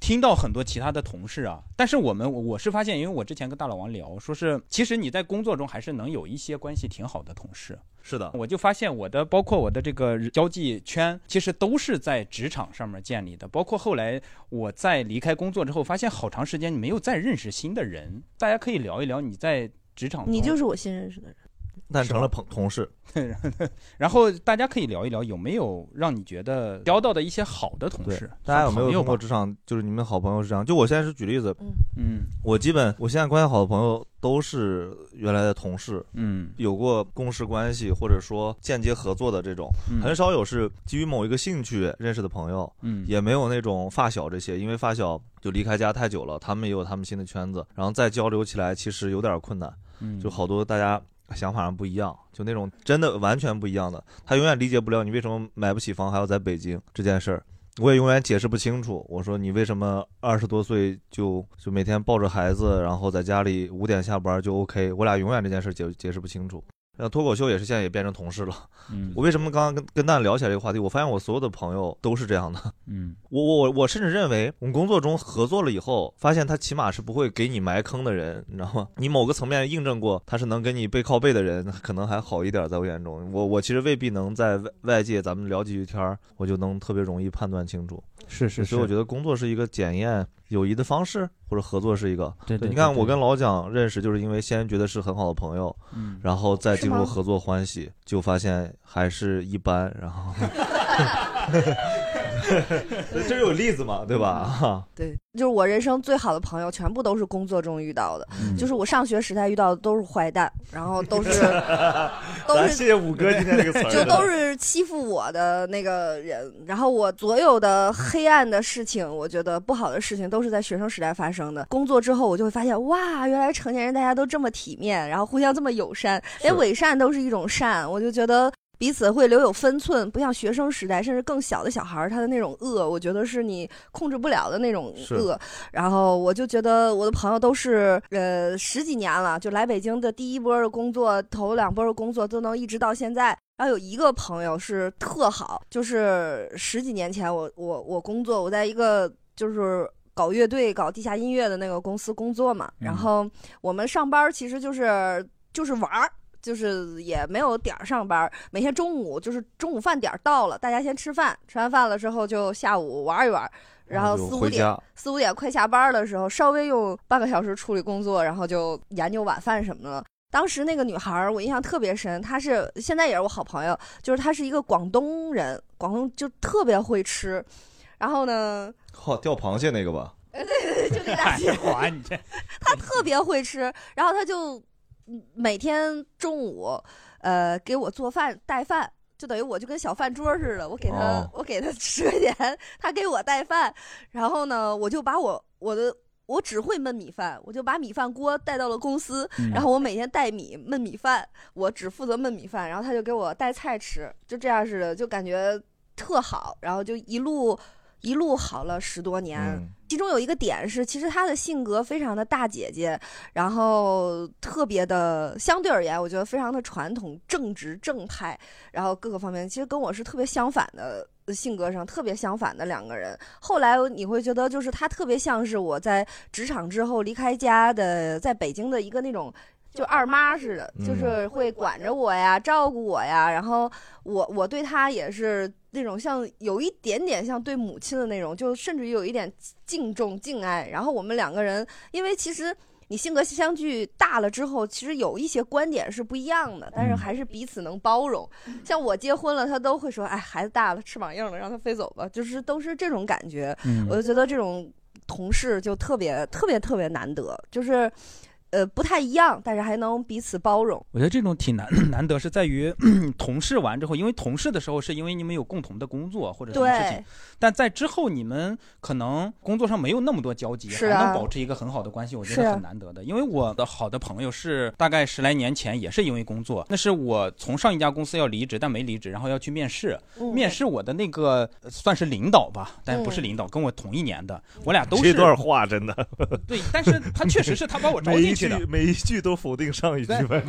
[SPEAKER 1] 听到很多其他的同事啊，但是我们我我是发现，因为我之前跟大老王聊，说是其实你在工作中还是能有一些关系挺好的同事。
[SPEAKER 3] 是的，
[SPEAKER 1] 我就发现我的包括我的这个交际圈，其实都是在职场上面建立的。包括后来我在离开工作之后，发现好长时间没有再认识新的人。大家可以聊一聊你在职场中，
[SPEAKER 2] 你就是我新认识的人。
[SPEAKER 3] 但成了朋同事，
[SPEAKER 1] <laughs> 然后大家可以聊一聊有没有让你觉得交到的一些好的同事，
[SPEAKER 3] 大家有没
[SPEAKER 1] 算
[SPEAKER 3] 有
[SPEAKER 1] 朋友
[SPEAKER 3] 通
[SPEAKER 1] 吧
[SPEAKER 3] 过职场，就是你们好朋友是这样？就我现在是举例子，
[SPEAKER 1] 嗯，
[SPEAKER 3] 我基本我现在关系好的朋友都是原来的同事，
[SPEAKER 1] 嗯，
[SPEAKER 3] 有过共事关系或者说间接合作的这种，
[SPEAKER 1] 嗯
[SPEAKER 3] 很少有是基于某一个兴趣认识的朋友，
[SPEAKER 1] 嗯
[SPEAKER 3] 也没有那种发小这些，因为发小就离开家太久了，他们也有他们新的圈子，然后再交流起来其实有点困难，
[SPEAKER 1] 嗯
[SPEAKER 3] 就好多大家。想法上不一样，就那种真的完全不一样的，他永远理解不了你为什么买不起房还要在北京这件事儿，我也永远解释不清楚。我说你为什么二十多岁就就每天抱着孩子，然后在家里五点下班就 OK？我俩永远这件事解解释不清楚。那脱口秀也是现在也变成同事了。
[SPEAKER 1] 嗯
[SPEAKER 3] 我为什么刚刚跟跟大家聊起来这个话题？我发现我所有的朋友都是这样的。
[SPEAKER 1] 嗯，
[SPEAKER 3] 我我我我甚至认为，我们工作中合作了以后，发现他起码是不会给你埋坑的人，你知道吗？你某个层面印证过他是能跟你背靠背的人，可能还好一点，在我眼中，我我其实未必能在外外界咱们聊几句天儿，我就能特别容易判断清楚。
[SPEAKER 1] 是是
[SPEAKER 3] 所以
[SPEAKER 1] 是
[SPEAKER 3] 我觉得工作是一个检验友谊的方式，或者合作是一个。
[SPEAKER 1] 对对
[SPEAKER 3] 你
[SPEAKER 1] 对
[SPEAKER 3] 看
[SPEAKER 1] 对
[SPEAKER 3] 我跟老蒋认识，就是因为先觉得是很好的朋友，
[SPEAKER 1] 嗯
[SPEAKER 3] 然后再进
[SPEAKER 1] 是
[SPEAKER 3] 入
[SPEAKER 1] 吗 <laughs>
[SPEAKER 3] 合作欢喜，就发现还是一般，然后。这有例子嘛，对吧？哈
[SPEAKER 2] <laughs>
[SPEAKER 3] <laughs>
[SPEAKER 2] 对，就是我人生最好的朋友，全部都是工作中遇到的。就是我上学时代遇到的都是坏蛋，然后都是 <laughs> 都
[SPEAKER 3] 咱
[SPEAKER 2] 是
[SPEAKER 3] 谢谢五哥今天这个词儿，
[SPEAKER 2] 就都是欺负我的那个人。然后我所有的黑暗的事情，我觉得不好的事情都是在学生时代发生的。工作之后，我就会发现，哇，原来成年人大家都这么体面，然后互相这么友善，连伪善都是一种善。我就觉得。彼此会留有分寸，不像学生时代，甚至更小的小孩儿，他的那种恶，我觉得是你控制不了的那种
[SPEAKER 24] 是
[SPEAKER 2] 恶。然后我就觉得我的朋友都是呃十几年了，就来北京的第一波的工作，头两波的工作都能一直到现在。然后有一个朋友是特好，就是十几年前我我我工作，我在一个就是。搞乐队、搞地下音乐的那个公司工作嘛，
[SPEAKER 3] 嗯
[SPEAKER 2] 然后我们上班儿其实就是就是玩儿，就是也没有点儿上班儿，每天中午就是中午饭点儿到了，大家先吃饭，吃完饭了之后就下午玩一玩，然后
[SPEAKER 3] 就
[SPEAKER 2] 四五
[SPEAKER 3] 回
[SPEAKER 2] 点
[SPEAKER 3] 家
[SPEAKER 2] 四五点快下班儿的时候，稍微用半个小时处理工作，然后就研究晚饭什么的。当时那个女孩儿，我印象特别深，她是现在也是我好朋友，就是她是一个广东人，广东就特别会吃，然后呢，
[SPEAKER 3] 好钓螃蟹那个吧，
[SPEAKER 2] 就那大姐， <laughs>
[SPEAKER 1] 哇，哎你这
[SPEAKER 2] 他特别会吃，然后他就嗯每天中午，呃，给我做饭带饭，就等于我就跟小饭桌似的，我给他、
[SPEAKER 24] 哦
[SPEAKER 2] 我给他十块钱，他给我带饭，然后呢，我就把我我的。我只会焖米饭，我就把米饭锅带到了公司，
[SPEAKER 24] 嗯
[SPEAKER 2] 然后我每天带米焖米饭，我只负责焖米饭，然后他就给我带菜吃，就这样似的，就感觉特好，然后就一路一路好了十多年，其中有一个点是，其实她的性格非常的大姐姐，然后特别的相对而言，我觉得非常的传统、正直、正派，然后各个方面其实跟我是特别相反的。性格上特别相反的两个人，后来你会觉得，就是她特别像是我在职场之后离开家的，在北京的一个那种就二妈似的，
[SPEAKER 24] 嗯
[SPEAKER 2] 就是会管着我呀，照顾我呀，然后我我对她也是那种像有一点点像对母亲的那种，就甚至于有一点敬重敬爱。然后我们两个人，因为其实。你性格相距大了之后，其实有一些观点是不一样的，
[SPEAKER 3] 嗯
[SPEAKER 2] 但是还是彼此能包容。像我结婚了，他都会说：“哎，孩子大了，翅膀硬了，让他飞走吧。”就是都是这种感觉。
[SPEAKER 24] 嗯
[SPEAKER 2] 我就觉得这种同事就特别特别特别难得，就是呃不太一样，但是还能彼此包容。
[SPEAKER 1] 我觉得这种挺难 <coughs> 难得，是在于 <coughs> 同事完之后，因为同事的时候是因为你们有共同的工作或者什么事情
[SPEAKER 2] 对，
[SPEAKER 1] 但在之后你们可能工作上没有那么多交集，
[SPEAKER 2] 是
[SPEAKER 1] 还能
[SPEAKER 2] 啊
[SPEAKER 1] 保持一个很好的关系，我觉
[SPEAKER 2] 是
[SPEAKER 1] 得
[SPEAKER 2] 啊
[SPEAKER 1] 很难得的。因为我的好的朋友是大概十来年前也是因为工作，那是我从上一家公司要离职，但没离职，然后要去面试，
[SPEAKER 2] 嗯
[SPEAKER 1] 面试我的那个呃算是领导吧，但不是
[SPEAKER 3] 嗯
[SPEAKER 1] 领导，跟我同一年的，我俩都是
[SPEAKER 3] 这段话真的，
[SPEAKER 1] 对，但是他确实是他把我招
[SPEAKER 3] <laughs> 每
[SPEAKER 1] 进
[SPEAKER 3] 一
[SPEAKER 1] 去
[SPEAKER 3] 句
[SPEAKER 1] 的，
[SPEAKER 3] 每一句都否定上一句，反正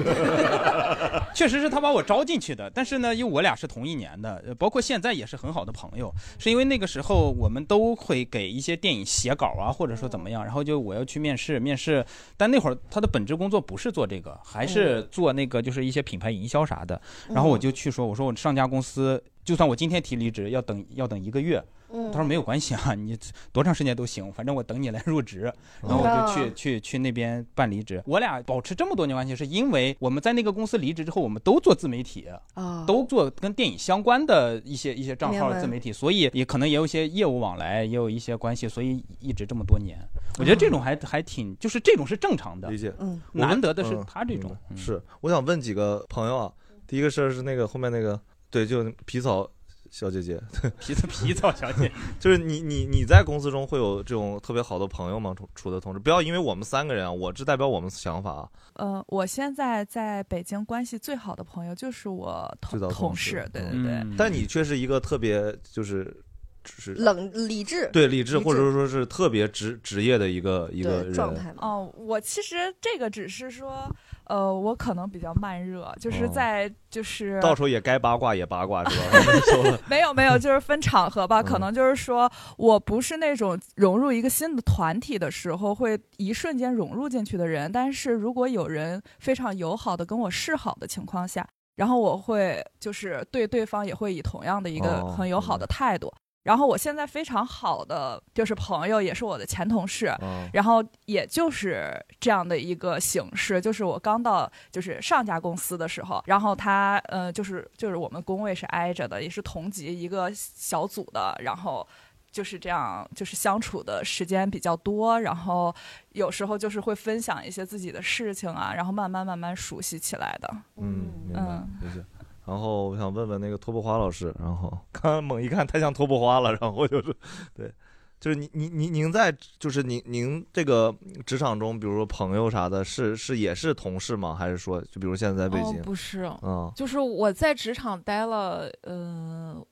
[SPEAKER 1] <laughs> 确实是他把我招进去的，但是呢，因为我俩是同一年的，呃包括现在也是很好的朋友，是因为那个时候我们都会给一些电影写稿啊，或者说怎么样，然后就我要去面试，面试，但那会儿他的本职工作不是做这个，还是做那个就是一些品牌营销啥的，
[SPEAKER 2] 嗯
[SPEAKER 1] 然后我就去说，我说我上家公司，就算我今天提离职，要等要等一个月。
[SPEAKER 2] 嗯
[SPEAKER 1] 他说没有关系啊，你多长时间都行，反正我等你来入职。然后我就去
[SPEAKER 2] 哦
[SPEAKER 1] 去去那边办离职。我俩保持这么多年关系，是因为我们在那个公司离职之后，我们都做自媒体，
[SPEAKER 2] 啊
[SPEAKER 1] 都做跟电影相关的一些一些账
[SPEAKER 2] 明
[SPEAKER 1] 号
[SPEAKER 2] 白
[SPEAKER 1] 自媒体，所以也可能也有一些业务往来，也有一些关系，所以一直这么多年。我觉得这
[SPEAKER 2] 哦
[SPEAKER 1] 种还还挺，就是这种是正常的，
[SPEAKER 3] 理解。我
[SPEAKER 1] 难
[SPEAKER 3] 问
[SPEAKER 1] 得的是
[SPEAKER 3] 嗯
[SPEAKER 1] 他这种，
[SPEAKER 3] 是，我想问几个朋友啊。第一个事儿是那个后面那个，对，就皮草小姐 <laughs> 姐，
[SPEAKER 1] 皮草皮草小
[SPEAKER 3] <laughs>
[SPEAKER 1] 姐，
[SPEAKER 3] 就是你你你在公司中会有这种特别好的朋友吗？除除了同事，不要因为我们三个人啊，我只代表我们想法啊。
[SPEAKER 13] 呃，我现在在北京关系最好的朋友就是我
[SPEAKER 3] 最
[SPEAKER 13] 同
[SPEAKER 3] 早
[SPEAKER 13] 同
[SPEAKER 3] 事
[SPEAKER 13] 事，，对
[SPEAKER 1] 嗯
[SPEAKER 13] 对对，
[SPEAKER 3] 但你却是一个特别就是是
[SPEAKER 2] 冷理智
[SPEAKER 3] 对理智，或者说是特别职职业的一个一个人。
[SPEAKER 13] 哦，我其实这个只是说，呃，我可能比较慢热，就是
[SPEAKER 3] 哦
[SPEAKER 13] 在就是
[SPEAKER 3] 到时候也该八卦也八卦是吧？
[SPEAKER 13] 没有没有，就是分场合吧，
[SPEAKER 3] 嗯
[SPEAKER 13] 可能就是说我不是那种融入一个新的团体的时候会一瞬间融入进去的人，但是如果有人非常友好的跟我示好的情况下，然后我会就是对对方也会以同样的一个
[SPEAKER 6] 哦
[SPEAKER 13] 很友好的态度。然后我现在非常好的就是朋友，也是我的前同事，
[SPEAKER 6] 嗯
[SPEAKER 24] 哦
[SPEAKER 13] 然后也就是这样的一个形式，就是我刚到就是上家公司的时候，然后他呃就是就是我们工位是挨着的，也是同级一个小组的，然后。就是这样，就是相处的时间比较多，然后有时候就是会分享一些自己的事情啊，然后慢慢慢慢熟悉起来的。
[SPEAKER 19] 嗯，明白
[SPEAKER 13] 嗯，
[SPEAKER 19] 谢谢。然后我想问问那个托布花老师，然后
[SPEAKER 3] 刚猛一看太像托布花了，然后就是，对，就是您您您您在就是您您这个职场中，比如说朋友啥的，是是也是同事吗？还是说就比如现在在北
[SPEAKER 6] 哦
[SPEAKER 3] 京？，
[SPEAKER 6] 不是，
[SPEAKER 3] 嗯，
[SPEAKER 6] 就是我在职场待了，嗯、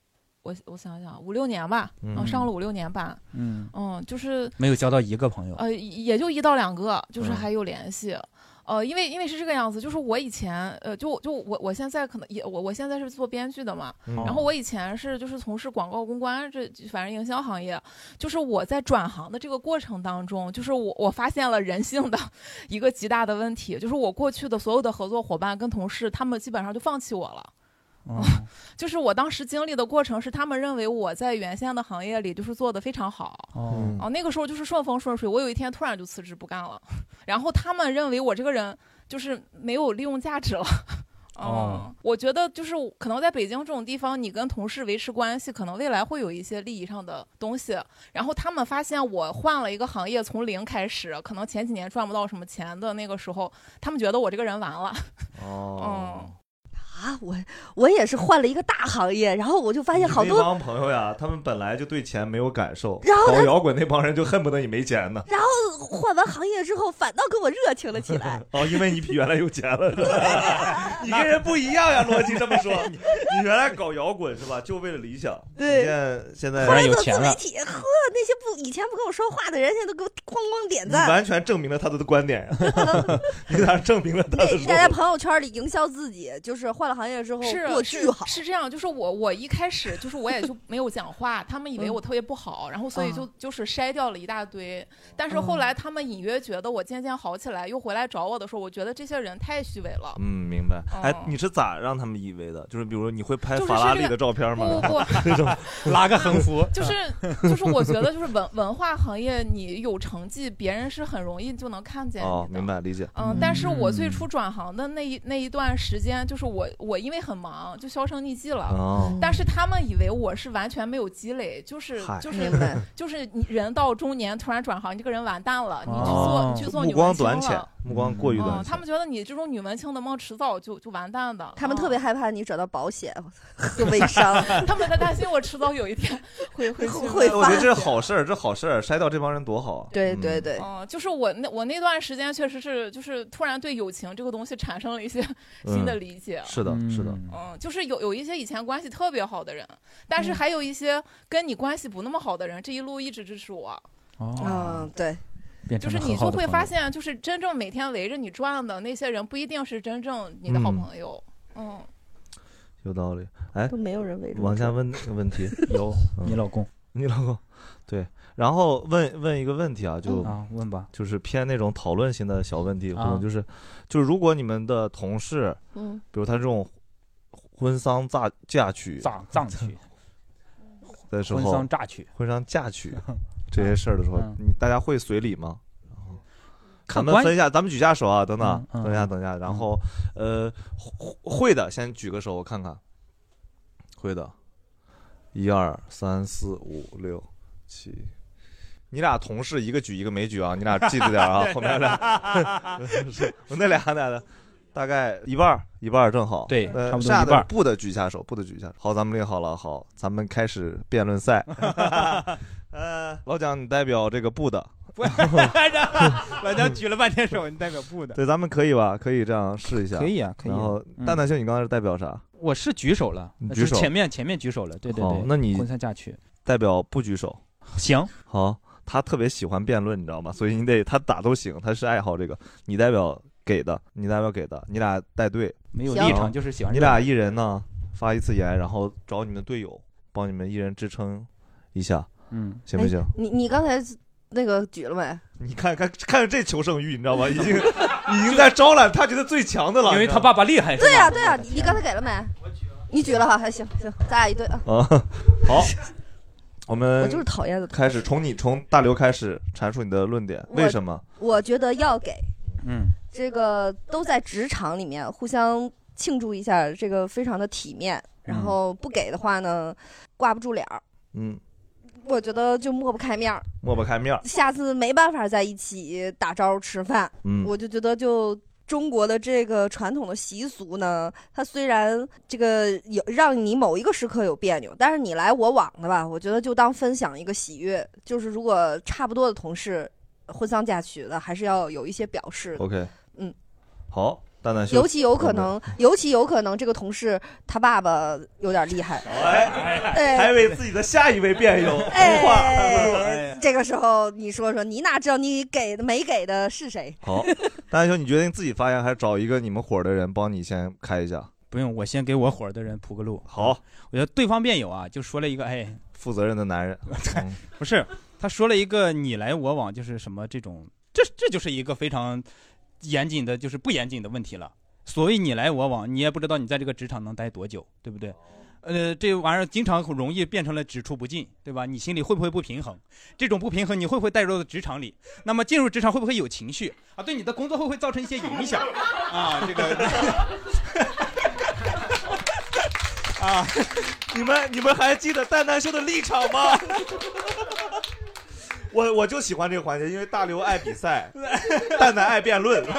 [SPEAKER 6] 我我想想，五六年吧，
[SPEAKER 1] 嗯
[SPEAKER 6] 嗯，上了五六年吧，
[SPEAKER 1] 嗯
[SPEAKER 6] 嗯，就是
[SPEAKER 1] 没有交到一个朋友。
[SPEAKER 6] 呃，也就一到两个，就是
[SPEAKER 1] 嗯
[SPEAKER 6] 还有联系。呃，因为因为是这个样子，就是我以前呃，就就我我现在可能也我我现在是做编剧的嘛，
[SPEAKER 11] 嗯
[SPEAKER 6] 然后我以前是就是从事广告公关这反正营销行业，就是我在转行的这个过程当中，就是我我发现了人性的 <laughs> 一个极大的问题，就是我过去的所有的合作伙伴跟同事，他们基本上就放弃我了。
[SPEAKER 1] 嗯
[SPEAKER 6] <laughs> 就是我当时经历的过程是，他们认为我在原先的行业里就是做的非常好，
[SPEAKER 13] 嗯
[SPEAKER 1] 哦
[SPEAKER 6] 哦，那个时候就是顺风顺水，我有一天突然就辞职不干了，然后他们认为我这个人就是没有利用价值了。 <laughs>
[SPEAKER 1] 哦，
[SPEAKER 6] 我觉得就是可能在北京这种地方，你跟同事维持关系，可能未来会有一些利益上的东西。然后他们发现我换了一个行业，从零开始，可能前几年赚不到什么钱的那个时候，他们觉得我这个人完了。
[SPEAKER 2] 嗯
[SPEAKER 3] 哦，
[SPEAKER 2] 啊，我我也是换了一个大行业，然后我就发现好
[SPEAKER 3] 那帮
[SPEAKER 2] 多，
[SPEAKER 3] 朋友呀，他们本来就对钱没有感受，
[SPEAKER 2] 然后他
[SPEAKER 3] 搞摇滚那帮人就恨不得你没钱呢。
[SPEAKER 2] 然后换完行业之后，反倒跟我热情了起
[SPEAKER 3] <laughs>
[SPEAKER 2] 来。
[SPEAKER 3] 哦，因为你比原来有钱
[SPEAKER 2] <laughs>
[SPEAKER 3] 了， <laughs> 是吧？你跟人不一哎样呀，逻辑这么说，你 <laughs> 你原来搞摇滚是吧？就为了理想，
[SPEAKER 2] 对
[SPEAKER 3] 你现在现在
[SPEAKER 2] 后来做自媒体，呵，那些不以前不跟我说话的人，现在都给我哐哐点
[SPEAKER 3] 你
[SPEAKER 2] 赞。
[SPEAKER 3] 完全证明了他的观
[SPEAKER 2] <laughs>
[SPEAKER 3] 点呀，你咋证明了他的
[SPEAKER 2] 你
[SPEAKER 3] 说
[SPEAKER 2] 在
[SPEAKER 3] 法？
[SPEAKER 2] 朋友圈里营销自己，就是换了行业之后
[SPEAKER 6] 是
[SPEAKER 2] 哦过
[SPEAKER 6] 是
[SPEAKER 2] 巨好。
[SPEAKER 6] 是这样，就是我我一开始就是我也就没有讲话，他们以为我特别不好，然后所以就、就是筛掉了一大堆。但是后来他们隐约觉得我渐渐好起来，又回来找我的时候，我觉得这些人太虚伪了。
[SPEAKER 3] 嗯，明白。
[SPEAKER 2] 哦
[SPEAKER 3] 哎，你是咋让他们以为的？就是比如你会拍法拉利的照片吗？
[SPEAKER 6] 就是是这个不不不
[SPEAKER 3] <laughs>
[SPEAKER 6] <laughs>
[SPEAKER 3] 这种拉个横幅 <laughs>
[SPEAKER 6] 就是就是，我觉得就是文文化行业，你有成绩，别人是很容易就能看见你
[SPEAKER 3] 哦，明白理解。
[SPEAKER 6] 嗯，但是我最初转行的那一那一段时间，就是我我因为很忙，就销声匿迹了。
[SPEAKER 3] 哦
[SPEAKER 6] 但是啊他们以为我是完全没有积累，就是
[SPEAKER 3] 嗨
[SPEAKER 6] 就
[SPEAKER 3] 明白
[SPEAKER 6] 是 <laughs> 就是你人到中年突然转行，你这个人完蛋啊了，你去做、
[SPEAKER 3] 哦
[SPEAKER 6] 你去做
[SPEAKER 3] 目
[SPEAKER 6] 女
[SPEAKER 3] 光
[SPEAKER 6] 文青
[SPEAKER 3] 短浅
[SPEAKER 6] 了。，
[SPEAKER 3] 目光过于短
[SPEAKER 6] 嗯，
[SPEAKER 3] 浅。
[SPEAKER 6] 他们觉得你这种女文青的梦迟早就就完蛋的。
[SPEAKER 2] 他们
[SPEAKER 6] 嗯
[SPEAKER 2] 特别害怕你转到保险 <laughs> 和微商，
[SPEAKER 6] <laughs> 他们在担心我迟早有一天 <laughs> 会会去
[SPEAKER 2] <laughs> 会
[SPEAKER 3] 哎我觉得这是好事儿，这好事儿，筛掉这帮人多好啊。
[SPEAKER 2] 对
[SPEAKER 3] 嗯
[SPEAKER 2] 对对，
[SPEAKER 6] 哦，就是我那我那段时间确实是，就是突然对友情这个东西产生了一些新的理
[SPEAKER 2] 啊
[SPEAKER 6] 解。
[SPEAKER 3] 嗯是的，是的。
[SPEAKER 6] 嗯，就是有有一些以前关系特别好的人，但
[SPEAKER 2] 嗯
[SPEAKER 6] 是还有一些跟你关系不那么好的人，这一路一直支持我。
[SPEAKER 2] 嗯，对，
[SPEAKER 1] 哦变
[SPEAKER 6] 就
[SPEAKER 1] 成
[SPEAKER 6] 是
[SPEAKER 1] 了
[SPEAKER 6] 你
[SPEAKER 1] 很好
[SPEAKER 6] 就
[SPEAKER 1] 的
[SPEAKER 6] 会
[SPEAKER 1] 朋
[SPEAKER 6] 发
[SPEAKER 1] 友
[SPEAKER 6] 现，就是真正每天围着你转的那些人，不一定是真正你的好朋友。嗯，
[SPEAKER 3] 有道理。哎，
[SPEAKER 2] 都没有人围着我
[SPEAKER 3] 往下
[SPEAKER 2] 转
[SPEAKER 3] 问那个问题，有
[SPEAKER 1] 你老公，
[SPEAKER 3] 你老公，对。然后问问一个问题啊，就
[SPEAKER 1] 嗯啊问吧，
[SPEAKER 3] 就是偏那种讨论型的小问题，可
[SPEAKER 1] 啊
[SPEAKER 3] 能就是，就是如果你们的同事，
[SPEAKER 1] 嗯
[SPEAKER 3] 比如他这种婚丧嫁嫁娶，
[SPEAKER 1] 葬葬娶，
[SPEAKER 3] <laughs> 的时候，
[SPEAKER 1] 婚丧嫁娶，
[SPEAKER 3] 婚丧嫁
[SPEAKER 1] <laughs>
[SPEAKER 3] 娶这些事儿的时候，
[SPEAKER 1] 嗯
[SPEAKER 3] 你大家会随礼吗？咱
[SPEAKER 1] 看
[SPEAKER 3] 们
[SPEAKER 1] 关，
[SPEAKER 3] 分一下，咱们举下手啊，等等，等一下，等一下，然后，呃，会会的先举个手，我看看，会的，一二三四五六七，你俩同事一个举一个没举 <laughs> 啊，你俩记着点
[SPEAKER 19] <laughs>
[SPEAKER 3] <laughs> 啊后面俩，是我那俩那俩大概 <laughs> 一半儿一半儿正好，
[SPEAKER 1] 对
[SPEAKER 3] 呃
[SPEAKER 1] 差不多
[SPEAKER 3] 剩下
[SPEAKER 1] 一半
[SPEAKER 3] 的
[SPEAKER 1] 儿
[SPEAKER 3] 不的举一下手，不的举一下手，好，咱们列好了，好，咱们开始辩论赛，呃，老蒋你代表这个不的，
[SPEAKER 1] <laughs> 老姜举了半天手，你代表不的。
[SPEAKER 3] 对，咱们可以吧？可以这样试一下。
[SPEAKER 1] 可以啊可以啊
[SPEAKER 3] 然后
[SPEAKER 1] 嗯
[SPEAKER 3] 蛋蛋秀，你刚才是代表啥？
[SPEAKER 1] 我是举手了
[SPEAKER 3] 你，
[SPEAKER 1] 就是
[SPEAKER 3] 举手
[SPEAKER 1] 呃前面前面举手了，对对
[SPEAKER 3] 好
[SPEAKER 1] 对。
[SPEAKER 3] 那你
[SPEAKER 1] 婚丧嫁娶，
[SPEAKER 3] 代表不举手。
[SPEAKER 1] 行。
[SPEAKER 3] 好，他特别喜欢辩论，你知道吗？所以你得他打都行，他是爱好这个。你代表给的，你代表给的，你俩带队，
[SPEAKER 1] 没有行立场就是喜欢
[SPEAKER 3] 你
[SPEAKER 1] 这样
[SPEAKER 3] 俩一人呢发一次言，然后找你们队友帮你们一人支撑一下，
[SPEAKER 1] 嗯，
[SPEAKER 3] 行不行？
[SPEAKER 2] 你你刚才那个举了没？
[SPEAKER 3] 你看看看这求胜欲，你知道吗？已 <laughs> 经已经在招揽他觉得最强的了，
[SPEAKER 1] 因为
[SPEAKER 3] 你知
[SPEAKER 1] 他
[SPEAKER 3] 道吗
[SPEAKER 1] 爸爸厉害，是
[SPEAKER 2] 对呀
[SPEAKER 1] 吧？
[SPEAKER 2] 对呀，啊啊你你刚才给了没？你举了哈，还行行，咱俩一对啊。
[SPEAKER 3] 啊 <laughs> 啊，好，我们
[SPEAKER 2] 我就是讨厌的同事
[SPEAKER 3] 开始从你从大刘开始阐述你的论点，为什么？
[SPEAKER 2] 我觉得要给
[SPEAKER 3] 嗯，
[SPEAKER 2] 这个都在职场里面互相庆祝一下，这个非常的体面。然后不给的话呢，挂不住脸儿，
[SPEAKER 3] 嗯，
[SPEAKER 2] 我觉得就抹不开面儿。
[SPEAKER 3] 抹不开面儿。
[SPEAKER 2] 下次没办法在一起打招呼吃饭。
[SPEAKER 3] 嗯
[SPEAKER 2] 我就觉得就。中国的这个传统的习俗呢，它虽然这个有让你某一个时刻有别扭，但是你来我往的吧，我觉得就当分享一个喜悦。就是如果差不多的同事婚丧嫁娶的，还是要有一些表示的。
[SPEAKER 3] OK，
[SPEAKER 2] 嗯，
[SPEAKER 3] 好，蛋蛋秀，
[SPEAKER 2] 尤其有可能，尤其有可能这个同事他爸爸有点厉害。哎
[SPEAKER 3] 还为自己的下一位辩友孵化。
[SPEAKER 2] 哎，这个时候你说说，你哪知道你给的没给的是谁？ <laughs>
[SPEAKER 3] 好，蛋蛋秀，你决定自己发言，还是找一个你们伙儿的人帮你先开一下？
[SPEAKER 1] 不用，我先给我伙儿的人铺个路。啊
[SPEAKER 3] 好，
[SPEAKER 1] 我觉得对方辩友啊，就说了一个，哎，
[SPEAKER 3] 负责任
[SPEAKER 1] <laughs>
[SPEAKER 3] 的男人，
[SPEAKER 1] 不是，他说了一个你来我往，就是什么这种，这这就是一个非常严谨的，就是不严谨的问题了。所谓你来我往，你也不知道你在这个职场能待多久，对不对？呃，这玩意儿经常容易变成了只出不进，对吧？你心里会不会不平衡？这种不平衡你会不会带入到职场里？那么进入职场会不会有情绪啊？对你的工作会不会造成一些影响啊？这个
[SPEAKER 3] 啊， <laughs> 你们你们还记得蛋蛋秀的立场 <laughs> 吗？我我就喜欢这个环节，因为大刘爱比 <laughs> 赛，蛋蛋爱辩论， <laughs>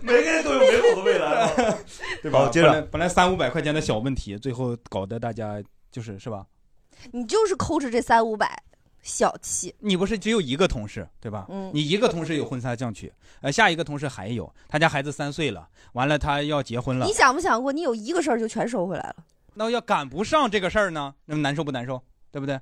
[SPEAKER 3] 每个人都有美好的未 <laughs> 来嘛，对吧？
[SPEAKER 1] 好
[SPEAKER 3] 接
[SPEAKER 1] 本来
[SPEAKER 3] 着，啊
[SPEAKER 1] 本来三五百块钱的小问题，最后搞得大家就是是吧？
[SPEAKER 2] <laughs> 你就是抠着这三五百，小气。
[SPEAKER 1] 你不是只有一个同事对吧？
[SPEAKER 2] 嗯
[SPEAKER 1] 你一个同事有婚纱降娶，呃，下一个同事还有，他家孩子三岁了，完了他要结婚了，
[SPEAKER 2] 你想不想过，你有一个事儿就全收回来了？
[SPEAKER 1] 那要赶不上这个事儿呢，那么难受不难受？对不对？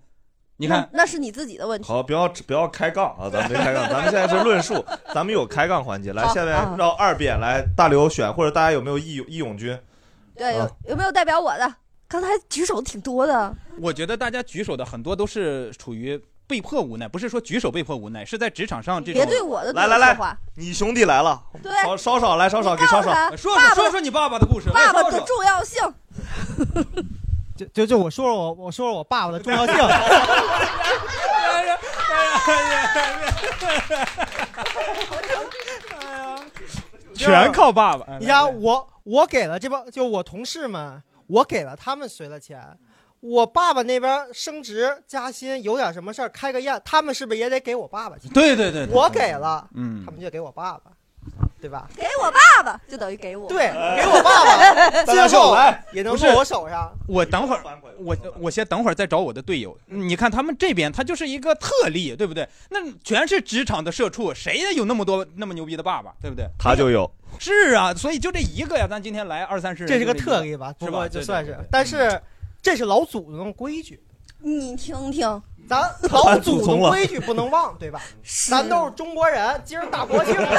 [SPEAKER 1] 你看，
[SPEAKER 2] 那是你自己的问题。
[SPEAKER 3] 好，不要不要开杠啊，咱们没开杠，咱们现在是论述，咱们有开杠环节，来，下面
[SPEAKER 2] 啊
[SPEAKER 3] 绕二辩，来大刘选，或者大家有没有义勇义勇军？
[SPEAKER 2] 对，
[SPEAKER 1] 啊
[SPEAKER 2] 有有没有代表我的？刚才举手挺多的，
[SPEAKER 1] 我觉得大家举手的很多都是处于被迫无奈，不是说举手被迫无奈，是在职场上这种。
[SPEAKER 2] 别对我的
[SPEAKER 3] 来
[SPEAKER 2] 同
[SPEAKER 3] 来
[SPEAKER 2] 事
[SPEAKER 3] 来
[SPEAKER 2] 说话。，
[SPEAKER 3] 你兄弟来了，
[SPEAKER 2] 对
[SPEAKER 3] 稍稍少来，稍少给
[SPEAKER 2] 告
[SPEAKER 3] 稍
[SPEAKER 2] 诉
[SPEAKER 3] 少
[SPEAKER 2] 他，
[SPEAKER 1] 说
[SPEAKER 2] 爸
[SPEAKER 1] 说
[SPEAKER 2] 爸
[SPEAKER 1] 说说你爸爸的故事，
[SPEAKER 2] 爸
[SPEAKER 1] 来
[SPEAKER 2] 爸
[SPEAKER 1] 说
[SPEAKER 2] 的
[SPEAKER 1] 说
[SPEAKER 2] 重要性，
[SPEAKER 21] 就就就我说说我我说说我爸爸的重要性。
[SPEAKER 1] <laughs> 哎
[SPEAKER 3] <laughs>
[SPEAKER 1] 全靠爸爸
[SPEAKER 21] 你家我我给了这帮就我同事们，我给了他们随了钱。我爸爸那边升职加薪，有点什么事儿开个宴，他们是不是也得给我爸爸钱？
[SPEAKER 1] 对对对对
[SPEAKER 21] 我给了，
[SPEAKER 1] 嗯
[SPEAKER 21] 他们就给我爸爸，对吧？
[SPEAKER 2] 给我爸爸就等于给我。
[SPEAKER 21] 对，给我爸爸，
[SPEAKER 1] 大
[SPEAKER 21] 最
[SPEAKER 1] 手
[SPEAKER 21] 后
[SPEAKER 1] 来
[SPEAKER 21] 也能
[SPEAKER 1] 不
[SPEAKER 21] 落
[SPEAKER 1] 是
[SPEAKER 21] 我手上。
[SPEAKER 1] <laughs> 我等会儿，我我先等会儿再找我的队友。你看他们这边，他就是一个特例，对不对？那全是职场的社畜，谁有那么多那么牛逼的爸爸，对不对？
[SPEAKER 3] 他就有。
[SPEAKER 1] 是啊，所以就这一个呀，咱今天来二三十人，
[SPEAKER 21] 这是个
[SPEAKER 1] 就一
[SPEAKER 21] 特例吧，不
[SPEAKER 1] 是
[SPEAKER 21] 过
[SPEAKER 1] 吧？
[SPEAKER 21] 就
[SPEAKER 1] 对
[SPEAKER 21] 算是
[SPEAKER 1] 对对，
[SPEAKER 21] 但是这是老祖宗的规矩，
[SPEAKER 2] 你听听，
[SPEAKER 21] 咱老祖宗的规矩不能忘，
[SPEAKER 1] <laughs>
[SPEAKER 21] 对吧？咱都是中国人，今儿大国庆了，
[SPEAKER 1] <laughs>
[SPEAKER 21] <laughs>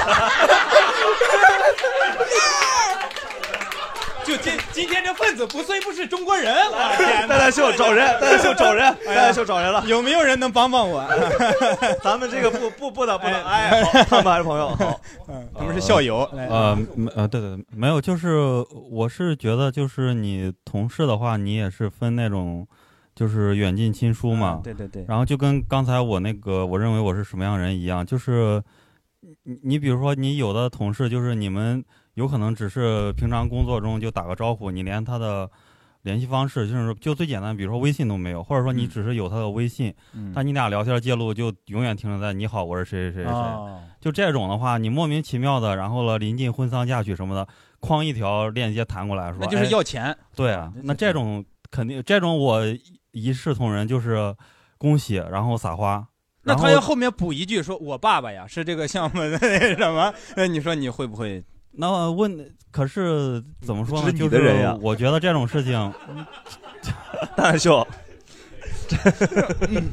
[SPEAKER 1] 就今今天这份子不虽不是中国人，我的天
[SPEAKER 3] 蛋
[SPEAKER 1] 哪
[SPEAKER 3] 蛋哎秀找人，蛋蛋秀找人，蛋蛋秀找人了，
[SPEAKER 1] 有没有人能帮帮
[SPEAKER 3] <laughs>
[SPEAKER 1] 我？
[SPEAKER 3] 咱们这
[SPEAKER 1] <laughs>
[SPEAKER 3] 个不不不能不能，啊哎，好，他们还是朋友，好，
[SPEAKER 1] 他嗯们是校友。
[SPEAKER 22] 呃，没呃，对对，对没有，就是我是觉得，就是你同事的话，你也是分那种，就是远近亲疏嘛。
[SPEAKER 1] 啊对对对
[SPEAKER 22] 然后就跟刚才我那个，我认为我是什么样人一样，就是你你比如说，你有的同事就是你们有可能只是平常工作中就打个招呼，你连他的联系方式，就是就最简单，比如说微信都没有，或者说你只是有他的微信，
[SPEAKER 1] 嗯
[SPEAKER 22] 但你俩聊天记录就永远停留在你好，我是谁谁谁谁。
[SPEAKER 1] 哦
[SPEAKER 22] 就这种的话，你莫名其妙的，然后了，临近婚丧嫁娶什么的，哐一条链接弹过来说，
[SPEAKER 1] 那就是
[SPEAKER 22] 哎
[SPEAKER 1] 要钱
[SPEAKER 22] 对啊，那这种肯定，这种我一视同仁，就是恭喜，然后撒花。
[SPEAKER 1] 那
[SPEAKER 22] 然
[SPEAKER 1] 他要
[SPEAKER 22] 后
[SPEAKER 1] 后面补一句说，我爸爸呀是这个项目的那什么， <laughs> 那你说你会不会？
[SPEAKER 22] 那问，可是怎么说呢？
[SPEAKER 1] 是你
[SPEAKER 22] 就
[SPEAKER 1] 的人呀
[SPEAKER 22] 我觉得这种事
[SPEAKER 1] <laughs>
[SPEAKER 22] 情，<laughs>
[SPEAKER 3] 蛋秀，
[SPEAKER 1] <laughs>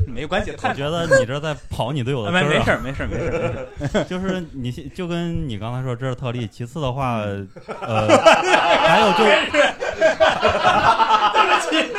[SPEAKER 1] 没关系太好
[SPEAKER 22] 我觉得你这在跑你队友的根儿啊
[SPEAKER 1] 哎没没事儿没事儿没事儿没事
[SPEAKER 22] <laughs>
[SPEAKER 1] 儿
[SPEAKER 22] 就是你就跟你刚才说这是特例，其次的
[SPEAKER 1] <laughs>
[SPEAKER 22] 话，呃，还有
[SPEAKER 3] <laughs>
[SPEAKER 22] 就
[SPEAKER 3] 对不起。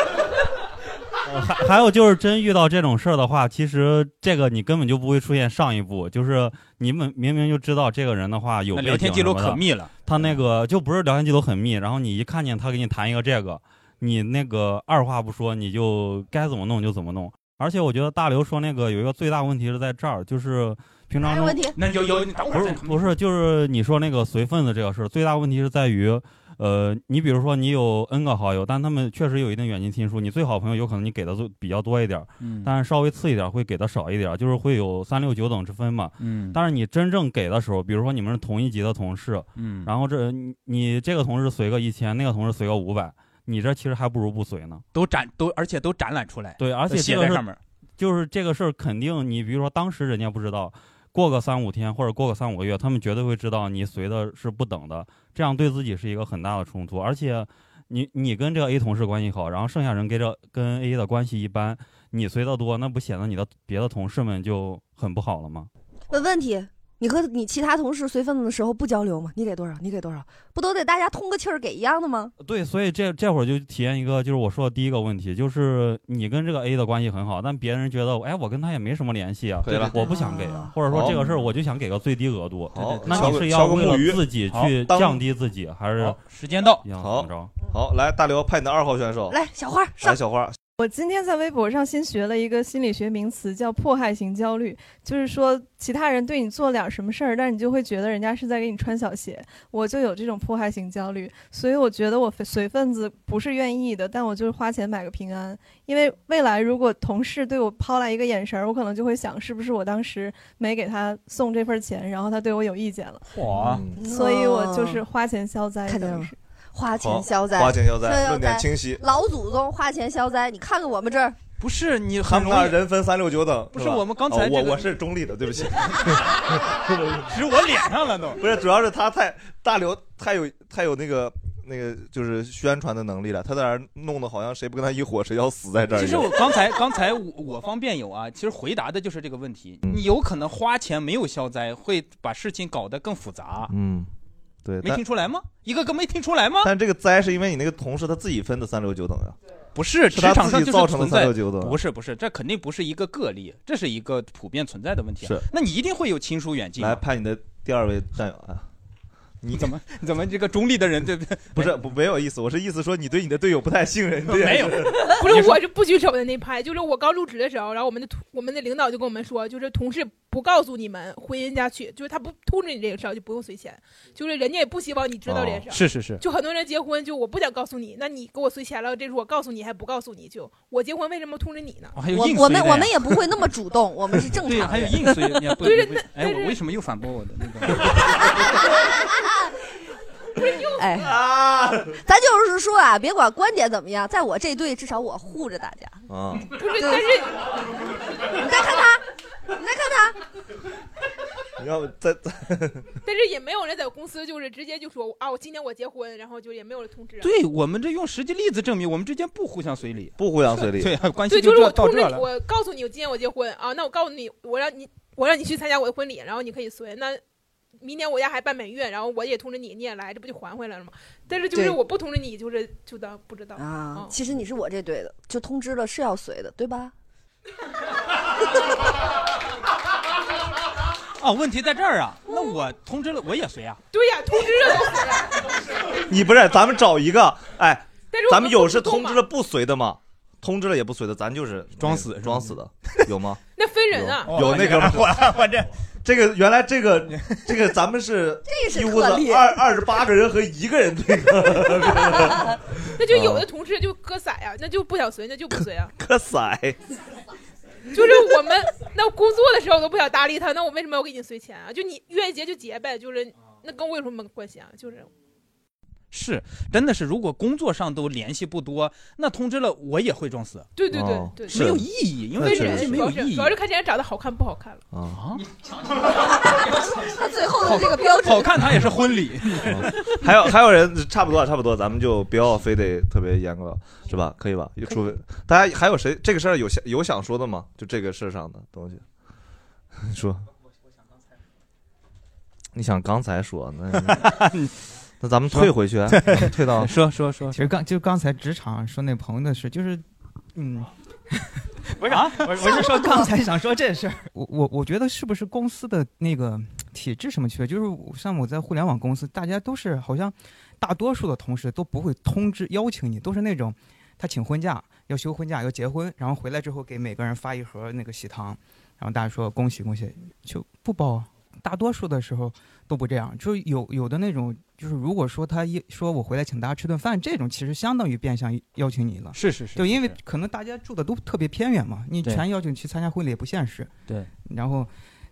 [SPEAKER 22] 还 <laughs> 还有就是，真遇到这种事儿的话，其实这个你根本就不会出现上一步，就是你们明明就知道这个人的话有
[SPEAKER 1] 那
[SPEAKER 22] 背景
[SPEAKER 1] 聊天记录
[SPEAKER 22] 什么的
[SPEAKER 1] 可密了，
[SPEAKER 22] 他那个就不是聊天记录很密，然后你一看见他给你弹一个这个，你那个二话不说，你就该怎么弄就怎么弄。而且我觉得大刘说那个有一个最大问题是在这儿，就是平常
[SPEAKER 2] 哪有
[SPEAKER 22] 中
[SPEAKER 2] 问题那
[SPEAKER 1] 有有你等会儿
[SPEAKER 22] 不是不是，就是你说那个随份子这个事儿，最大问题是在于，呃，你比如说你有 N 个好友，但他们确实有一定远近亲疏，你最好朋友有可能你给的最比较多一点儿，
[SPEAKER 1] 嗯
[SPEAKER 22] 但是稍微次一点儿会给的少一点儿，就是会有三六九等之分嘛。
[SPEAKER 1] 嗯
[SPEAKER 22] 但是你真正给的时候，比如说你们是同一级的同事，
[SPEAKER 1] 嗯
[SPEAKER 22] 然后这你你这个同事随个一千，那个同事随个五百，你这其实还不如不随呢。
[SPEAKER 1] 都展都而且都展览出来，
[SPEAKER 22] 对，而且
[SPEAKER 1] 都写
[SPEAKER 22] 这个
[SPEAKER 1] 在
[SPEAKER 22] 事儿
[SPEAKER 1] 上面。
[SPEAKER 22] 就是这个事儿肯定你比如说当时人家不知道，过个三五天或者过个三五个月，他们绝对会知道你随的是不等的，这样对自己是一个很大的冲突，而且。你你跟这个 A 同事关系好，然后剩下人跟这跟 A 的关系一般，你随的多，那不显得你的别的同事们就很不好了吗？
[SPEAKER 2] 问问题，你和你其他同事随份子的时候不交流吗？你给多少？你给多少？不都得大家通个气儿给一样的吗？
[SPEAKER 22] 对，所以这这会儿就体验一个，就是我说的第一个问题，就是你跟这个 A 的关系很好，但别人觉得，哎，我跟他也没什么联系啊，
[SPEAKER 3] 可以了哦
[SPEAKER 22] 我不想给啊，或者说这个事儿我就想给个最低额度。
[SPEAKER 3] <laughs> 好
[SPEAKER 22] 那
[SPEAKER 3] 敲
[SPEAKER 22] 你
[SPEAKER 3] 个
[SPEAKER 22] 是
[SPEAKER 3] 敲
[SPEAKER 22] 要
[SPEAKER 3] 个
[SPEAKER 22] 为
[SPEAKER 3] 木
[SPEAKER 22] 了
[SPEAKER 3] 鱼
[SPEAKER 22] 自己
[SPEAKER 3] 好
[SPEAKER 22] 去
[SPEAKER 3] 当
[SPEAKER 22] 降低自己，还是
[SPEAKER 1] 好时间到？
[SPEAKER 22] 好，
[SPEAKER 3] 好，来大刘派你的二号选
[SPEAKER 1] 哦
[SPEAKER 3] 手，
[SPEAKER 2] 来小花
[SPEAKER 3] 来小花，
[SPEAKER 24] 我今天在微博上新学了一个心理学名词，叫迫害型焦虑，就是说其他人对你做点什么事儿，但是你就会觉得人家是在给你穿小鞋。我就有这种迫害型焦虑，所以我觉得我随份子不是愿意的，但我就是花钱买个平安。因为未来如果同事对我抛来一个眼神儿，我可能就会想，是不是我当时没给他送这份钱，然后他对我有意见了。
[SPEAKER 1] 哇，
[SPEAKER 24] 所以我就是花钱消灾，看见了
[SPEAKER 2] 花钱消灾，
[SPEAKER 3] 花钱消灾
[SPEAKER 2] 这
[SPEAKER 3] 论点清晰
[SPEAKER 2] 老祖宗花钱消灾，你看看我们这儿，
[SPEAKER 1] 不是你
[SPEAKER 3] 他
[SPEAKER 1] 很
[SPEAKER 3] 们
[SPEAKER 1] 容
[SPEAKER 3] 那儿
[SPEAKER 1] 易
[SPEAKER 3] 人分三六九等，
[SPEAKER 1] 不是
[SPEAKER 3] 吧
[SPEAKER 1] 我们刚才
[SPEAKER 3] 哦我
[SPEAKER 1] 这个
[SPEAKER 3] 我是中立的，对
[SPEAKER 1] <laughs>
[SPEAKER 3] 不起，
[SPEAKER 1] 指我脸上了都。
[SPEAKER 3] <laughs> 不是，主要是他太大刘太有太有那个那个就是宣传的能力了，他在那儿弄得好像谁不跟他一伙谁要死在这儿一
[SPEAKER 1] 其
[SPEAKER 3] 样。
[SPEAKER 1] 实我刚才刚才我我方辩友啊，其实回答的就是这个问题。你有可能花钱没有消灾，会把事情搞得更复杂。
[SPEAKER 3] 嗯，对，
[SPEAKER 1] 没
[SPEAKER 3] 但
[SPEAKER 1] 听出来吗？一个个没听出来吗？
[SPEAKER 3] 但这个灾是因为你那个同事他自己分的三六九等呀，
[SPEAKER 1] 不是，
[SPEAKER 3] 是
[SPEAKER 1] 职
[SPEAKER 3] 他
[SPEAKER 1] 场
[SPEAKER 3] 自
[SPEAKER 1] 上
[SPEAKER 3] 己
[SPEAKER 1] 就是
[SPEAKER 3] 造成的
[SPEAKER 1] 存
[SPEAKER 3] 三
[SPEAKER 1] 在
[SPEAKER 3] 六九等，啊
[SPEAKER 1] 不是不是，这肯定不是一个个例，这是一个普遍存在的问题啊。
[SPEAKER 3] 是
[SPEAKER 1] 那你一定会有亲疏远近。啊
[SPEAKER 3] 来，派你的第二位战友啊。你
[SPEAKER 1] 怎么你 <laughs> 怎么这个中立的人对不对？
[SPEAKER 3] <laughs> 不是不没有意思，我是意思说你对你的队友不太信任。
[SPEAKER 1] 没有， <laughs>
[SPEAKER 7] 不是，我是不举手的那派，就是我刚入职的时候，然后我们的同我们的领导就跟我们说，就是同事不告诉你们回人家去，就是他不通知你这个事儿，就不用随钱，就是人家也不希望你知道这件事儿、
[SPEAKER 1] 哦是是是
[SPEAKER 7] 就很多人结婚，就我不想告诉你，那你给我随钱了，这是我告诉你还不告诉你就我结婚为什么通知你呢？
[SPEAKER 1] 哦
[SPEAKER 7] <laughs>
[SPEAKER 1] 还有
[SPEAKER 2] 我
[SPEAKER 1] 硬
[SPEAKER 2] 我
[SPEAKER 1] 随
[SPEAKER 2] 们
[SPEAKER 1] 的呀
[SPEAKER 2] 我们也不会那么主动，我们是
[SPEAKER 1] <laughs>
[SPEAKER 2] 正常
[SPEAKER 1] 对，
[SPEAKER 2] 人。
[SPEAKER 1] 还有硬随，
[SPEAKER 2] <laughs>
[SPEAKER 1] 你不
[SPEAKER 7] 对
[SPEAKER 1] 不不
[SPEAKER 7] 那
[SPEAKER 1] 哎，
[SPEAKER 7] 但是
[SPEAKER 1] 我为什么又反驳我的那个？
[SPEAKER 2] 哎
[SPEAKER 3] 啊，
[SPEAKER 2] 咱就是说啊，别管观点怎么样，在我这队至少我护着大家。
[SPEAKER 3] 啊，
[SPEAKER 2] 不是，但是你再看他，你再看他，
[SPEAKER 3] 你要不再 <laughs> 再
[SPEAKER 7] 但是也没有人在公司就是直接就说啊，我今天我结婚，然后就也没有人通知、啊。
[SPEAKER 1] 对我们这用实际例子证明，我们之间不互相随礼，
[SPEAKER 3] 不互相随礼
[SPEAKER 1] 对啊，关系
[SPEAKER 7] 对，就是
[SPEAKER 1] 这
[SPEAKER 7] 我
[SPEAKER 1] 到
[SPEAKER 7] 通
[SPEAKER 1] 这
[SPEAKER 7] 知你，
[SPEAKER 1] 了。
[SPEAKER 7] 我告诉你，我今天我结婚啊，那我告诉你，我让你我让你去参加我的婚礼，然后你可以随那。明年我家还办满月，然后我也通知你，你也来，这不就还回来了吗？但是就是
[SPEAKER 2] 对
[SPEAKER 7] 我不通知你，就是就当不知道嗯
[SPEAKER 2] 啊，其实你是我这队的，就通知了是要随的，对吧？
[SPEAKER 1] 哦，问题在这儿啊，那我通知了，我也随啊。
[SPEAKER 7] 对呀、通知了。
[SPEAKER 3] 你不是，咱们找一个，哎
[SPEAKER 7] 但是，我
[SPEAKER 3] 咱们有
[SPEAKER 7] 们
[SPEAKER 3] 是
[SPEAKER 7] 不主动
[SPEAKER 3] 通知了不随的吗？通知了也不随的，咱就是装死装死的，有吗？
[SPEAKER 7] 那分人啊，
[SPEAKER 3] 有那个吗？
[SPEAKER 1] 我我这
[SPEAKER 3] 这个原来这个这个咱们是
[SPEAKER 7] 这是
[SPEAKER 3] 一屋子
[SPEAKER 7] 特例
[SPEAKER 3] 二二十八个人和一个人对个
[SPEAKER 7] <laughs> 那就有
[SPEAKER 3] 嗯
[SPEAKER 7] 的同事就割色呀、那就不想随，那就不随啊。
[SPEAKER 3] <laughs> 可塞，
[SPEAKER 7] 就是我们那工作的时候都不想搭理他，那我为什么要给你随钱啊？就你愿意结就结呗，就是那跟我有什么关系啊？就是
[SPEAKER 1] 是，真的是，如果工作上都联系不多，那通知了我也会装死。
[SPEAKER 7] 对对对哦对对
[SPEAKER 1] 没有意义，因
[SPEAKER 7] 分
[SPEAKER 1] 为这东西
[SPEAKER 7] 人
[SPEAKER 1] 没
[SPEAKER 7] 主要
[SPEAKER 1] 有
[SPEAKER 7] 是
[SPEAKER 1] 意义
[SPEAKER 7] 主要是看谁家长得好看不好看了。
[SPEAKER 1] 啊。
[SPEAKER 2] <laughs> 他最后的这个标准，
[SPEAKER 1] 好看，他也是婚礼。 <laughs>
[SPEAKER 3] 还有还有人差不多了差不多，咱们就不要非得特别严格，是吧？可以吧？除非大家还有谁这个事儿有想有想说的吗？就这个事儿上的东西，你 <laughs> 说。你想刚才说那，那咱们退回去，咱们退到
[SPEAKER 9] 其实刚就刚才职场说那朋友的事，就是，嗯，
[SPEAKER 1] 不是啊，
[SPEAKER 9] 我我是说刚才想说这事儿， <laughs> 我我我觉得是不是公司的那个体制什么区别？就是我像我在互联网公司，大家都是好像大多数的同事都不会通知邀请你，都是那种他请婚假，要休婚假，要结婚，然后回来之后给每个人发一盒那个喜糖，然后大家说恭喜恭喜，就不包啊。大多数的时候都不这样，就有有的那种，就是如果说他一说我回来请大家吃顿饭，这种其实相当于变相邀请你了。
[SPEAKER 1] 是是是
[SPEAKER 9] 就因为可能大家住的都特别偏远嘛，你
[SPEAKER 1] 对
[SPEAKER 9] 全邀请去参加婚礼也不现实。
[SPEAKER 1] 对，
[SPEAKER 9] 然后，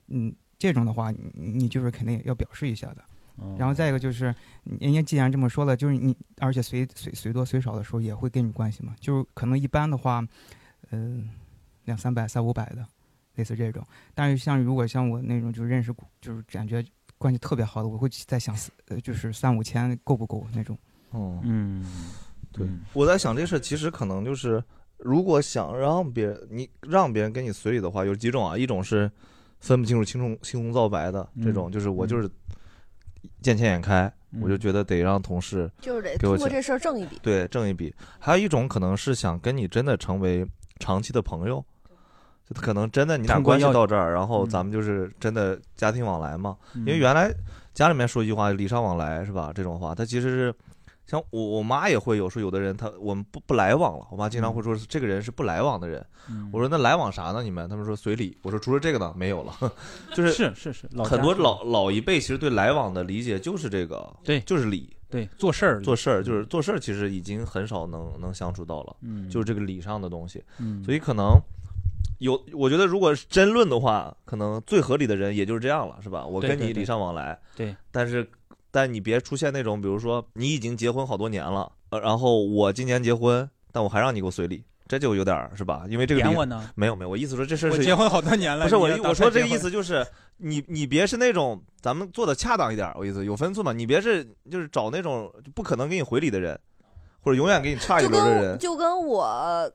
[SPEAKER 9] 嗯，这种的话，你你就是肯定要表示一下的。
[SPEAKER 1] 嗯
[SPEAKER 9] 然后再一个就是，人家既然这么说了，就是你，而且随随随多随少的时候也会跟你关系嘛。就是可能一般的话，嗯、两三百、三五百的，类似这种。但是像如果像我那种就认识，就是感觉关系特别好的，我会在想，呃，就是三五千够不够那种。
[SPEAKER 3] 哦，
[SPEAKER 1] 嗯，对，
[SPEAKER 3] 我在想这事，其实可能就是，如果想让别人你让别人跟你随礼的话，有几种啊，一种是分不清楚青红青红皂白的
[SPEAKER 9] 嗯
[SPEAKER 3] 这种，就是我就是见钱眼开，我
[SPEAKER 9] 嗯
[SPEAKER 3] 就觉得得让同事
[SPEAKER 2] 就是得
[SPEAKER 3] 给
[SPEAKER 2] 通
[SPEAKER 3] 我
[SPEAKER 2] 过
[SPEAKER 3] 钱
[SPEAKER 2] 这事儿挣一笔。
[SPEAKER 3] 对，挣一笔。还有一种可能是想跟你真的成为长期的朋友，就可能真的你俩
[SPEAKER 1] 通过
[SPEAKER 3] 关系
[SPEAKER 1] 要
[SPEAKER 3] 到这儿，然后
[SPEAKER 1] 嗯
[SPEAKER 3] 咱们就是真的家庭往来嘛。因为
[SPEAKER 1] 嗯
[SPEAKER 3] 原来家里面说一句话“礼尚往来”是吧？这种话，它其实是像我我妈也会有时候有的人他我们不不来往了，我妈经常会说是这个人是不来往的人。
[SPEAKER 1] 嗯
[SPEAKER 3] 我说那来往啥呢？你们？他们说随礼。我说除了这个呢没有了，就是
[SPEAKER 1] 是是是老
[SPEAKER 3] 很
[SPEAKER 1] 家
[SPEAKER 3] 多
[SPEAKER 1] 是
[SPEAKER 3] 老老一辈其实对来往的理解就是这个，
[SPEAKER 1] 对，
[SPEAKER 3] 就是礼。
[SPEAKER 1] 对，做事儿，
[SPEAKER 3] 做事儿就是做事儿，其实已经很少能能相处到了，
[SPEAKER 1] 嗯
[SPEAKER 3] 就是这个礼上的东西，
[SPEAKER 1] 嗯
[SPEAKER 3] 所以可能有，我觉得如果是争论的话，可能最合理的人也就是这样了，是吧？我
[SPEAKER 1] 对
[SPEAKER 3] 跟
[SPEAKER 1] 对
[SPEAKER 3] 你
[SPEAKER 1] 对
[SPEAKER 3] 礼尚往来，
[SPEAKER 1] 对
[SPEAKER 3] 但是但你别出现那种，比如说你已经结婚好多年了，呃，然后我今年结婚，但我还让你给我随礼。这就有点儿是吧？因为这个
[SPEAKER 1] 点
[SPEAKER 3] 礼
[SPEAKER 1] 我呢
[SPEAKER 3] 没有没有，我意思说这事儿
[SPEAKER 1] 我
[SPEAKER 3] 是
[SPEAKER 1] 结婚好多年了
[SPEAKER 3] 不是我
[SPEAKER 1] 你要打
[SPEAKER 3] 我说
[SPEAKER 1] 算
[SPEAKER 3] 这个
[SPEAKER 1] 结
[SPEAKER 3] 意
[SPEAKER 1] 婚
[SPEAKER 3] 思就是你你别是那种咱们做的恰当一点儿，我意思有分寸嘛，你别是就是找那种就不可能给你回礼的人，或者永远给你差一
[SPEAKER 2] 就
[SPEAKER 3] 轮的
[SPEAKER 2] 跟我
[SPEAKER 3] 人，
[SPEAKER 2] 就跟我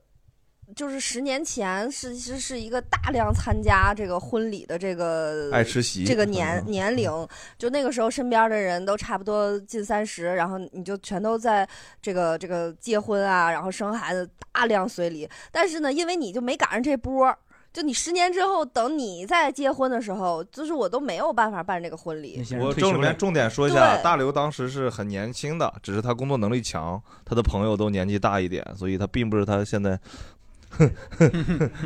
[SPEAKER 2] 就是十年前是是是一个大量参加这个婚礼的这个
[SPEAKER 3] 爱吃席
[SPEAKER 2] 这个年
[SPEAKER 3] 嗯
[SPEAKER 2] 年龄，就那个时候身边的人都差不多近三十，然后你就全都在这个这个结婚啊，然后生孩子大量随礼，但是呢，因为你就没赶上这波儿。就你十年之后，等你再结婚的时候，就是我都没有办法办这个婚礼。
[SPEAKER 3] 我这里面重点说一下，
[SPEAKER 2] 对
[SPEAKER 3] 大刘当时是很年轻的，只是他工作能力强，他的朋友都年纪大一点，所以他并不是他现在， <laughs>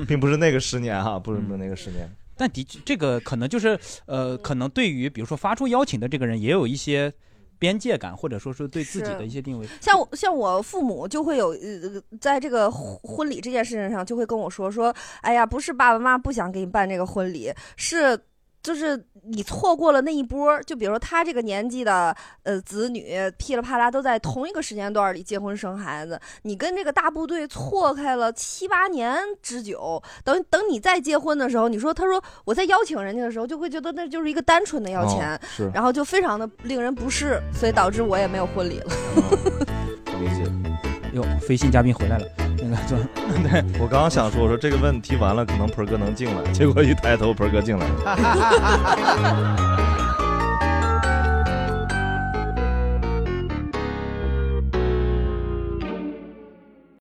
[SPEAKER 3] 并不是那个十年哈、不是不是那个十年。 <laughs>
[SPEAKER 1] 但的确，这个可能就是呃，可能对于比如说发出邀请的这个人，也有一些边界感，或者说是对自己
[SPEAKER 2] 是
[SPEAKER 1] 的一些定位。
[SPEAKER 2] 像我像我父母就会有呃，在这个婚婚礼这件事情上，就会跟我说说，哎呀，不是爸爸妈妈不想给你办这个婚礼，是。就是你错过了那一波儿，就比如说他这个年纪的呃子女噼里啪啦都在同一个时间段儿里结婚生孩子，你跟这个大部队错开了七八年之久，等等你再结婚的时候，你说他说我在邀请人家的时候，就会觉得那就是一个单纯的要
[SPEAKER 3] 哦
[SPEAKER 2] 钱，
[SPEAKER 3] 是
[SPEAKER 2] 然后就非常的令人不适，所以导致我也没有婚礼了。
[SPEAKER 3] 理解。
[SPEAKER 1] 哟，飞信嘉宾回来了，那个就对，
[SPEAKER 3] 我刚刚想说，我说这个问题完了，可能盆儿哥能进来，结果一抬头，盆儿哥进来了。